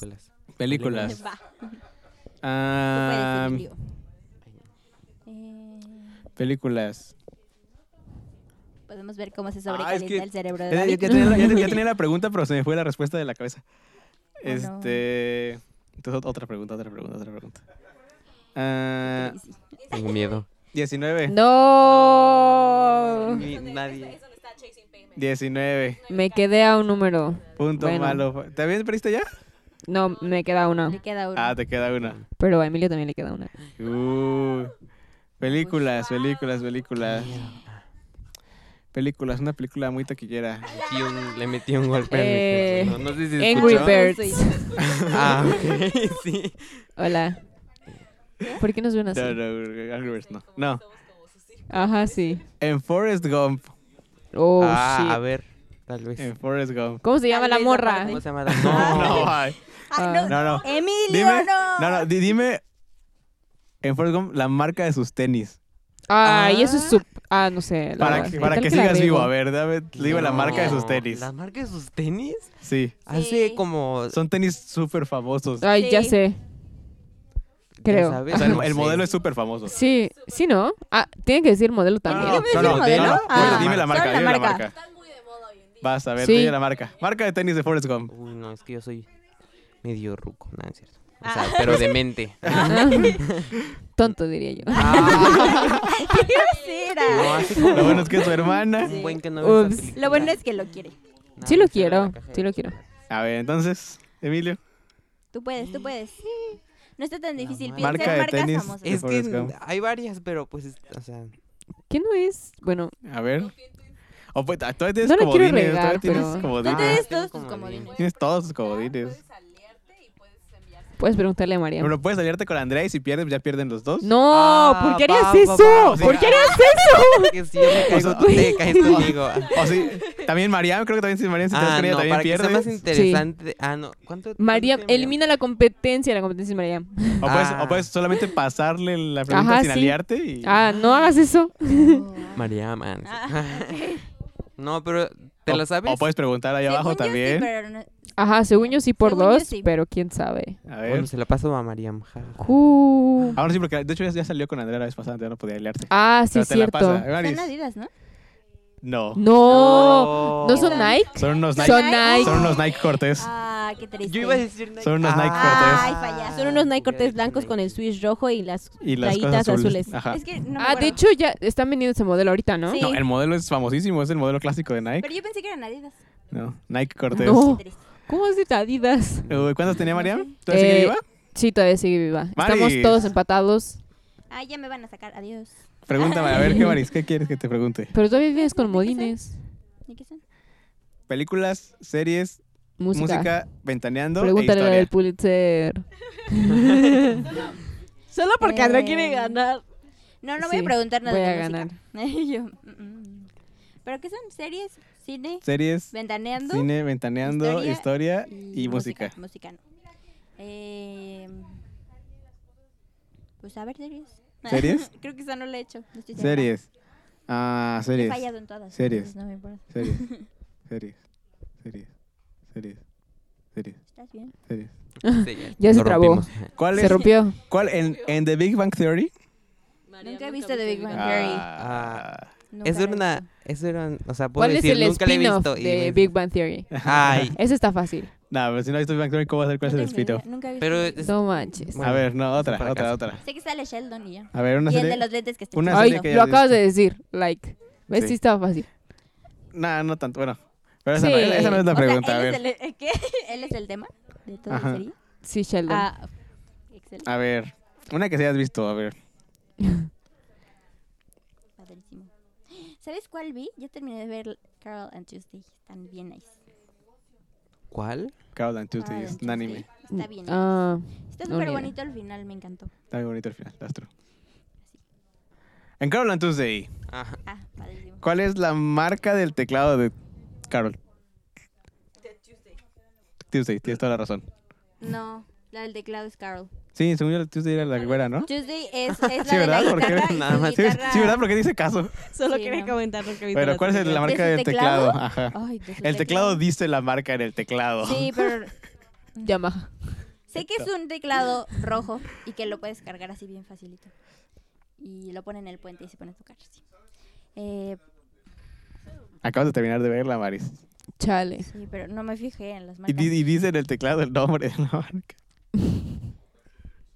Speaker 5: películas.
Speaker 3: Películas.
Speaker 4: Va, tú
Speaker 3: Ah,
Speaker 4: puedes, Emilio. Eh,
Speaker 3: películas.
Speaker 4: Podemos ver cómo se
Speaker 3: Ah, es
Speaker 4: sobrecalienta
Speaker 3: que-
Speaker 4: el cerebro de
Speaker 3: Ya, ya-
Speaker 4: David.
Speaker 3: ya tenía la, ya- ya tenía la pregunta, pero se me fue la respuesta de la cabeza.
Speaker 4: no.
Speaker 3: Este. Entonces, ot- otra pregunta, otra pregunta, otra pregunta. Ah,
Speaker 4: Sí, sí.
Speaker 5: Tengo miedo.
Speaker 3: 19.
Speaker 6: No.
Speaker 5: Ni- Nadie.
Speaker 3: 19.
Speaker 6: Me quedé a un número.
Speaker 3: Punto
Speaker 6: Bueno.
Speaker 3: malo. ¿También perdiste ya?
Speaker 6: No, me queda
Speaker 4: Le
Speaker 6: una.
Speaker 4: queda uno.
Speaker 3: Ah, te queda una.
Speaker 6: Pero a Emilio también le queda una.
Speaker 3: Uh, películas, películas, películas. Películas, una película muy taquillera.
Speaker 5: Metí un- le metí un golpe
Speaker 6: Eh,
Speaker 5: en mi micrófono, No sé si se
Speaker 6: Angry
Speaker 5: escuchó.
Speaker 6: Birds.
Speaker 5: Ah, ok, sí.
Speaker 6: Hola. ¿Por qué nos ven así?
Speaker 3: No, no, Angry Birds no. No.
Speaker 6: Ajá, sí.
Speaker 3: En Forrest Gump.
Speaker 6: Oh,
Speaker 5: ah,
Speaker 6: shit.
Speaker 5: a ver, tal vez.
Speaker 3: En Forrest Gump.
Speaker 6: ¿Cómo se llama
Speaker 4: Tal
Speaker 6: la
Speaker 4: vez
Speaker 6: morra?
Speaker 4: aparte.
Speaker 5: ¿Cómo se llama la-
Speaker 3: Eh, No,
Speaker 5: No.
Speaker 3: ay.
Speaker 4: Ah,
Speaker 6: Ah.
Speaker 3: no, no.
Speaker 4: ¡Emilio,
Speaker 3: Dime,
Speaker 4: no!
Speaker 3: no, no, di- dime. En Forrest Gump, la marca de sus tenis.
Speaker 6: Ah, y eso es su... Ah, no sé. la
Speaker 3: Para
Speaker 6: verdad.
Speaker 3: que,
Speaker 6: ¿Qué
Speaker 3: para
Speaker 6: tal
Speaker 3: que
Speaker 6: la
Speaker 3: sigas vivo, a
Speaker 6: riego?
Speaker 3: ver, dame, digo la marca de sus
Speaker 5: No,
Speaker 3: tenis.
Speaker 5: ¿La marca de sus tenis?
Speaker 3: Sí,
Speaker 5: Hace como.
Speaker 3: son tenis súper famosos.
Speaker 6: Ay, ya
Speaker 4: Sí.
Speaker 6: sé.
Speaker 5: ya
Speaker 6: creo.
Speaker 5: sabes,
Speaker 3: O sea, el,
Speaker 5: no
Speaker 3: el
Speaker 5: sé.
Speaker 3: modelo es súper famoso.
Speaker 6: Sí, sí, ¿no? Ah, tiene que decir modelo
Speaker 3: No,
Speaker 6: también.
Speaker 3: no, no, no,
Speaker 4: modelo?
Speaker 3: no, no,
Speaker 4: Ah,
Speaker 3: dime la marca,
Speaker 4: solo la
Speaker 3: dime la
Speaker 4: marca.
Speaker 3: marca. Vas a ver,
Speaker 6: Sí.
Speaker 3: dime la marca. Marca de tenis de Forrest Gump.
Speaker 5: Uy, no, es que yo soy medio ruco. Nada, es cierto. O
Speaker 4: Ah.
Speaker 5: sea, pero de mente.
Speaker 3: Ah.
Speaker 6: Ah. Tonto, diría yo.
Speaker 4: ¡Qué grosera!
Speaker 5: Ah. no, hace como
Speaker 3: Lo bueno es que es su hermana.
Speaker 5: un buen que no veo esa
Speaker 6: Ups.
Speaker 5: película.
Speaker 4: Lo bueno es que lo quiere.
Speaker 5: Nada,
Speaker 6: Sí lo
Speaker 5: me cierra la
Speaker 6: quiero,
Speaker 5: caja de
Speaker 6: sí lo
Speaker 5: los
Speaker 6: quiero.
Speaker 5: chocolates.
Speaker 3: A ver, entonces, Emilio.
Speaker 4: Tú puedes, tú puedes. No está tan difícil.
Speaker 5: mar-
Speaker 4: Piensa
Speaker 3: Marca
Speaker 4: en
Speaker 3: de
Speaker 4: marcas
Speaker 3: tenis.
Speaker 4: famosas.
Speaker 5: Es
Speaker 3: Forrest Gump.
Speaker 5: que hay varias, pero pues, es- o sea,
Speaker 6: ¿Qué no es? Bueno,
Speaker 3: A ver. O pues, ah, todavía tienes
Speaker 6: No la quiero
Speaker 3: comodines.
Speaker 6: regar,
Speaker 3: todavía tienes
Speaker 6: pero-
Speaker 4: Tú
Speaker 3: comodines.
Speaker 4: tienes
Speaker 5: ah, tengo
Speaker 4: todos tus
Speaker 5: comodín.
Speaker 4: comodines.
Speaker 3: Tienes todos tus comodines.
Speaker 6: puedes preguntarle a María.
Speaker 3: Pero puedes aliarte con Andrea y si pierdes, ya pierden los dos.
Speaker 6: No,
Speaker 5: Ah,
Speaker 6: ¿por qué
Speaker 5: va,
Speaker 6: harías
Speaker 5: va,
Speaker 6: eso?
Speaker 5: va, va,
Speaker 6: ¿Por
Speaker 5: sí.
Speaker 6: qué harías eso?
Speaker 5: que si yo me
Speaker 3: O
Speaker 5: caigo,
Speaker 3: sea,
Speaker 5: tú te caes conmigo.
Speaker 3: O sí, también Mariam, creo que también si Mariam si te das
Speaker 5: Ah,
Speaker 3: con ella
Speaker 5: no,
Speaker 3: también
Speaker 5: para que sea
Speaker 3: pierdes.
Speaker 5: más interesante. Ah, no. ¿Cuánto? cuánto
Speaker 6: María,
Speaker 5: tiene
Speaker 6: elimina la competencia, la competencia es María.
Speaker 3: O puedes,
Speaker 5: Ah.
Speaker 3: o puedes solamente pasarle la pregunta
Speaker 6: Ajá,
Speaker 3: sin
Speaker 6: sí.
Speaker 3: aliarte y...
Speaker 6: Ah, no hagas eso.
Speaker 5: María, man.
Speaker 4: Ah,
Speaker 5: no, pero ¿te
Speaker 3: o-
Speaker 5: la sabes?
Speaker 3: O Ah. puedes preguntar ahí
Speaker 4: Según
Speaker 3: abajo
Speaker 4: yo sí,
Speaker 3: también.
Speaker 4: pero no-
Speaker 6: Ajá, según yo sí por
Speaker 4: Según yo
Speaker 6: dos,
Speaker 4: sí.
Speaker 6: pero quién sabe.
Speaker 3: A ver.
Speaker 5: Bueno, se la paso a Mariam. ja, ja, ja.
Speaker 6: Cu-
Speaker 3: Ahora sí, porque de hecho ya, ya salió con Andrea la vez pasada, Andrea no podía aliarte.
Speaker 6: Ah, sí,
Speaker 3: Pero
Speaker 6: es
Speaker 3: te la
Speaker 6: cierto.
Speaker 3: pasa. Maris,
Speaker 4: Son Adidas, ¿no?
Speaker 3: No.
Speaker 6: No, Oh, no son
Speaker 4: No.
Speaker 6: Nike.
Speaker 3: Son unos Nike.
Speaker 6: Son Nike.
Speaker 3: Son unos Nike Cortés.
Speaker 4: Ah, qué triste.
Speaker 5: Yo iba a decir Nike.
Speaker 3: Son unos Nike
Speaker 5: Ah,
Speaker 4: Cortez. Ay, fallaste.
Speaker 2: Son unos Nike
Speaker 5: hubiera
Speaker 2: cortes
Speaker 5: dicho
Speaker 2: blancos con el
Speaker 5: Nike.
Speaker 2: switch rojo y las
Speaker 3: Y las
Speaker 2: rayitas
Speaker 3: cosas azules.
Speaker 2: azules.
Speaker 3: Ajá.
Speaker 4: Es que no me
Speaker 6: Ah, de
Speaker 4: acuerdo.
Speaker 6: hecho ya están vendiendo ese modelo ahorita, ¿no?
Speaker 4: Sí.
Speaker 3: No, el modelo es famosísimo, es el modelo clásico de Nike.
Speaker 4: Pero yo pensé que eran Adidas.
Speaker 3: No, Nike Cortés.
Speaker 6: No.
Speaker 5: Oh.
Speaker 4: Qué triste.
Speaker 6: ¿Cómo haces Adidas?
Speaker 3: Uy, ¿Cuántas tenía Mariam? ¿Tú
Speaker 6: Eh,
Speaker 3: así iba?
Speaker 6: Sí, todavía sigue viva. Estamos
Speaker 3: Maris.
Speaker 6: todos empatados.
Speaker 4: Ah, ya me van a sacar, adiós.
Speaker 3: Pregúntame, a ver, ¿qué, Maris? ¿Qué quieres que te pregunte?
Speaker 6: Pero todavía vienes con modines.
Speaker 4: ¿Y qué son?
Speaker 3: Películas, series, música,
Speaker 6: Música.
Speaker 3: ventaneando
Speaker 6: Pregúntale
Speaker 3: e
Speaker 6: a
Speaker 3: historia.
Speaker 6: la del Pulitzer.
Speaker 2: Solo porque Andrea quiere
Speaker 4: Eh.
Speaker 2: ganar.
Speaker 4: No, no voy a
Speaker 6: Sí,
Speaker 4: preguntar nada
Speaker 6: voy
Speaker 4: de
Speaker 6: a
Speaker 4: música. Yo, mm, mm. ¿Pero qué son? ¿Series? ¿Cine?
Speaker 3: Series,
Speaker 4: ¿Ventaneando?
Speaker 3: cine, ventaneando, historia, y, música.
Speaker 4: Música no. Eh, pues a ver, series.
Speaker 3: ¿Series?
Speaker 4: Creo que esa no la he hecho. no estoy segura.
Speaker 3: Series. Ah,
Speaker 4: He
Speaker 3: series.
Speaker 4: fallado en todas.
Speaker 3: Series.
Speaker 4: entonces No me importa.
Speaker 3: Series. Series. Series. Series. Series.
Speaker 4: ¿Estás bien?
Speaker 3: Series.
Speaker 6: Ya se
Speaker 5: lo
Speaker 6: trabó.
Speaker 5: rompimos.
Speaker 3: ¿Cuál
Speaker 6: Se
Speaker 3: es?
Speaker 6: rompió.
Speaker 3: ¿Cuál en, en The Big Bang Theory?
Speaker 4: Nunca he visto The Big Bang Theory.
Speaker 3: Ah.
Speaker 4: Nunca
Speaker 5: Es
Speaker 4: la he
Speaker 5: una, es una, o sea, puedo
Speaker 6: ¿Cuál es
Speaker 5: decir,
Speaker 6: el
Speaker 5: nunca la he
Speaker 6: spin-off
Speaker 5: visto. y
Speaker 6: de
Speaker 5: me-
Speaker 6: Big Bang Theory?
Speaker 5: Ay,
Speaker 6: Ese está fácil.
Speaker 3: No, pero si no has visto Big Bang Theory, ¿cómo vas a saber cuál
Speaker 4: visto.
Speaker 3: es
Speaker 4: No tengo idea,
Speaker 3: el spin-off?
Speaker 4: Nunca he visto.
Speaker 5: pero es-
Speaker 6: No manches.
Speaker 5: bueno,
Speaker 3: A ver, no, otra,
Speaker 5: para
Speaker 3: otra,
Speaker 5: casa.
Speaker 3: otra.
Speaker 4: Sé que sale Sheldon y ya.
Speaker 3: A ver, una
Speaker 4: Y el de
Speaker 3: serie.
Speaker 4: los lentes que está
Speaker 3: una
Speaker 6: Ay,
Speaker 3: serie que
Speaker 6: lo
Speaker 3: hayas
Speaker 6: acabas de decir. Like. ¿Ves?
Speaker 3: Sí.
Speaker 6: Sí, estaba fácil.
Speaker 3: No, no tanto. Bueno, pero esa, no,
Speaker 6: Sí.
Speaker 3: esa no es la
Speaker 4: O sea,
Speaker 3: pregunta.
Speaker 4: él,
Speaker 3: a ver,
Speaker 4: es el, eh, ¿qué? él es el tema de toda
Speaker 3: Ajá.
Speaker 4: la serie.
Speaker 6: Sí, Sheldon.
Speaker 4: Ah, excelente.
Speaker 3: a ver. Una que sí has visto, a ver.
Speaker 4: Padrísimo. ¿Sabes cuál vi? Ya terminé de ver Carol and Tuesday. Están bien nice.
Speaker 5: ¿Cuál?
Speaker 3: Carol and Tuesday
Speaker 4: Carol
Speaker 3: es
Speaker 4: and
Speaker 3: un anime.
Speaker 4: Está bien.
Speaker 6: Ah,
Speaker 4: Está
Speaker 6: no,
Speaker 4: súper
Speaker 6: ni idea.
Speaker 4: bonito al final, me encantó.
Speaker 3: Está bien bonito el final, Astro. En Carol and Tuesday,
Speaker 5: Ajá.
Speaker 4: Ah, padrísimo.
Speaker 3: ¿cuál es la marca del teclado de Carol? Tuesday, tienes toda la razón.
Speaker 4: No, la del teclado es Carol.
Speaker 3: Sí, según yo, Tuesday era la Rivera, ¿no?
Speaker 4: Tuesday es, es la
Speaker 3: Sí,
Speaker 4: de la
Speaker 3: ¿verdad? ¿Por qué?
Speaker 4: guitarra y su
Speaker 5: Nada más.
Speaker 3: Sí,
Speaker 4: guitarra-
Speaker 3: sí, ¿verdad? Porque dice caso.
Speaker 2: Solo
Speaker 4: Sí,
Speaker 2: quería
Speaker 4: no.
Speaker 2: comentar porque he visto
Speaker 3: Pero, ¿cuál es la
Speaker 4: ¿De
Speaker 3: marca
Speaker 4: su
Speaker 3: del teclado?
Speaker 4: teclado?
Speaker 3: Ajá.
Speaker 4: Ay, de su
Speaker 3: El teclado dice la marca en el teclado.
Speaker 4: Sí, pero
Speaker 6: Yamaha.
Speaker 4: sé que es un teclado rojo y que lo puedes cargar así bien facilito. Y lo pone en el puente y se pone a tocar así. Eh,
Speaker 3: Acabas de terminar de verla, Maris.
Speaker 6: Chale.
Speaker 4: sí, pero no me fijé en las
Speaker 3: Y,
Speaker 4: marcas.
Speaker 3: di- y dice en el teclado el nombre de la marca.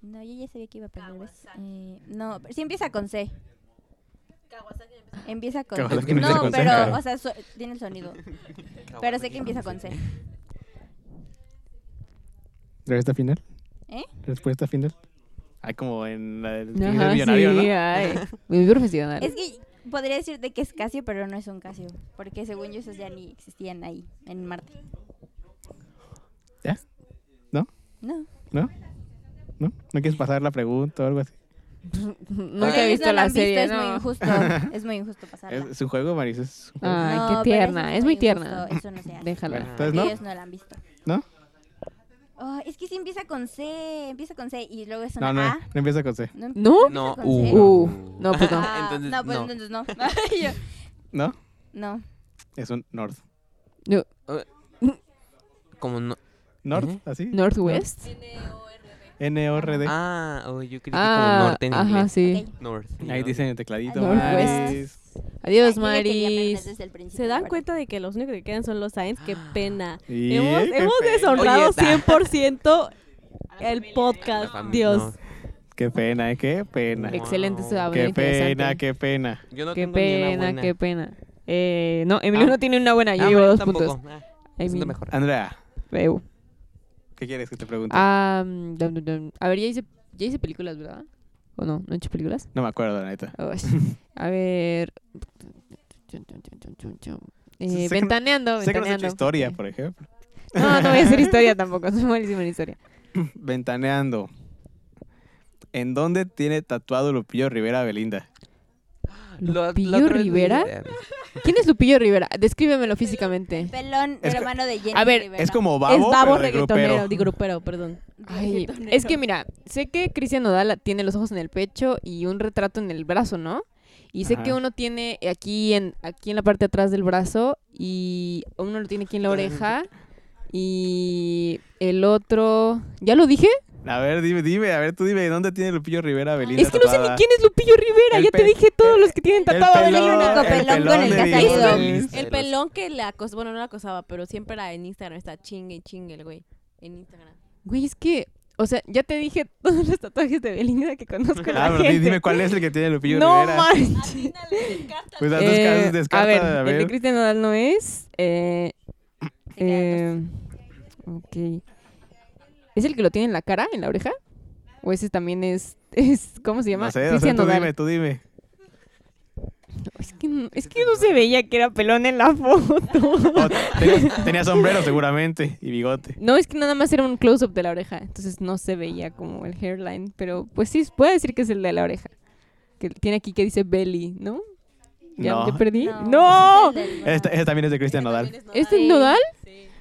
Speaker 4: No, yo ya sabía que iba a perder. ¿ves? Eh, no, pero sí empieza con C. Empieza con
Speaker 3: Kawasaki
Speaker 4: No,
Speaker 3: empieza con C, claro.
Speaker 4: pero, o sea, su- tiene el sonido. Pero sé que empieza con C.
Speaker 3: ¿Respuesta final?
Speaker 4: ¿Eh?
Speaker 3: ¿Respuesta final? Ah, como en la del Tigre
Speaker 6: Ajá, sí,
Speaker 3: millonario, ¿no?
Speaker 6: ay. Muy profesional.
Speaker 4: Es que podría decirte que es Casio, pero no es un Casio. Porque según yo, esos ya ni existían ahí, en Marte.
Speaker 3: ¿Ya? ¿No?
Speaker 4: No.
Speaker 3: ¿No? ¿No? ¿No quieres pasar la pregunta o algo así?
Speaker 4: Porque
Speaker 6: Nunca he
Speaker 4: ellos
Speaker 6: visto
Speaker 4: no
Speaker 6: la
Speaker 4: han visto,
Speaker 6: serie,
Speaker 4: Es muy
Speaker 6: no.
Speaker 4: injusto. Es muy injusto pasarla.
Speaker 3: Es, es un juego, Maris. Es un juego.
Speaker 6: Ay,
Speaker 4: No,
Speaker 6: qué
Speaker 4: pero
Speaker 6: tierna.
Speaker 4: eso
Speaker 6: Es muy
Speaker 4: injusto,
Speaker 6: tierna.
Speaker 4: Eso no se hace.
Speaker 3: Bueno,
Speaker 6: Déjala.
Speaker 3: entonces,
Speaker 4: Ellos
Speaker 3: ¿no?
Speaker 4: no la han visto.
Speaker 3: ¿No?
Speaker 4: Oh, es que sí empieza con C. Empieza con C y luego es una
Speaker 3: No, no,
Speaker 4: A.
Speaker 3: no empieza con C.
Speaker 4: No, empieza
Speaker 6: ¿No?
Speaker 5: No,
Speaker 4: con
Speaker 5: uh.
Speaker 4: C.
Speaker 6: Uh, no, pues no.
Speaker 4: Ah,
Speaker 5: Entonces,
Speaker 4: no, pues
Speaker 5: no.
Speaker 4: entonces no. Yo,
Speaker 3: ¿No?
Speaker 4: no.
Speaker 3: Es un North.
Speaker 5: Como no.
Speaker 3: ¿North?
Speaker 5: Ujú.
Speaker 3: ¿Así?
Speaker 6: Northwest.
Speaker 3: N-O-R-D.
Speaker 5: Ah, oh, yo creí que como
Speaker 6: Ah,
Speaker 5: norte en
Speaker 3: ¿eh?
Speaker 6: ajá,
Speaker 5: inglés.
Speaker 6: sí.
Speaker 4: Ok.
Speaker 5: North.
Speaker 3: Ahí
Speaker 5: ¿no?
Speaker 3: dicen el tecladito,
Speaker 6: Ah, Northwest.
Speaker 3: Maris.
Speaker 6: Adiós,
Speaker 4: Ay, yo ya quería aprender
Speaker 6: Maris.
Speaker 4: desde el principio,
Speaker 2: ¿Se
Speaker 4: la
Speaker 2: dan
Speaker 4: verdad.
Speaker 2: cuenta de que los únicos que quedan son los Sainz? ¡Qué pena!
Speaker 3: Y-
Speaker 2: hemos
Speaker 3: qué
Speaker 2: hemos
Speaker 3: pena.
Speaker 5: Oye,
Speaker 2: deshonrado
Speaker 5: está.
Speaker 2: 100% el
Speaker 5: La
Speaker 2: podcast.
Speaker 5: fam-
Speaker 2: Dios.
Speaker 3: Qué pena, ¿eh? Qué pena.
Speaker 5: Wow.
Speaker 6: Excelente esa
Speaker 3: Qué
Speaker 6: Qué
Speaker 3: pena, qué pena.
Speaker 5: Yo no
Speaker 6: Qué
Speaker 5: tengo ni una
Speaker 6: pena,
Speaker 5: buena.
Speaker 6: qué pena. Eh, no, Emilio
Speaker 5: Ah.
Speaker 6: no tiene una buena. Yo
Speaker 5: Ah,
Speaker 6: llevo
Speaker 5: bueno,
Speaker 6: dos
Speaker 5: tampoco.
Speaker 6: puntos.
Speaker 5: Ah,
Speaker 6: I
Speaker 5: siento
Speaker 6: mean,
Speaker 5: mejor.
Speaker 3: Andrea,
Speaker 6: feo.
Speaker 3: ¿qué quieres que te pregunte?
Speaker 6: Ah, mm, dum, dum, dum. A ver, ya hice, ya hice películas, ¿verdad? ¿O no? ¿No he hecho películas?
Speaker 3: No me acuerdo, la neta.
Speaker 6: Uy, a ver.
Speaker 3: Sé
Speaker 6: Eh,
Speaker 3: que no-
Speaker 6: ventaneando,
Speaker 3: Sé que no has
Speaker 6: ventaneando.
Speaker 3: hecho historia,
Speaker 6: Ok.
Speaker 3: por ejemplo.
Speaker 6: No, no voy a hacer historia tampoco. Soy malísima en historia.
Speaker 3: Ventaneando. ¿En dónde tiene tatuado Lupillo Rivera Belinda?
Speaker 5: Lo- la
Speaker 6: ¿Lupillo
Speaker 5: otra vez lo
Speaker 6: Rivera?
Speaker 5: hice.
Speaker 6: ¿Quién es Lupillo Rivera? Descríbemelo físicamente.
Speaker 4: Pelón,
Speaker 3: Es
Speaker 4: hermano de Jenny.
Speaker 6: a ver,
Speaker 4: Rivera.
Speaker 3: Es como babo,
Speaker 2: Es babo
Speaker 3: pero de
Speaker 2: reggaetonero.
Speaker 3: grupero.
Speaker 2: Digo, grupero, perdón.
Speaker 6: Ay,
Speaker 4: eh,
Speaker 6: es que mira, sé que Cristian Nodal tiene los ojos en el pecho y un retrato en el brazo, ¿no? Y sé que
Speaker 3: Ajá.
Speaker 6: uno tiene aquí en aquí en la parte de atrás del brazo y uno lo tiene aquí en la oreja y el otro, ¿ya lo dije?
Speaker 3: A ver, dime, dime, a ver, tú dime, ¿dónde tiene Lupillo Rivera Belinda
Speaker 6: es que no sé ni
Speaker 3: tatuada?
Speaker 6: quién es Lupillo Rivera,
Speaker 3: El
Speaker 6: ya
Speaker 3: pe-
Speaker 6: te dije todos los que tienen
Speaker 3: El
Speaker 6: tatuado
Speaker 3: pelón,
Speaker 6: el único
Speaker 4: el pelón con el
Speaker 3: de
Speaker 4: que ha
Speaker 3: Vivo
Speaker 4: salido.
Speaker 3: Belinda.
Speaker 2: El pelón que la acosaba, bueno, no la acosaba, pero siempre era en Instagram. Está chingue y chingue el güey. En Instagram.
Speaker 6: Güey, es que, o sea, ya te dije todos los tatuajes de Belinda que conozco la
Speaker 3: Ah, pero di-
Speaker 6: gente.
Speaker 3: dime cuál es el que tiene Lupillo
Speaker 6: no
Speaker 3: Rivera.
Speaker 6: manches.
Speaker 3: Pues las dos
Speaker 6: Eh,
Speaker 3: casas
Speaker 6: a ver,
Speaker 3: descarta, a
Speaker 6: el de
Speaker 3: ver.
Speaker 6: Cristian Nodal no es. Eh, em,
Speaker 4: Te quedan
Speaker 6: eh, ok. ¿Es el que lo tiene en la cara, en la oreja? O ese también es, es ¿cómo se llama?
Speaker 3: No sé, o
Speaker 6: Cristian
Speaker 3: sea, tú
Speaker 6: Nodal.
Speaker 3: dime, tú dime.
Speaker 6: Es que, no- es que no se veía que era pelón en la foto.
Speaker 3: Oh, tenía, tenía sombrero seguramente y bigote.
Speaker 6: No, es que nada más era un close-up de la oreja. Entonces no se veía como el hairline. Pero pues sí, puede decir que es el de la oreja. Que tiene aquí que dice belly, ¿no? ¿Ya
Speaker 3: No.
Speaker 6: ya perdí?
Speaker 4: No,
Speaker 6: ¡No!
Speaker 4: ese es el del
Speaker 3: Ese,
Speaker 4: brazo.
Speaker 3: ese también es de Cristian Nodal.
Speaker 6: ¿Este es
Speaker 4: Sí.
Speaker 6: nodal?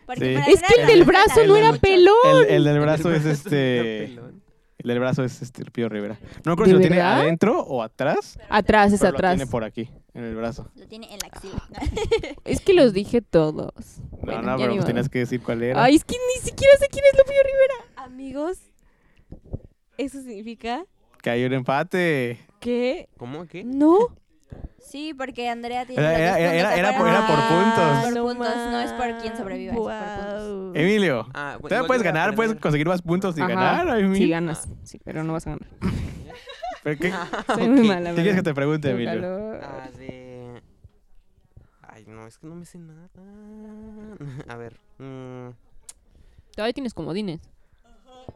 Speaker 4: Porque
Speaker 3: Este, Sí.
Speaker 4: para
Speaker 6: Es
Speaker 4: ver
Speaker 6: que el
Speaker 4: a
Speaker 6: del
Speaker 4: la
Speaker 6: brazo
Speaker 4: otra
Speaker 6: no
Speaker 4: habla
Speaker 6: era
Speaker 4: mucho.
Speaker 6: pelón.
Speaker 3: El, el del brazo es este.
Speaker 5: Pelón.
Speaker 3: El del brazo es este, el Pío Rivera. No me acuerdo si lo
Speaker 6: ¿De
Speaker 3: tiene
Speaker 6: verdad?
Speaker 3: adentro o atrás.
Speaker 6: Atrás, es
Speaker 3: pero Lo
Speaker 6: atrás.
Speaker 3: tiene por aquí, en el brazo.
Speaker 4: Lo tiene en la axila.
Speaker 6: Es que los dije todos.
Speaker 3: No,
Speaker 6: Bueno,
Speaker 3: no,
Speaker 6: ya
Speaker 3: pero pues
Speaker 6: ni modo.
Speaker 3: tenías que decir cuál era.
Speaker 6: Ay, es que ni siquiera sé quién es Lupillo Rivera.
Speaker 2: Amigos, eso significa
Speaker 3: Que hay un empate.
Speaker 2: que
Speaker 5: ¿Cómo? ¿Qué?
Speaker 3: Mm.
Speaker 2: no.
Speaker 4: Sí, porque Andrea tiene.
Speaker 3: Era-
Speaker 4: los
Speaker 3: era-
Speaker 4: dos puntos
Speaker 3: era- era por-
Speaker 4: afuera.
Speaker 3: era por
Speaker 2: Ah,
Speaker 3: puntos.
Speaker 4: Por puntos, Ah, no es por quién sobreviva, es por puntos.
Speaker 3: Emilio,
Speaker 5: Ah, bueno,
Speaker 3: todavía
Speaker 5: igual
Speaker 3: puedes
Speaker 5: iba a
Speaker 3: ganar, puedes
Speaker 5: perder.
Speaker 3: conseguir más puntos y
Speaker 6: Ajá.
Speaker 3: ganar. Ay,
Speaker 6: Sí,
Speaker 3: Emilio.
Speaker 6: ganas. Sí, pero no vas a ganar.
Speaker 3: ¿Pero ¿Qué,
Speaker 6: Soy muy
Speaker 5: Ok.
Speaker 6: mala.
Speaker 3: qué
Speaker 6: Ah, ¿verdad?
Speaker 3: quieres que Ah, te pregunte,
Speaker 6: Tengo
Speaker 3: Emilio?
Speaker 6: calor.
Speaker 5: Ah, de... Ay, no, es que no me sé nada. A ver. mm,
Speaker 6: Todavía tienes comodines.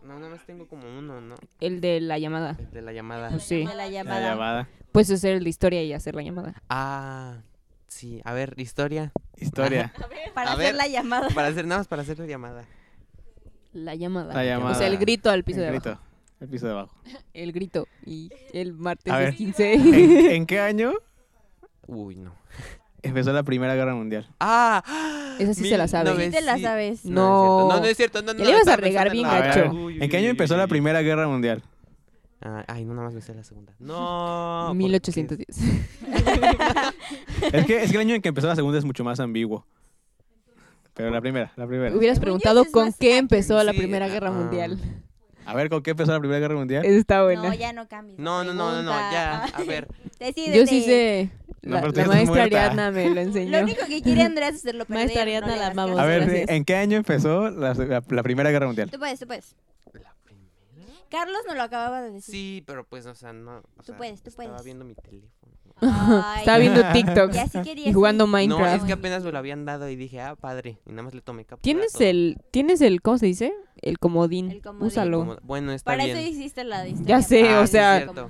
Speaker 5: no, nada más tengo como uno, ¿no?
Speaker 6: El de la llamada.
Speaker 5: El de la llamada.
Speaker 6: Pues sí.
Speaker 4: De la
Speaker 3: La
Speaker 4: llamada.
Speaker 3: llamada.
Speaker 6: Puedes hacer la historia y hacer la llamada.
Speaker 5: Ah, sí. A ver, historia.
Speaker 3: Historia.
Speaker 4: Para
Speaker 5: A
Speaker 4: hacer
Speaker 5: ver.
Speaker 4: la llamada.
Speaker 5: Para hacer, nada más para hacer la llamada.
Speaker 6: La llamada.
Speaker 3: La llamada.
Speaker 6: O sea, el grito al piso
Speaker 3: el
Speaker 6: de
Speaker 3: grito.
Speaker 6: abajo.
Speaker 3: El piso de abajo.
Speaker 6: El grito. Y el martes
Speaker 3: A
Speaker 6: es
Speaker 3: ver.
Speaker 6: 15.
Speaker 3: ¿En, en qué año
Speaker 5: Uy, no.
Speaker 3: empezó la Primera Guerra Mundial?
Speaker 5: Ah,
Speaker 6: Esa sí se la sabe.
Speaker 4: Sí te la sabes.
Speaker 5: No,
Speaker 6: No.
Speaker 5: no es cierto. No, no es cierto. No, no,
Speaker 6: Ya le ibas a
Speaker 5: estaba
Speaker 6: regar
Speaker 5: pensando
Speaker 3: bien
Speaker 5: en la-
Speaker 3: gacho.
Speaker 5: Uy, uy,
Speaker 3: ¿En qué año
Speaker 5: uy,
Speaker 3: empezó la
Speaker 5: uy.
Speaker 3: Primera Guerra Mundial?
Speaker 5: Ah, ay, no, nada más me sé la segunda. No. porque-
Speaker 6: 1810.
Speaker 3: Es que, es que el año en que empezó la segunda es mucho más ambiguo. Pero la primera, la primera.
Speaker 6: Hubieras
Speaker 4: Según yo,
Speaker 6: preguntado
Speaker 4: ese es
Speaker 6: con
Speaker 4: más
Speaker 6: qué empezó la
Speaker 5: Sí,
Speaker 6: Primera
Speaker 5: ah,
Speaker 6: Guerra
Speaker 5: ah.
Speaker 6: Mundial.
Speaker 3: A ver, ¿con qué empezó la Primera Guerra Mundial?
Speaker 6: Esa Está
Speaker 4: No,
Speaker 6: buena.
Speaker 4: ya no cambies. Ah,
Speaker 5: No, no, no, no, no, ya.
Speaker 3: Ah.
Speaker 5: A ver.
Speaker 4: Decídete.
Speaker 6: Yo sí sé.
Speaker 3: No,
Speaker 6: La,
Speaker 3: pero tú
Speaker 6: la
Speaker 3: ya estás
Speaker 6: maestra
Speaker 3: muerta.
Speaker 6: Ariadna me lo enseñó.
Speaker 4: Lo único que quiere Andrea es hacerlo perder.
Speaker 2: Maestra Ariadna,
Speaker 4: le
Speaker 2: la
Speaker 4: hagas
Speaker 2: amamos.
Speaker 3: A
Speaker 4: caso.
Speaker 3: ver,
Speaker 6: gracias.
Speaker 3: ¿en qué año empezó la, la- la Primera Guerra Mundial?
Speaker 4: Tú puedes, tú puedes.
Speaker 5: ¿La primera?
Speaker 4: Carlos nos lo acababa de decir.
Speaker 5: Sí, pero pues, o sea, no. o sea,
Speaker 4: puedes, tú
Speaker 5: Estaba
Speaker 4: puedes.
Speaker 5: viendo mi teléfono.
Speaker 4: Ay,
Speaker 6: Estaba viendo TikToks
Speaker 4: Ya sí quería.
Speaker 6: y jugando
Speaker 5: No,
Speaker 6: Minecraft.
Speaker 5: es que apenas me lo habían dado y dije, ah, padre. Y nada más le tomé captura. a
Speaker 6: Tienes
Speaker 5: todo.
Speaker 6: el, tienes el, ¿cómo se dice? El comodín.
Speaker 4: El comodín.
Speaker 6: Úsalo.
Speaker 5: Como- Bueno, está
Speaker 4: Para
Speaker 5: bien.
Speaker 4: eso hiciste la distancia.
Speaker 6: Ya sé,
Speaker 5: Ah,
Speaker 6: o
Speaker 5: sí,
Speaker 6: sea-
Speaker 5: cierto.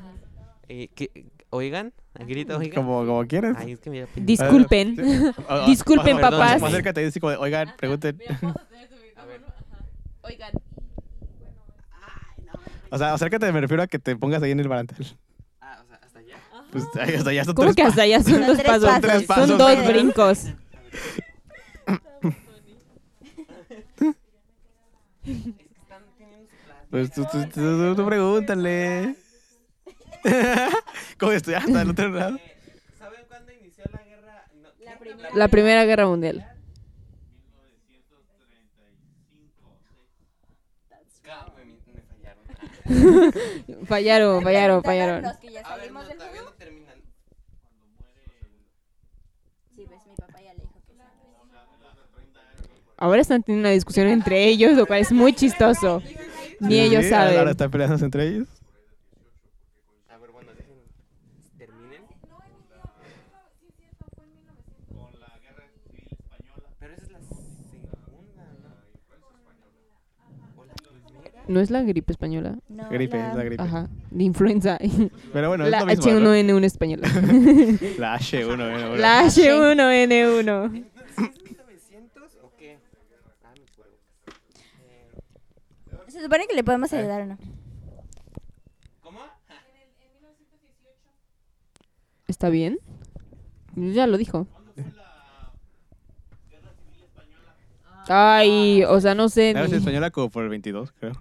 Speaker 5: Eh, ¿qué- Oigan, grita, oigan.
Speaker 3: Como, como quieras.
Speaker 5: Ay, es que mira.
Speaker 6: Dis- Disculpen.
Speaker 3: Ah, ah,
Speaker 6: Disculpen,
Speaker 3: pasa-
Speaker 5: papás.
Speaker 3: pasa- acércate y dice como de, oigan, pregunten.
Speaker 2: Oigan,
Speaker 3: O sea, acércate, me refiero a que te pongas ahí en el barandal.
Speaker 5: Ah, o sea, hasta allá.
Speaker 3: Pues, ay, o sea, ya son
Speaker 6: ¿Cómo
Speaker 3: tres
Speaker 6: que
Speaker 3: pa-
Speaker 6: hasta allá son
Speaker 4: Son
Speaker 6: dos
Speaker 4: tres
Speaker 6: pasos?
Speaker 4: pasos.
Speaker 3: Tres pasos.
Speaker 6: Son dos
Speaker 4: Pero-
Speaker 6: brincos.
Speaker 3: Pues tú, tú, tú, tú- tú pregúntale. ¿Cómo estoy hasta el otro lado?
Speaker 5: ¿Saben cuándo inició la guerra? la
Speaker 6: La Primera Guerra Mundial.
Speaker 5: me fallaron.
Speaker 6: Fallaron, fallaron, fallaron.
Speaker 4: Los que ya salimos del juego.
Speaker 5: terminan.
Speaker 4: Sí, ves, mi papá ya le dijo que sí.
Speaker 6: Ahora están teniendo una discusión entre ellos, lo cual es muy chistoso. Ni
Speaker 3: Sí,
Speaker 6: ellos
Speaker 3: sí, ahora- Ahora
Speaker 6: saben.
Speaker 3: están peleándose entre ellos.
Speaker 5: A ver, bueno, dejen. Terminen. Pero esa es la segunda, ¿no? O la primera.
Speaker 6: ¿No es la gripe española?
Speaker 4: No,
Speaker 3: Gripe,
Speaker 4: la-
Speaker 3: es la gripe.
Speaker 6: Ajá, de influenza.
Speaker 3: Pero bueno,
Speaker 6: La
Speaker 3: es lo mismo. ¿no?
Speaker 6: H1N1 española.
Speaker 3: La H1N1.
Speaker 6: La H1N1.
Speaker 5: ¿Es 1900 o qué? Ah, me acuerdo. Eh,
Speaker 4: Se supone que le podemos ayudar o no.
Speaker 5: ¿Cómo?
Speaker 6: ¿Está bien? Ya lo dijo. Ay, o sea, no sé.
Speaker 3: La versión
Speaker 6: ni-
Speaker 3: española como por el 22, creo.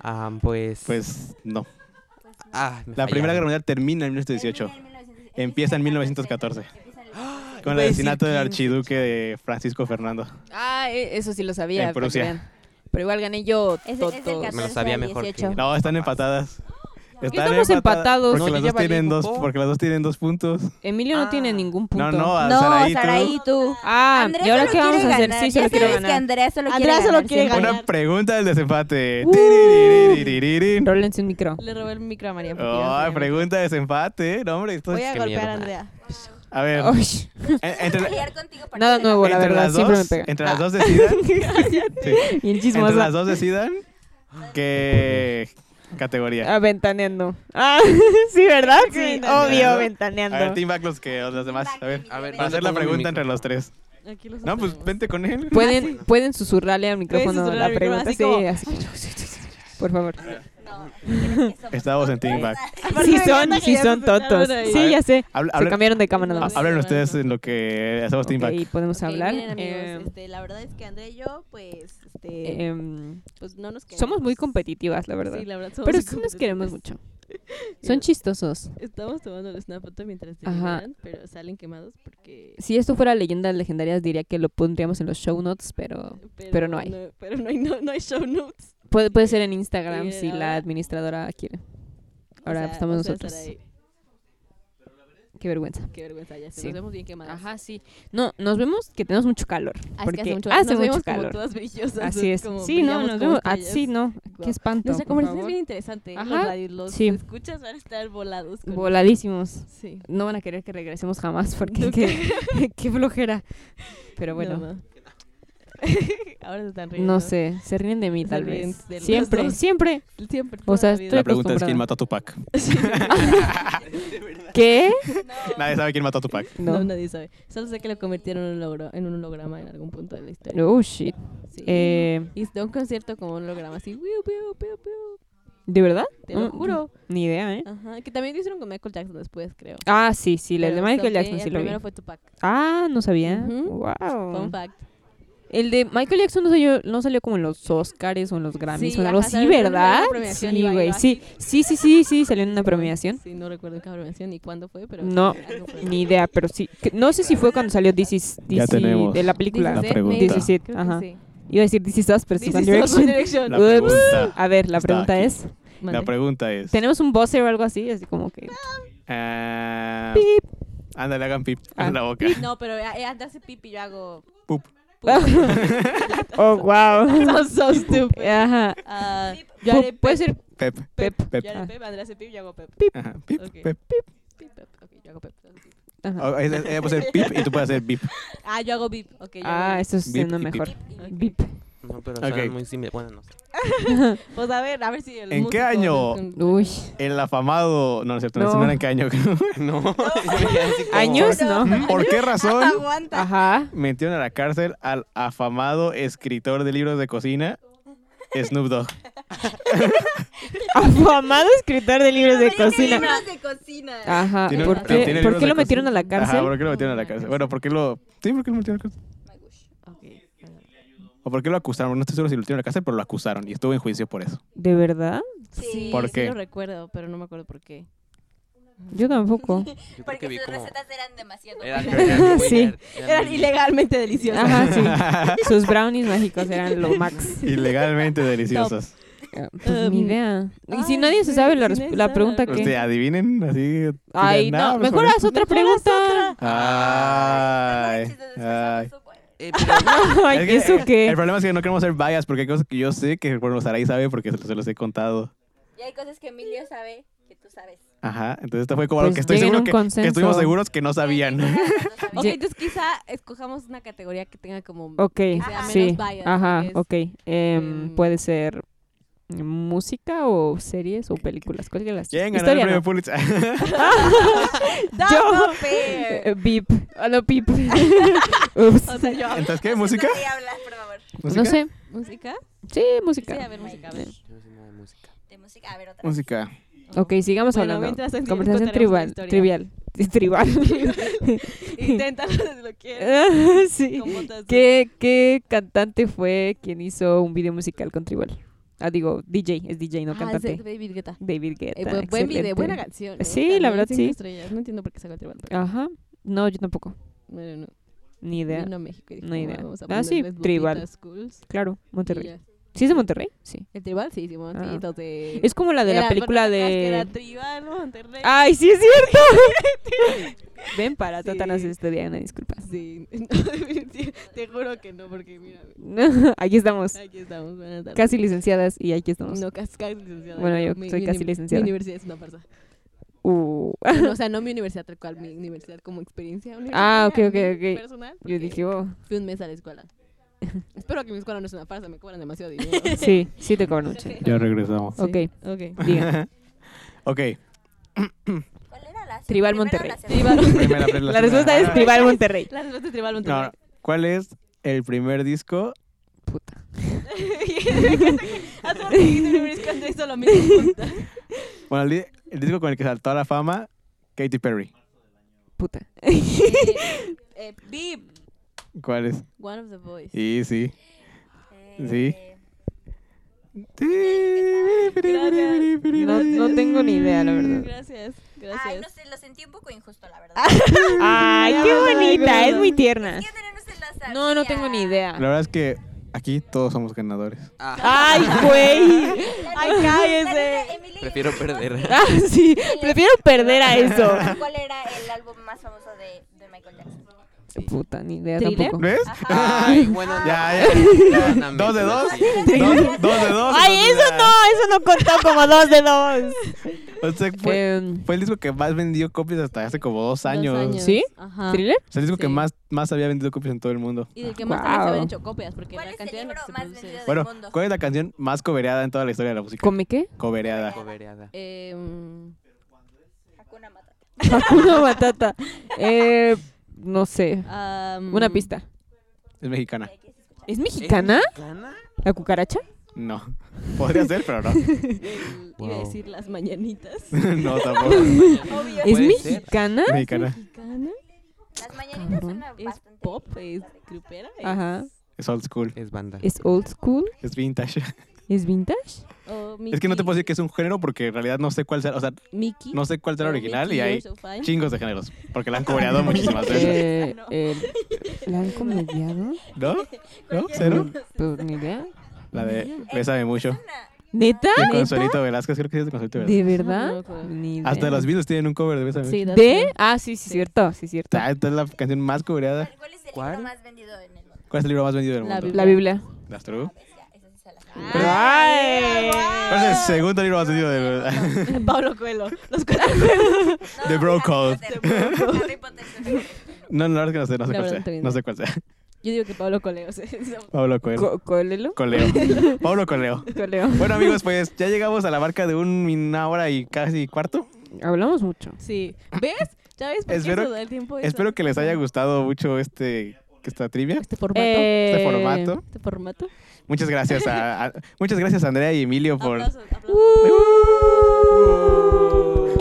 Speaker 5: Ah, pues.
Speaker 3: Pues no.
Speaker 5: Ah, me
Speaker 3: La Primera
Speaker 5: fallaron.
Speaker 3: Guerra Mundial termina en 1918.
Speaker 4: Termina en 1918.
Speaker 3: Empieza en 1914.
Speaker 4: Empieza en el-
Speaker 3: Con el
Speaker 5: Iba
Speaker 6: Pues,
Speaker 5: a decir
Speaker 3: asesinato del
Speaker 5: 15.
Speaker 3: archiduque de Francisco Fernando.
Speaker 6: Ah, e- eso sí lo sabía.
Speaker 3: En
Speaker 6: para que
Speaker 3: Prusia.
Speaker 6: vean. Pero igual gané yo.
Speaker 4: Es- es el
Speaker 6: Toto.
Speaker 4: 14.
Speaker 5: Me lo sabía
Speaker 4: al
Speaker 5: mejor.
Speaker 4: 18.
Speaker 3: No, están empatadas. Están
Speaker 6: estamos empatados?
Speaker 3: Porque,
Speaker 5: No,
Speaker 3: las
Speaker 5: yo ya
Speaker 3: dos tienen
Speaker 5: valí,
Speaker 3: dos,
Speaker 5: popó.
Speaker 3: porque las dos tienen dos puntos.
Speaker 6: Emilio no tiene
Speaker 5: Ah.
Speaker 6: ningún punto.
Speaker 3: No, no, a
Speaker 4: No,
Speaker 3: Saraí, tú.
Speaker 4: Saraí, tú.
Speaker 6: Ah,
Speaker 4: Andrea
Speaker 6: ¿y ahora
Speaker 4: solo
Speaker 6: qué vamos
Speaker 4: quiere
Speaker 6: a hacer?
Speaker 4: ganar.
Speaker 6: Sí, solo
Speaker 4: Ya
Speaker 6: quiero
Speaker 4: sabes
Speaker 6: ganar.
Speaker 4: que Andrea solo
Speaker 6: Andrea
Speaker 4: quiere
Speaker 6: solo
Speaker 4: ganar.
Speaker 6: quiere
Speaker 4: siempre.
Speaker 6: ganar.
Speaker 3: Una pregunta del desempate.
Speaker 6: Uh.
Speaker 3: Tiririririririn.
Speaker 6: Rólense un micro.
Speaker 2: le robé el micro a María. porque ya
Speaker 3: Ay,
Speaker 2: sabía.
Speaker 3: pregunta de desempate. No, hombre, esto
Speaker 2: Voy
Speaker 3: es...
Speaker 2: a
Speaker 5: Qué
Speaker 2: golpear a
Speaker 5: mierda.
Speaker 2: Andrea.
Speaker 3: A ver,
Speaker 6: Uy,
Speaker 3: en- entre,
Speaker 4: Pelear contigo para
Speaker 6: Nada
Speaker 4: que-
Speaker 6: nuevo, la
Speaker 3: entre
Speaker 6: verdad.
Speaker 3: las
Speaker 6: siempre me
Speaker 3: dos,
Speaker 6: pega. Ah.
Speaker 3: entre las dos decidan, sí,
Speaker 6: Y el
Speaker 3: entre
Speaker 6: chismosa.
Speaker 3: las dos decidan qué categoría.
Speaker 6: Ah, ventaneando. Ah, sí, ¿verdad? Sí,
Speaker 3: ventaneando.
Speaker 6: obvio,
Speaker 3: A ver,
Speaker 6: ventaneando.
Speaker 3: Team Back los que los demás. A ver,
Speaker 5: A ver,
Speaker 3: para hacer la pregunta entre los tres.
Speaker 2: Aquí los
Speaker 3: No, pues
Speaker 2: tenemos.
Speaker 3: vente con él.
Speaker 6: ¿Pueden, pueden susurrarle al micrófono
Speaker 2: susurrarle al
Speaker 6: la pregunta.
Speaker 2: micrófono,
Speaker 6: Sí, así. Por favor.
Speaker 4: No, ¿crees que somos
Speaker 3: Estamos en Team
Speaker 4: tontas?
Speaker 3: Back.
Speaker 2: Aparte
Speaker 6: Sí
Speaker 2: me
Speaker 6: son,
Speaker 2: encanta que
Speaker 6: sí
Speaker 2: ya
Speaker 6: son
Speaker 2: se sentaron
Speaker 6: tontos.
Speaker 2: ahí.
Speaker 6: Sí, ya sé.
Speaker 3: Habl-
Speaker 6: Se
Speaker 3: hablen-
Speaker 6: cambiaron de cámara
Speaker 3: ha-
Speaker 6: nada más.
Speaker 3: Hablen ustedes en lo que hacemos Team Back.
Speaker 6: Ok, podemos
Speaker 2: Ok,
Speaker 6: hablar.
Speaker 2: miren, amigos,
Speaker 6: Em,
Speaker 2: este, la verdad es que André y yo, pues, este,
Speaker 6: em,
Speaker 2: pues no nos queremos.
Speaker 6: somos muy competitivas, la verdad.
Speaker 2: Sí, la verdad. somos
Speaker 6: Pero
Speaker 2: muy
Speaker 6: sí nos queremos
Speaker 2: competitivas.
Speaker 6: mucho. Son chistosos.
Speaker 2: Estamos tomando el snap photo mientras se
Speaker 6: Ajá.
Speaker 2: miran, pero salen quemados porque...
Speaker 6: Si esto fuera leyendas legendarias, diría que lo pondríamos en los show notes, pero pero no hay.
Speaker 2: pero no hay, no, no hay show notes.
Speaker 6: puede, puede ser en Instagram
Speaker 2: Sí,
Speaker 6: si la
Speaker 2: ahora-
Speaker 6: administradora quiere.
Speaker 2: O
Speaker 6: Ahora
Speaker 2: sea,
Speaker 6: estamos
Speaker 2: o sea,
Speaker 6: nosotros.
Speaker 2: Sarai,
Speaker 6: Qué vergüenza.
Speaker 2: Qué vergüenza, ya se
Speaker 6: Sí.
Speaker 2: nos vemos bien quemadas.
Speaker 6: Ajá, sí. No, nos vemos que tenemos mucho calor.
Speaker 2: Ah, es
Speaker 6: porque
Speaker 2: que hace mucho,
Speaker 6: hace
Speaker 2: nos
Speaker 6: mucho
Speaker 2: vemos como
Speaker 6: calor.
Speaker 2: todas brillosas.
Speaker 6: Así es.
Speaker 2: como
Speaker 6: Sí, no,
Speaker 2: brillamos
Speaker 6: nos
Speaker 2: como
Speaker 6: vemos. Ah,
Speaker 2: estrellas.
Speaker 6: sí, no.
Speaker 2: Guau.
Speaker 6: Qué espanto.
Speaker 2: Nuestra
Speaker 6: por
Speaker 2: conversación es
Speaker 6: favor.
Speaker 2: bien interesante. Los,
Speaker 6: Ajá,
Speaker 2: radio- los
Speaker 6: sí.
Speaker 2: escuchas van a estar volados. con-
Speaker 6: Voladísimos.
Speaker 2: Sí.
Speaker 6: No van a querer que regresemos jamás porque
Speaker 2: No
Speaker 6: qué, qué flojera. Pero bueno,
Speaker 2: No, no. Ahora se están riendo.
Speaker 6: no sé. Se ríen de mí
Speaker 2: Se
Speaker 6: tal
Speaker 2: ríen
Speaker 6: vez.
Speaker 2: de los
Speaker 6: Siempre,
Speaker 2: dos.
Speaker 6: siempre.
Speaker 2: Siempre.
Speaker 6: O
Speaker 2: toda
Speaker 6: sea,
Speaker 2: la vida.
Speaker 6: estoy-
Speaker 3: La pregunta es
Speaker 6: acostumbrada.
Speaker 3: quién mató a Tupac.
Speaker 6: ¿Qué?
Speaker 3: Nadie sabe quién mató a Tupac.
Speaker 2: No.
Speaker 6: No.
Speaker 2: nadie sabe. Solo sé que lo convirtieron en un, logro, en un holograma en algún punto de la historia.
Speaker 6: Oh, shit.
Speaker 2: Sí.
Speaker 6: Eh,
Speaker 2: Y está un concierto como un holograma así. wiu, wiu, wiu, wiu.
Speaker 6: ¿De verdad?
Speaker 2: Te lo
Speaker 6: Mm,
Speaker 2: juro.
Speaker 6: Ni idea, ¿eh?
Speaker 2: Ajá. Que también lo hicieron con Michael Jackson después, creo.
Speaker 6: Ah, sí, sí, la de
Speaker 2: Pero
Speaker 6: Michael
Speaker 2: sé que
Speaker 6: Jackson sí
Speaker 2: el
Speaker 6: lo vi.
Speaker 2: primero fue Tupac.
Speaker 6: Ah, no sabía.
Speaker 2: Ujú. Fun
Speaker 6: Wow.
Speaker 2: fact.
Speaker 6: El de Michael Jackson no salió, no salió como en los Oscars o en los Grammys
Speaker 2: Sí,
Speaker 6: o en algo
Speaker 2: ajá,
Speaker 6: así,
Speaker 2: salió en una
Speaker 6: ¿verdad?
Speaker 2: premiación y
Speaker 6: Sí,
Speaker 2: bailó
Speaker 6: güey.
Speaker 2: así.
Speaker 6: Sí, sí, sí, sí, sí, salió en una premiación.
Speaker 2: Sí, no recuerdo qué premiación ni cuándo fue, pero...
Speaker 6: No,
Speaker 2: algo fue.
Speaker 6: ni idea, pero sí. Que- No sé si fue cuando salió This is,
Speaker 3: Ya
Speaker 6: This is-
Speaker 3: tenemos
Speaker 6: de la
Speaker 2: Dices,
Speaker 6: película.
Speaker 3: La
Speaker 2: eh,
Speaker 3: pregunta.
Speaker 2: maybe.
Speaker 6: Dices it,
Speaker 2: Creo que
Speaker 6: ajá.
Speaker 2: sí.
Speaker 6: Iba a decir This is Us, pero es
Speaker 2: Dices
Speaker 6: One
Speaker 2: One
Speaker 6: Direction.
Speaker 2: Direction.
Speaker 3: La
Speaker 6: Ups.
Speaker 3: pregunta,
Speaker 6: A ver, la
Speaker 3: está
Speaker 6: pregunta
Speaker 3: aquí.
Speaker 6: es,
Speaker 3: la
Speaker 2: Mande.
Speaker 3: pregunta es.
Speaker 6: ¿tenemos un buzzer o algo así? Así como que...
Speaker 3: Ah,
Speaker 6: pip.
Speaker 3: ándale, hagan pip
Speaker 6: Ah.
Speaker 3: en la boca.
Speaker 2: No, pero eh, Andrés hace pipi, yo hago...
Speaker 3: Pup.
Speaker 2: Pues,
Speaker 6: oh, wow.
Speaker 2: I'm so stupid.
Speaker 6: Ajá.
Speaker 2: Ah, yo haré
Speaker 6: Pu-
Speaker 2: pep.
Speaker 6: Puede ser
Speaker 3: Pep.
Speaker 6: Pep.
Speaker 3: Pep.
Speaker 2: Yo haré
Speaker 6: Ah.
Speaker 2: pep, Andrés hace pip, yo hago pep.
Speaker 3: Ajá, pip,
Speaker 2: Ok.
Speaker 3: pep.
Speaker 2: Pip, pep. Ok, yo hago pep. tú haces pip.
Speaker 6: Ajá.
Speaker 3: Oh, ella- ella puede hacer pip y tú puedes hacer bip.
Speaker 2: Ah, yo hago bip. Ok, yo hago
Speaker 6: Ah,
Speaker 2: bip.
Speaker 6: eso suena
Speaker 3: Bip y pip.
Speaker 6: mejor.
Speaker 2: Ok.
Speaker 6: Bip.
Speaker 5: No, pero
Speaker 3: Ok.
Speaker 5: suenan muy similares. Bueno, no sé.
Speaker 2: Pues a ver, a ver si el
Speaker 3: ¿En qué
Speaker 2: músico
Speaker 3: año?
Speaker 2: nos-
Speaker 6: Uy.
Speaker 3: El afamado. No, no es cierto, no,
Speaker 6: No.
Speaker 3: no era en qué año.
Speaker 5: No. yo me quedé así como-
Speaker 6: ¿Años? ¿No?
Speaker 3: ¿Por qué
Speaker 4: Ah,
Speaker 3: razón
Speaker 2: Aguanta.
Speaker 6: Ajá.
Speaker 3: metieron a la cárcel al afamado escritor de libros de cocina, Snoop Dogg?
Speaker 6: Afamado escritor de libros de cocina.
Speaker 4: Libros de cocina.
Speaker 6: Ajá.
Speaker 3: Tiene-
Speaker 6: ¿Por
Speaker 3: pero
Speaker 6: qué,
Speaker 3: tiene
Speaker 6: por
Speaker 3: libros
Speaker 6: qué
Speaker 3: de
Speaker 6: lo metieron a la
Speaker 3: cocina. Ajá,
Speaker 6: cárcel?
Speaker 3: ¿por qué lo metieron a la cárcel? Bueno, ¿por qué lo.? Sí, ¿por qué lo metieron a la cárcel? ¿O por qué lo acusaron? No estoy seguro si lo metieron a la cárcel, pero lo acusaron y estuvo en juicio por eso.
Speaker 6: ¿De verdad?
Speaker 4: Sí.
Speaker 3: ¿Por qué?
Speaker 2: Sí lo recuerdo, pero no me acuerdo por qué.
Speaker 6: Yo tampoco.
Speaker 5: Yo creo que
Speaker 4: Porque
Speaker 5: vi
Speaker 4: sus
Speaker 5: como...
Speaker 4: recetas eran demasiado.
Speaker 5: Eran,
Speaker 4: buenas.
Speaker 5: eran muy-
Speaker 6: Sí.
Speaker 5: eran
Speaker 2: Eran
Speaker 5: muy-
Speaker 2: ilegalmente deliciosas.
Speaker 6: Ajá, sí. Sus brownies mágicos eran lo max.
Speaker 3: Ilegalmente deliciosas.
Speaker 6: Eh, Pues ni
Speaker 2: Um,
Speaker 6: idea. Y si
Speaker 2: ay,
Speaker 6: nadie se
Speaker 2: güey,
Speaker 6: sabe la,
Speaker 2: si
Speaker 6: resp-
Speaker 2: nadie
Speaker 6: la
Speaker 2: sabe.
Speaker 6: pregunta
Speaker 3: Usted,
Speaker 6: que...
Speaker 3: adivinen, así.
Speaker 6: Ay,
Speaker 3: digan,
Speaker 6: no.
Speaker 3: pues,
Speaker 6: Mejor
Speaker 3: bueno.
Speaker 6: haz otra pregunta.
Speaker 4: Ay,
Speaker 3: Ay, pues,
Speaker 4: chistes de
Speaker 3: ay.
Speaker 4: desfasado, bueno.
Speaker 5: Eh, pero-
Speaker 6: Ay,
Speaker 3: Es que
Speaker 6: ¿eso
Speaker 3: El
Speaker 6: qué?
Speaker 3: problema es que no queremos ser bias porque hay cosas que yo sé que, bueno, Saray sabe porque se, se los he contado.
Speaker 4: Y hay cosas que Emilio sabe que tú sabes.
Speaker 3: Ajá, entonces esto fue como algo
Speaker 6: Pues
Speaker 3: que estoy
Speaker 6: lleguen a
Speaker 3: seguro
Speaker 6: un
Speaker 3: que,
Speaker 6: consenso.
Speaker 3: que estuvimos seguros que no sabían.
Speaker 2: Ok,
Speaker 6: Ye-
Speaker 2: entonces quizá escojamos una categoría que tenga como...
Speaker 6: Ok,
Speaker 4: sea
Speaker 2: menos
Speaker 6: sí.
Speaker 2: bias,
Speaker 6: Ajá,
Speaker 2: porque es,
Speaker 6: ok. Em,
Speaker 2: em,
Speaker 6: puede ser música o series o películas. ¿Cuál de las
Speaker 3: ¿Quién ganó el
Speaker 6: Historia
Speaker 3: premio
Speaker 6: no.
Speaker 3: Pulitzer?
Speaker 6: Yo.
Speaker 4: Pero-
Speaker 6: Eh, Beep. Hola, beep. Ups.
Speaker 2: O sea, yo...
Speaker 3: Entonces, ¿qué? ¿Música?
Speaker 4: Sí, hablas, por favor.
Speaker 3: ¿Música?
Speaker 6: No sé.
Speaker 2: ¿Música?
Speaker 6: Sí,
Speaker 2: Sí,
Speaker 6: música.
Speaker 2: a ver, música, a ver.
Speaker 5: Yo no sé nada de música.
Speaker 4: De música, a ver otra.
Speaker 3: Música.
Speaker 6: Ok, sigamos
Speaker 2: Bueno,
Speaker 6: hablando.
Speaker 2: mientras en- contaremos
Speaker 6: Conversación
Speaker 2: una
Speaker 6: tribal,
Speaker 2: historia.
Speaker 6: trivial. Tribal.
Speaker 2: Inténtalo desbloquear.
Speaker 6: Ah, sí.
Speaker 2: Con botas de-
Speaker 6: ¿Qué, ¿Qué cantante fue quien hizo un video musical con tribal? Ah, digo, DJ. Es DJ, no
Speaker 2: Ah,
Speaker 6: cantante.
Speaker 2: ese David Guetta.
Speaker 6: David Guetta.
Speaker 2: Eh, buen, buen video,
Speaker 6: excelente.
Speaker 2: buena canción. ¿eh?
Speaker 6: Sí,
Speaker 2: También
Speaker 6: la verdad,
Speaker 2: cinco
Speaker 6: sí.
Speaker 2: estrellas. No entiendo por qué sacó el tribal. Pero...
Speaker 6: Ajá. No, yo tampoco.
Speaker 2: Bueno, no.
Speaker 6: Ni idea.
Speaker 2: Vino a México y dijo,
Speaker 6: No idea.
Speaker 2: Vamos a
Speaker 6: Ah, sí,
Speaker 2: ponerles
Speaker 6: tribal.
Speaker 2: botitas cools". Y
Speaker 6: Claro, Monterrey.
Speaker 2: ya.
Speaker 6: ¿Sí es de Monterrey? Sí.
Speaker 2: El tribal, sí, hicimos
Speaker 6: Ah.
Speaker 2: botitas de...
Speaker 6: Es como la de la
Speaker 2: Era-
Speaker 6: película
Speaker 2: ¿te acuerdas que Era
Speaker 6: de... Ah.
Speaker 2: tribal, Monterrey.
Speaker 6: ¡Ay, sí es cierto! Ven para
Speaker 2: Sí.
Speaker 6: Satanás este día, una disculpa.
Speaker 2: Ah, Sí, te juro que no, porque mira,
Speaker 6: aquí estamos.
Speaker 2: aquí estamos. buenas tardes.
Speaker 6: Casi licenciadas y aquí estamos.
Speaker 2: No, casi, casi licenciada.
Speaker 6: Bueno, yo
Speaker 2: Mi-
Speaker 6: soy
Speaker 2: mi
Speaker 6: casi
Speaker 2: uni-
Speaker 6: licenciada.
Speaker 2: Mi universidad es una farsa.
Speaker 6: uh.
Speaker 2: Bueno, o sea, no mi universidad tal cual, mi universidad como experiencia.
Speaker 6: Ah, ok,
Speaker 2: universitaria,
Speaker 6: ok,
Speaker 2: mi
Speaker 6: ok.
Speaker 2: Personal.
Speaker 6: Yo dije, oh,
Speaker 2: Fui un mes a la escuela. Espero que mi escuela no es una farsa, me cobran demasiado dinero.
Speaker 6: sí, sí te cobran mucho.
Speaker 3: Ya regresamos.
Speaker 6: Ok,
Speaker 2: ok.
Speaker 6: diga.
Speaker 3: Ok.
Speaker 4: ¿Cuál era la primera
Speaker 6: Tribal
Speaker 4: o
Speaker 6: Monterrey.
Speaker 4: la segunda?
Speaker 3: primera, pues,
Speaker 6: La respuesta es
Speaker 3: primera.
Speaker 6: Tribal Monterrey.
Speaker 2: La respuesta es tribal
Speaker 3: No, ¿Cuál es el primer disco?
Speaker 6: Puta.
Speaker 2: Hace rato que Luis cuando hizo lo mismo.
Speaker 3: Bueno, el, di- el disco con el que saltó a la fama, Katy Perry.
Speaker 6: Puta.
Speaker 2: eh, eh, Beep.
Speaker 3: ¿Cuál es?
Speaker 2: One of the boys.
Speaker 3: Y sí. Sí.
Speaker 4: Eh,
Speaker 6: No, no tengo ni idea, la verdad.
Speaker 2: Gracias, gracias.
Speaker 4: Ay, no sé, lo sentí un poco injusto, la
Speaker 6: Ah.
Speaker 4: verdad.
Speaker 6: Ay, qué bonita, es muy tierna.
Speaker 4: Yo no se la sabía.
Speaker 6: No, no tengo ni idea.
Speaker 3: La verdad es que aquí todos somos ganadores.
Speaker 6: Ay, güey.
Speaker 4: La
Speaker 6: Ay,
Speaker 4: neta,
Speaker 6: cállese.
Speaker 4: la neta, Emily
Speaker 5: Prefiero
Speaker 4: Rose,
Speaker 5: perder.
Speaker 6: Ah, sí, prefiero perder a eso.
Speaker 4: ¿Cuál era el álbum más famoso de, de Michael Jackson?
Speaker 6: Puta, ni idea
Speaker 2: ¿Thriller?
Speaker 6: tampoco.
Speaker 3: ¿Ves?
Speaker 5: Ay, bueno,
Speaker 3: Ya,
Speaker 5: no.
Speaker 3: ya, ya.
Speaker 5: Perdóname,
Speaker 3: Dos de
Speaker 5: pero
Speaker 3: dos.
Speaker 5: sí.
Speaker 3: Dos, dos de dos.
Speaker 6: Ay,
Speaker 3: entonces,
Speaker 6: eso no, eso no contó como dos de dos.
Speaker 3: O sea, fue,
Speaker 6: Em,
Speaker 3: fue el disco que más vendió copias hasta hace como dos años.
Speaker 6: ¿Sí?
Speaker 2: Ajá.
Speaker 6: ¿Thriller?
Speaker 3: O sea, el disco que
Speaker 2: Sí.
Speaker 3: más, más había vendido copias en todo el mundo.
Speaker 2: Y del que más también se
Speaker 6: Wow.
Speaker 2: habían hecho copias, porque
Speaker 4: ¿Cuál
Speaker 2: la
Speaker 4: es el
Speaker 2: cantidad en la
Speaker 4: libro
Speaker 2: que se
Speaker 4: más
Speaker 2: produce-
Speaker 4: vendido del
Speaker 3: Bueno,
Speaker 4: mundo?
Speaker 3: ¿cuál es la canción más cobereada en toda la historia de la música?
Speaker 6: ¿Come qué?
Speaker 3: Cobereada.
Speaker 5: Cobereada.
Speaker 2: Eh, mm,
Speaker 4: Hakuna Matata.
Speaker 6: Hakuna Matata. Eh, no sé.
Speaker 2: am,
Speaker 6: Una pista.
Speaker 3: Es mexicana.
Speaker 6: ¿Es mexicana?
Speaker 5: ¿Mexicana?
Speaker 6: ¿La cucaracha?
Speaker 3: No. Podría ser, pero no.
Speaker 2: el- Iba a
Speaker 5: Wow.
Speaker 2: decir las mañanitas.
Speaker 3: no, tampoco.
Speaker 6: ¿Es
Speaker 5: Puede ser.
Speaker 6: mexicana?
Speaker 3: mexicana.
Speaker 2: Mexicana.
Speaker 4: Las mañanitas
Speaker 6: Cabrón.
Speaker 4: suena
Speaker 2: Es
Speaker 4: bastante.
Speaker 2: pop, es grupera. es-
Speaker 6: Ajá.
Speaker 3: Es old school.
Speaker 5: Es banda.
Speaker 6: ¿Es old school?
Speaker 3: Es vintage.
Speaker 6: ¿Es vintage?
Speaker 2: o
Speaker 3: Es que no te
Speaker 2: Mickey-
Speaker 3: puedo decir que es un género porque en realidad no sé cuál sea, o sea,
Speaker 2: Mickey.
Speaker 3: no sé cuál sea
Speaker 2: o
Speaker 3: el original
Speaker 2: Mickey
Speaker 3: y hay
Speaker 2: Years of Fun.
Speaker 3: chingos de géneros. Porque la han cobereado muchísimas veces.
Speaker 6: Eh, eh, ¿La han comediado?
Speaker 3: ¿No? ¿No? ¿Cero?
Speaker 6: Pues, ni idea.
Speaker 3: La de Bésame mucho.
Speaker 4: Suena-
Speaker 6: ¿Neta?
Speaker 3: De
Speaker 6: ¿Neta?
Speaker 3: Consuelito Velázquez, creo que sí es de Consuelito
Speaker 6: ¿De
Speaker 3: Velázquez.
Speaker 6: verdad?
Speaker 2: No, claro.
Speaker 6: Ni idea.
Speaker 3: Hasta los Beatles tienen un cover de Bésame
Speaker 2: Sí, that's
Speaker 3: mucho.
Speaker 6: ¿De?
Speaker 2: right.
Speaker 6: Ah, sí, sí, cierto, sí, cierto.
Speaker 3: Ah, Esta es la canción más cobereada.
Speaker 4: ¿Cuál- ¿Cuál es el
Speaker 5: ¿Cuál?
Speaker 4: libro más vendido en el mundo?
Speaker 3: ¿Cuál es el libro más vendido del
Speaker 2: La
Speaker 3: mundo?
Speaker 2: Biblia.
Speaker 6: La Biblia.
Speaker 3: ¿Las true?
Speaker 4: Ya, esa sí se la
Speaker 3: Ah,
Speaker 4: sabe.
Speaker 2: Ah,
Speaker 6: ¡Ay!
Speaker 3: ¿Cuál es el segundo libro más vendido del
Speaker 2: Pablo Coelho. Los
Speaker 4: No,
Speaker 3: The Bro
Speaker 4: Harry
Speaker 3: Code.
Speaker 4: Potter. Harry Potter suena-
Speaker 3: No, no, la verdad es que no sé,
Speaker 2: La
Speaker 3: no sé
Speaker 2: verdad,
Speaker 3: cuál sea.
Speaker 2: también
Speaker 3: No
Speaker 2: no.
Speaker 3: sé cuál sea.
Speaker 2: Yo digo que Pablo Coelho. o sea,
Speaker 3: Pablo Coelho.
Speaker 6: Co- ¿Colelo?
Speaker 3: Coleo. Pablo Coleo.
Speaker 6: Coleo.
Speaker 3: Bueno, amigos, pues ya llegamos a la marca de un, una hora y casi cuarto.
Speaker 6: Hablamos mucho.
Speaker 2: Sí. ¿Ves? ¿Ya ves por
Speaker 3: Espero-
Speaker 2: qué se da el tiempo? eso?
Speaker 3: Espero que les haya gustado mucho este esta trivia,
Speaker 2: Este formato.
Speaker 6: Eh,
Speaker 3: este formato.
Speaker 2: Este formato.
Speaker 3: Muchas gracias a, a- muchas gracias a Andrea y Emilio por,
Speaker 2: Aplausos, aplausos.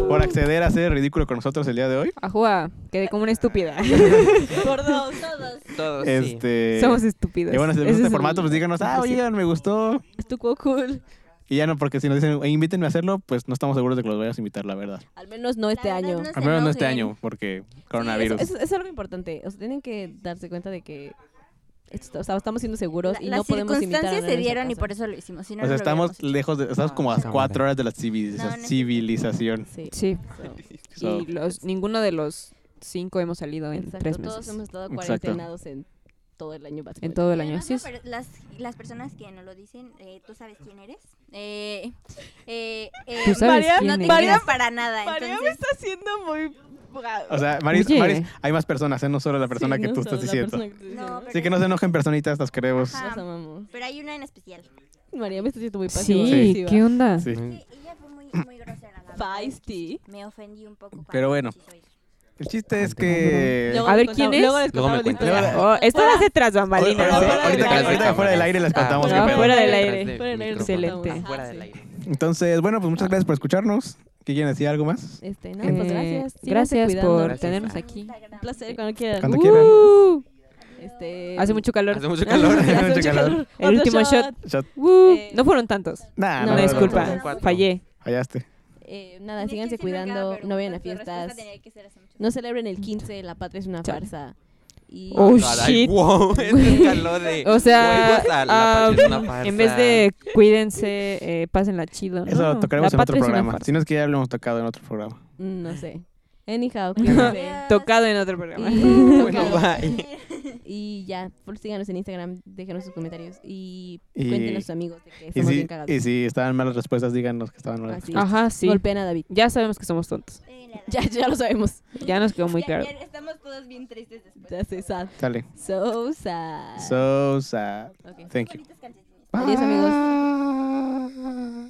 Speaker 3: por acceder a hacer el ridículo con nosotros el día de hoy.
Speaker 6: Ajua, quedé como una estúpida.
Speaker 2: Por dos, todos.
Speaker 5: Todos, sí.
Speaker 3: Este
Speaker 6: Somos estúpidos.
Speaker 3: y bueno, si les
Speaker 6: Ese
Speaker 3: gusta
Speaker 6: es
Speaker 3: este formato,
Speaker 6: el-
Speaker 3: pues díganos, ah, oye, me gustó.
Speaker 2: Estuvo cool.
Speaker 3: Y ya no, porque si nos dicen, "Eh, invítenme a hacerlo, pues no estamos seguros de que los vayas a invitar, la verdad.
Speaker 2: Al menos no este
Speaker 4: La verdad,
Speaker 2: año.
Speaker 4: no
Speaker 2: Sí,
Speaker 4: se
Speaker 3: Al menos no este
Speaker 4: enojen.
Speaker 3: año, porque coronavirus.
Speaker 2: eso, eso es algo importante. O sea, tienen que darse cuenta de que esto- o sea, estamos siendo seguros y
Speaker 4: La-
Speaker 2: no
Speaker 4: las
Speaker 2: podemos imitar a
Speaker 4: circunstancias se
Speaker 2: nadie en
Speaker 4: dieron y
Speaker 2: esta
Speaker 4: por
Speaker 2: casa.
Speaker 4: eso lo hicimos. Si no,
Speaker 3: o
Speaker 4: no
Speaker 3: sea,
Speaker 4: lo
Speaker 3: estamos
Speaker 4: hubiéramos
Speaker 3: lejos, de, estamos como a
Speaker 5: Cámara.
Speaker 3: cuatro horas de la civiliza-
Speaker 4: No, no es-
Speaker 3: civilización.
Speaker 2: Sí.
Speaker 6: Sí.
Speaker 2: So,
Speaker 3: So,
Speaker 6: Y los, ninguno de los cinco hemos salido en
Speaker 2: exacto,
Speaker 6: tres
Speaker 2: Todos
Speaker 6: meses.
Speaker 2: hemos estado
Speaker 3: Exacto.
Speaker 2: cuarentenados en todo el año.
Speaker 6: En
Speaker 2: básicamente.
Speaker 6: todo
Speaker 4: Y
Speaker 6: el año.
Speaker 4: además,
Speaker 6: Así
Speaker 4: no,
Speaker 6: es.
Speaker 4: pero las, las personas que no lo dicen, eh, tú sabes quién eres. Eh, eh, eh,
Speaker 6: Tú sabes
Speaker 2: María-
Speaker 6: quién
Speaker 4: no te
Speaker 6: eres.
Speaker 4: creas para nada.
Speaker 2: María me
Speaker 4: entonces,
Speaker 2: está haciendo muy.
Speaker 3: O sea, Maris,
Speaker 6: Oye.
Speaker 3: Maris, hay más personas, ¿eh? no solo la persona
Speaker 2: Sí,
Speaker 3: que
Speaker 2: no
Speaker 3: tú
Speaker 2: solo
Speaker 3: estás
Speaker 2: la
Speaker 3: diciendo.
Speaker 2: persona que estoy diciendo.
Speaker 4: No, pero-
Speaker 3: Así que no se enojen personitas, los queremos.
Speaker 4: Ajá.
Speaker 2: Los amamos.
Speaker 4: pero hay una en especial.
Speaker 2: María me está haciendo muy pasiva.
Speaker 6: Sí, ¿qué onda?
Speaker 3: Sí.
Speaker 4: Sí, ella fue muy, muy grosera. la verdad.
Speaker 2: Feisty.
Speaker 4: Me ofendí un poco. cuando
Speaker 3: Pero bueno.
Speaker 4: me quiso ir.
Speaker 3: El chiste es que...
Speaker 6: Luego- A ver, ¿quién es?
Speaker 2: Luego les
Speaker 5: Luego me
Speaker 2: contamos la
Speaker 5: cuentas.
Speaker 2: historia.
Speaker 6: Oh, esto lo hace tras
Speaker 3: Ahorita-
Speaker 6: bambalinas.
Speaker 2: Oye,
Speaker 6: ¿eh?
Speaker 2: pero-
Speaker 3: ahorita- ahorita-
Speaker 5: Fuera de
Speaker 3: ahorita que fuera del
Speaker 5: cámaras.
Speaker 3: aire les
Speaker 5: Ah,
Speaker 3: contamos
Speaker 6: no,
Speaker 3: qué pedo.
Speaker 6: fuera del
Speaker 5: Detrás
Speaker 6: aire.
Speaker 5: del
Speaker 2: Fuera del aire,
Speaker 5: micrófono.
Speaker 6: excelente.
Speaker 2: Ajá,
Speaker 5: Fuera del
Speaker 2: sí.
Speaker 5: aire.
Speaker 3: Entonces, bueno, pues muchas gracias por escucharnos. ¿Qué quieren decir? ¿Algo más?
Speaker 2: Este, no,
Speaker 6: Eh,
Speaker 2: pues gracias. síganse
Speaker 6: gracias
Speaker 2: cuidando.
Speaker 6: por
Speaker 5: Gracias.
Speaker 6: tenernos
Speaker 5: Ah.
Speaker 6: aquí.
Speaker 2: Un placer cuando quieran.
Speaker 3: Cuando
Speaker 2: Uh,
Speaker 3: quieran.
Speaker 6: Uh,
Speaker 2: Este,
Speaker 6: hace mucho calor.
Speaker 5: Hace mucho calor.
Speaker 3: Hace mucho calor.
Speaker 6: El último shot.
Speaker 3: Shot.
Speaker 6: Uh,
Speaker 2: Eh,
Speaker 6: no fueron tantos.
Speaker 3: Nah,
Speaker 2: no, no,
Speaker 6: Una disculpa,
Speaker 5: no, no, no.
Speaker 6: fallé.
Speaker 3: Fallaste.
Speaker 2: Eh,
Speaker 4: Tenía
Speaker 2: nada,
Speaker 4: que
Speaker 2: síganse
Speaker 4: decirme cada
Speaker 2: cuidando, no
Speaker 4: pregunta,
Speaker 2: vayan a
Speaker 4: tu respuesta
Speaker 2: fiestas.
Speaker 4: tenía que ser hace mucho
Speaker 2: No celebren el 15, la patria es una
Speaker 6: Chale.
Speaker 2: farsa. Y
Speaker 6: Oh,
Speaker 5: Caray,
Speaker 6: shit.
Speaker 5: Wow, es un calor de.
Speaker 6: O sea,
Speaker 5: Huevos a la
Speaker 6: ah,
Speaker 5: pacha es una farsa.
Speaker 6: en vez de cuídense, eh, pásenla chido.
Speaker 3: Eso
Speaker 6: No,
Speaker 3: lo tocaremos
Speaker 6: la
Speaker 3: en otro
Speaker 6: patria es una
Speaker 3: programa.
Speaker 6: farsa.
Speaker 3: Si no es que ya lo hemos tocado en otro programa.
Speaker 2: Mm, no sé. Anyhow,
Speaker 6: No.
Speaker 2: cuídense.
Speaker 6: Tocado en otro programa.
Speaker 2: Y-
Speaker 5: Bueno, bye.
Speaker 4: tiempo.
Speaker 2: Y ya, por- síganos en Instagram, déjenos sus comentarios y,
Speaker 3: Y-
Speaker 2: cuéntenos a sus amigos de que
Speaker 3: Y
Speaker 2: estamos
Speaker 3: si,
Speaker 2: bien cagados. Ah,
Speaker 3: y si estaban malas respuestas, díganos que estaban malas
Speaker 2: Así
Speaker 3: respuestas.
Speaker 6: Ajá, sí.
Speaker 2: Golpeen a David.
Speaker 6: Ya sabemos que somos tontos.
Speaker 2: Ya, ya lo sabemos.
Speaker 6: Ya nos quedó muy claro.
Speaker 4: estamos todos bien tristes después.
Speaker 2: Ya sé, sad.
Speaker 3: Sale.
Speaker 2: So sad.
Speaker 3: So sad.
Speaker 2: Ok.
Speaker 3: Thank you.
Speaker 4: Bonitas canciones.
Speaker 2: Adiós, amigos.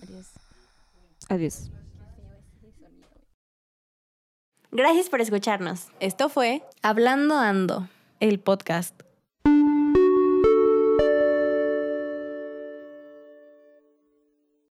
Speaker 2: Adiós.
Speaker 6: Adiós.
Speaker 1: Gracias por escucharnos. Esto fue Hablando Ando, el podcast.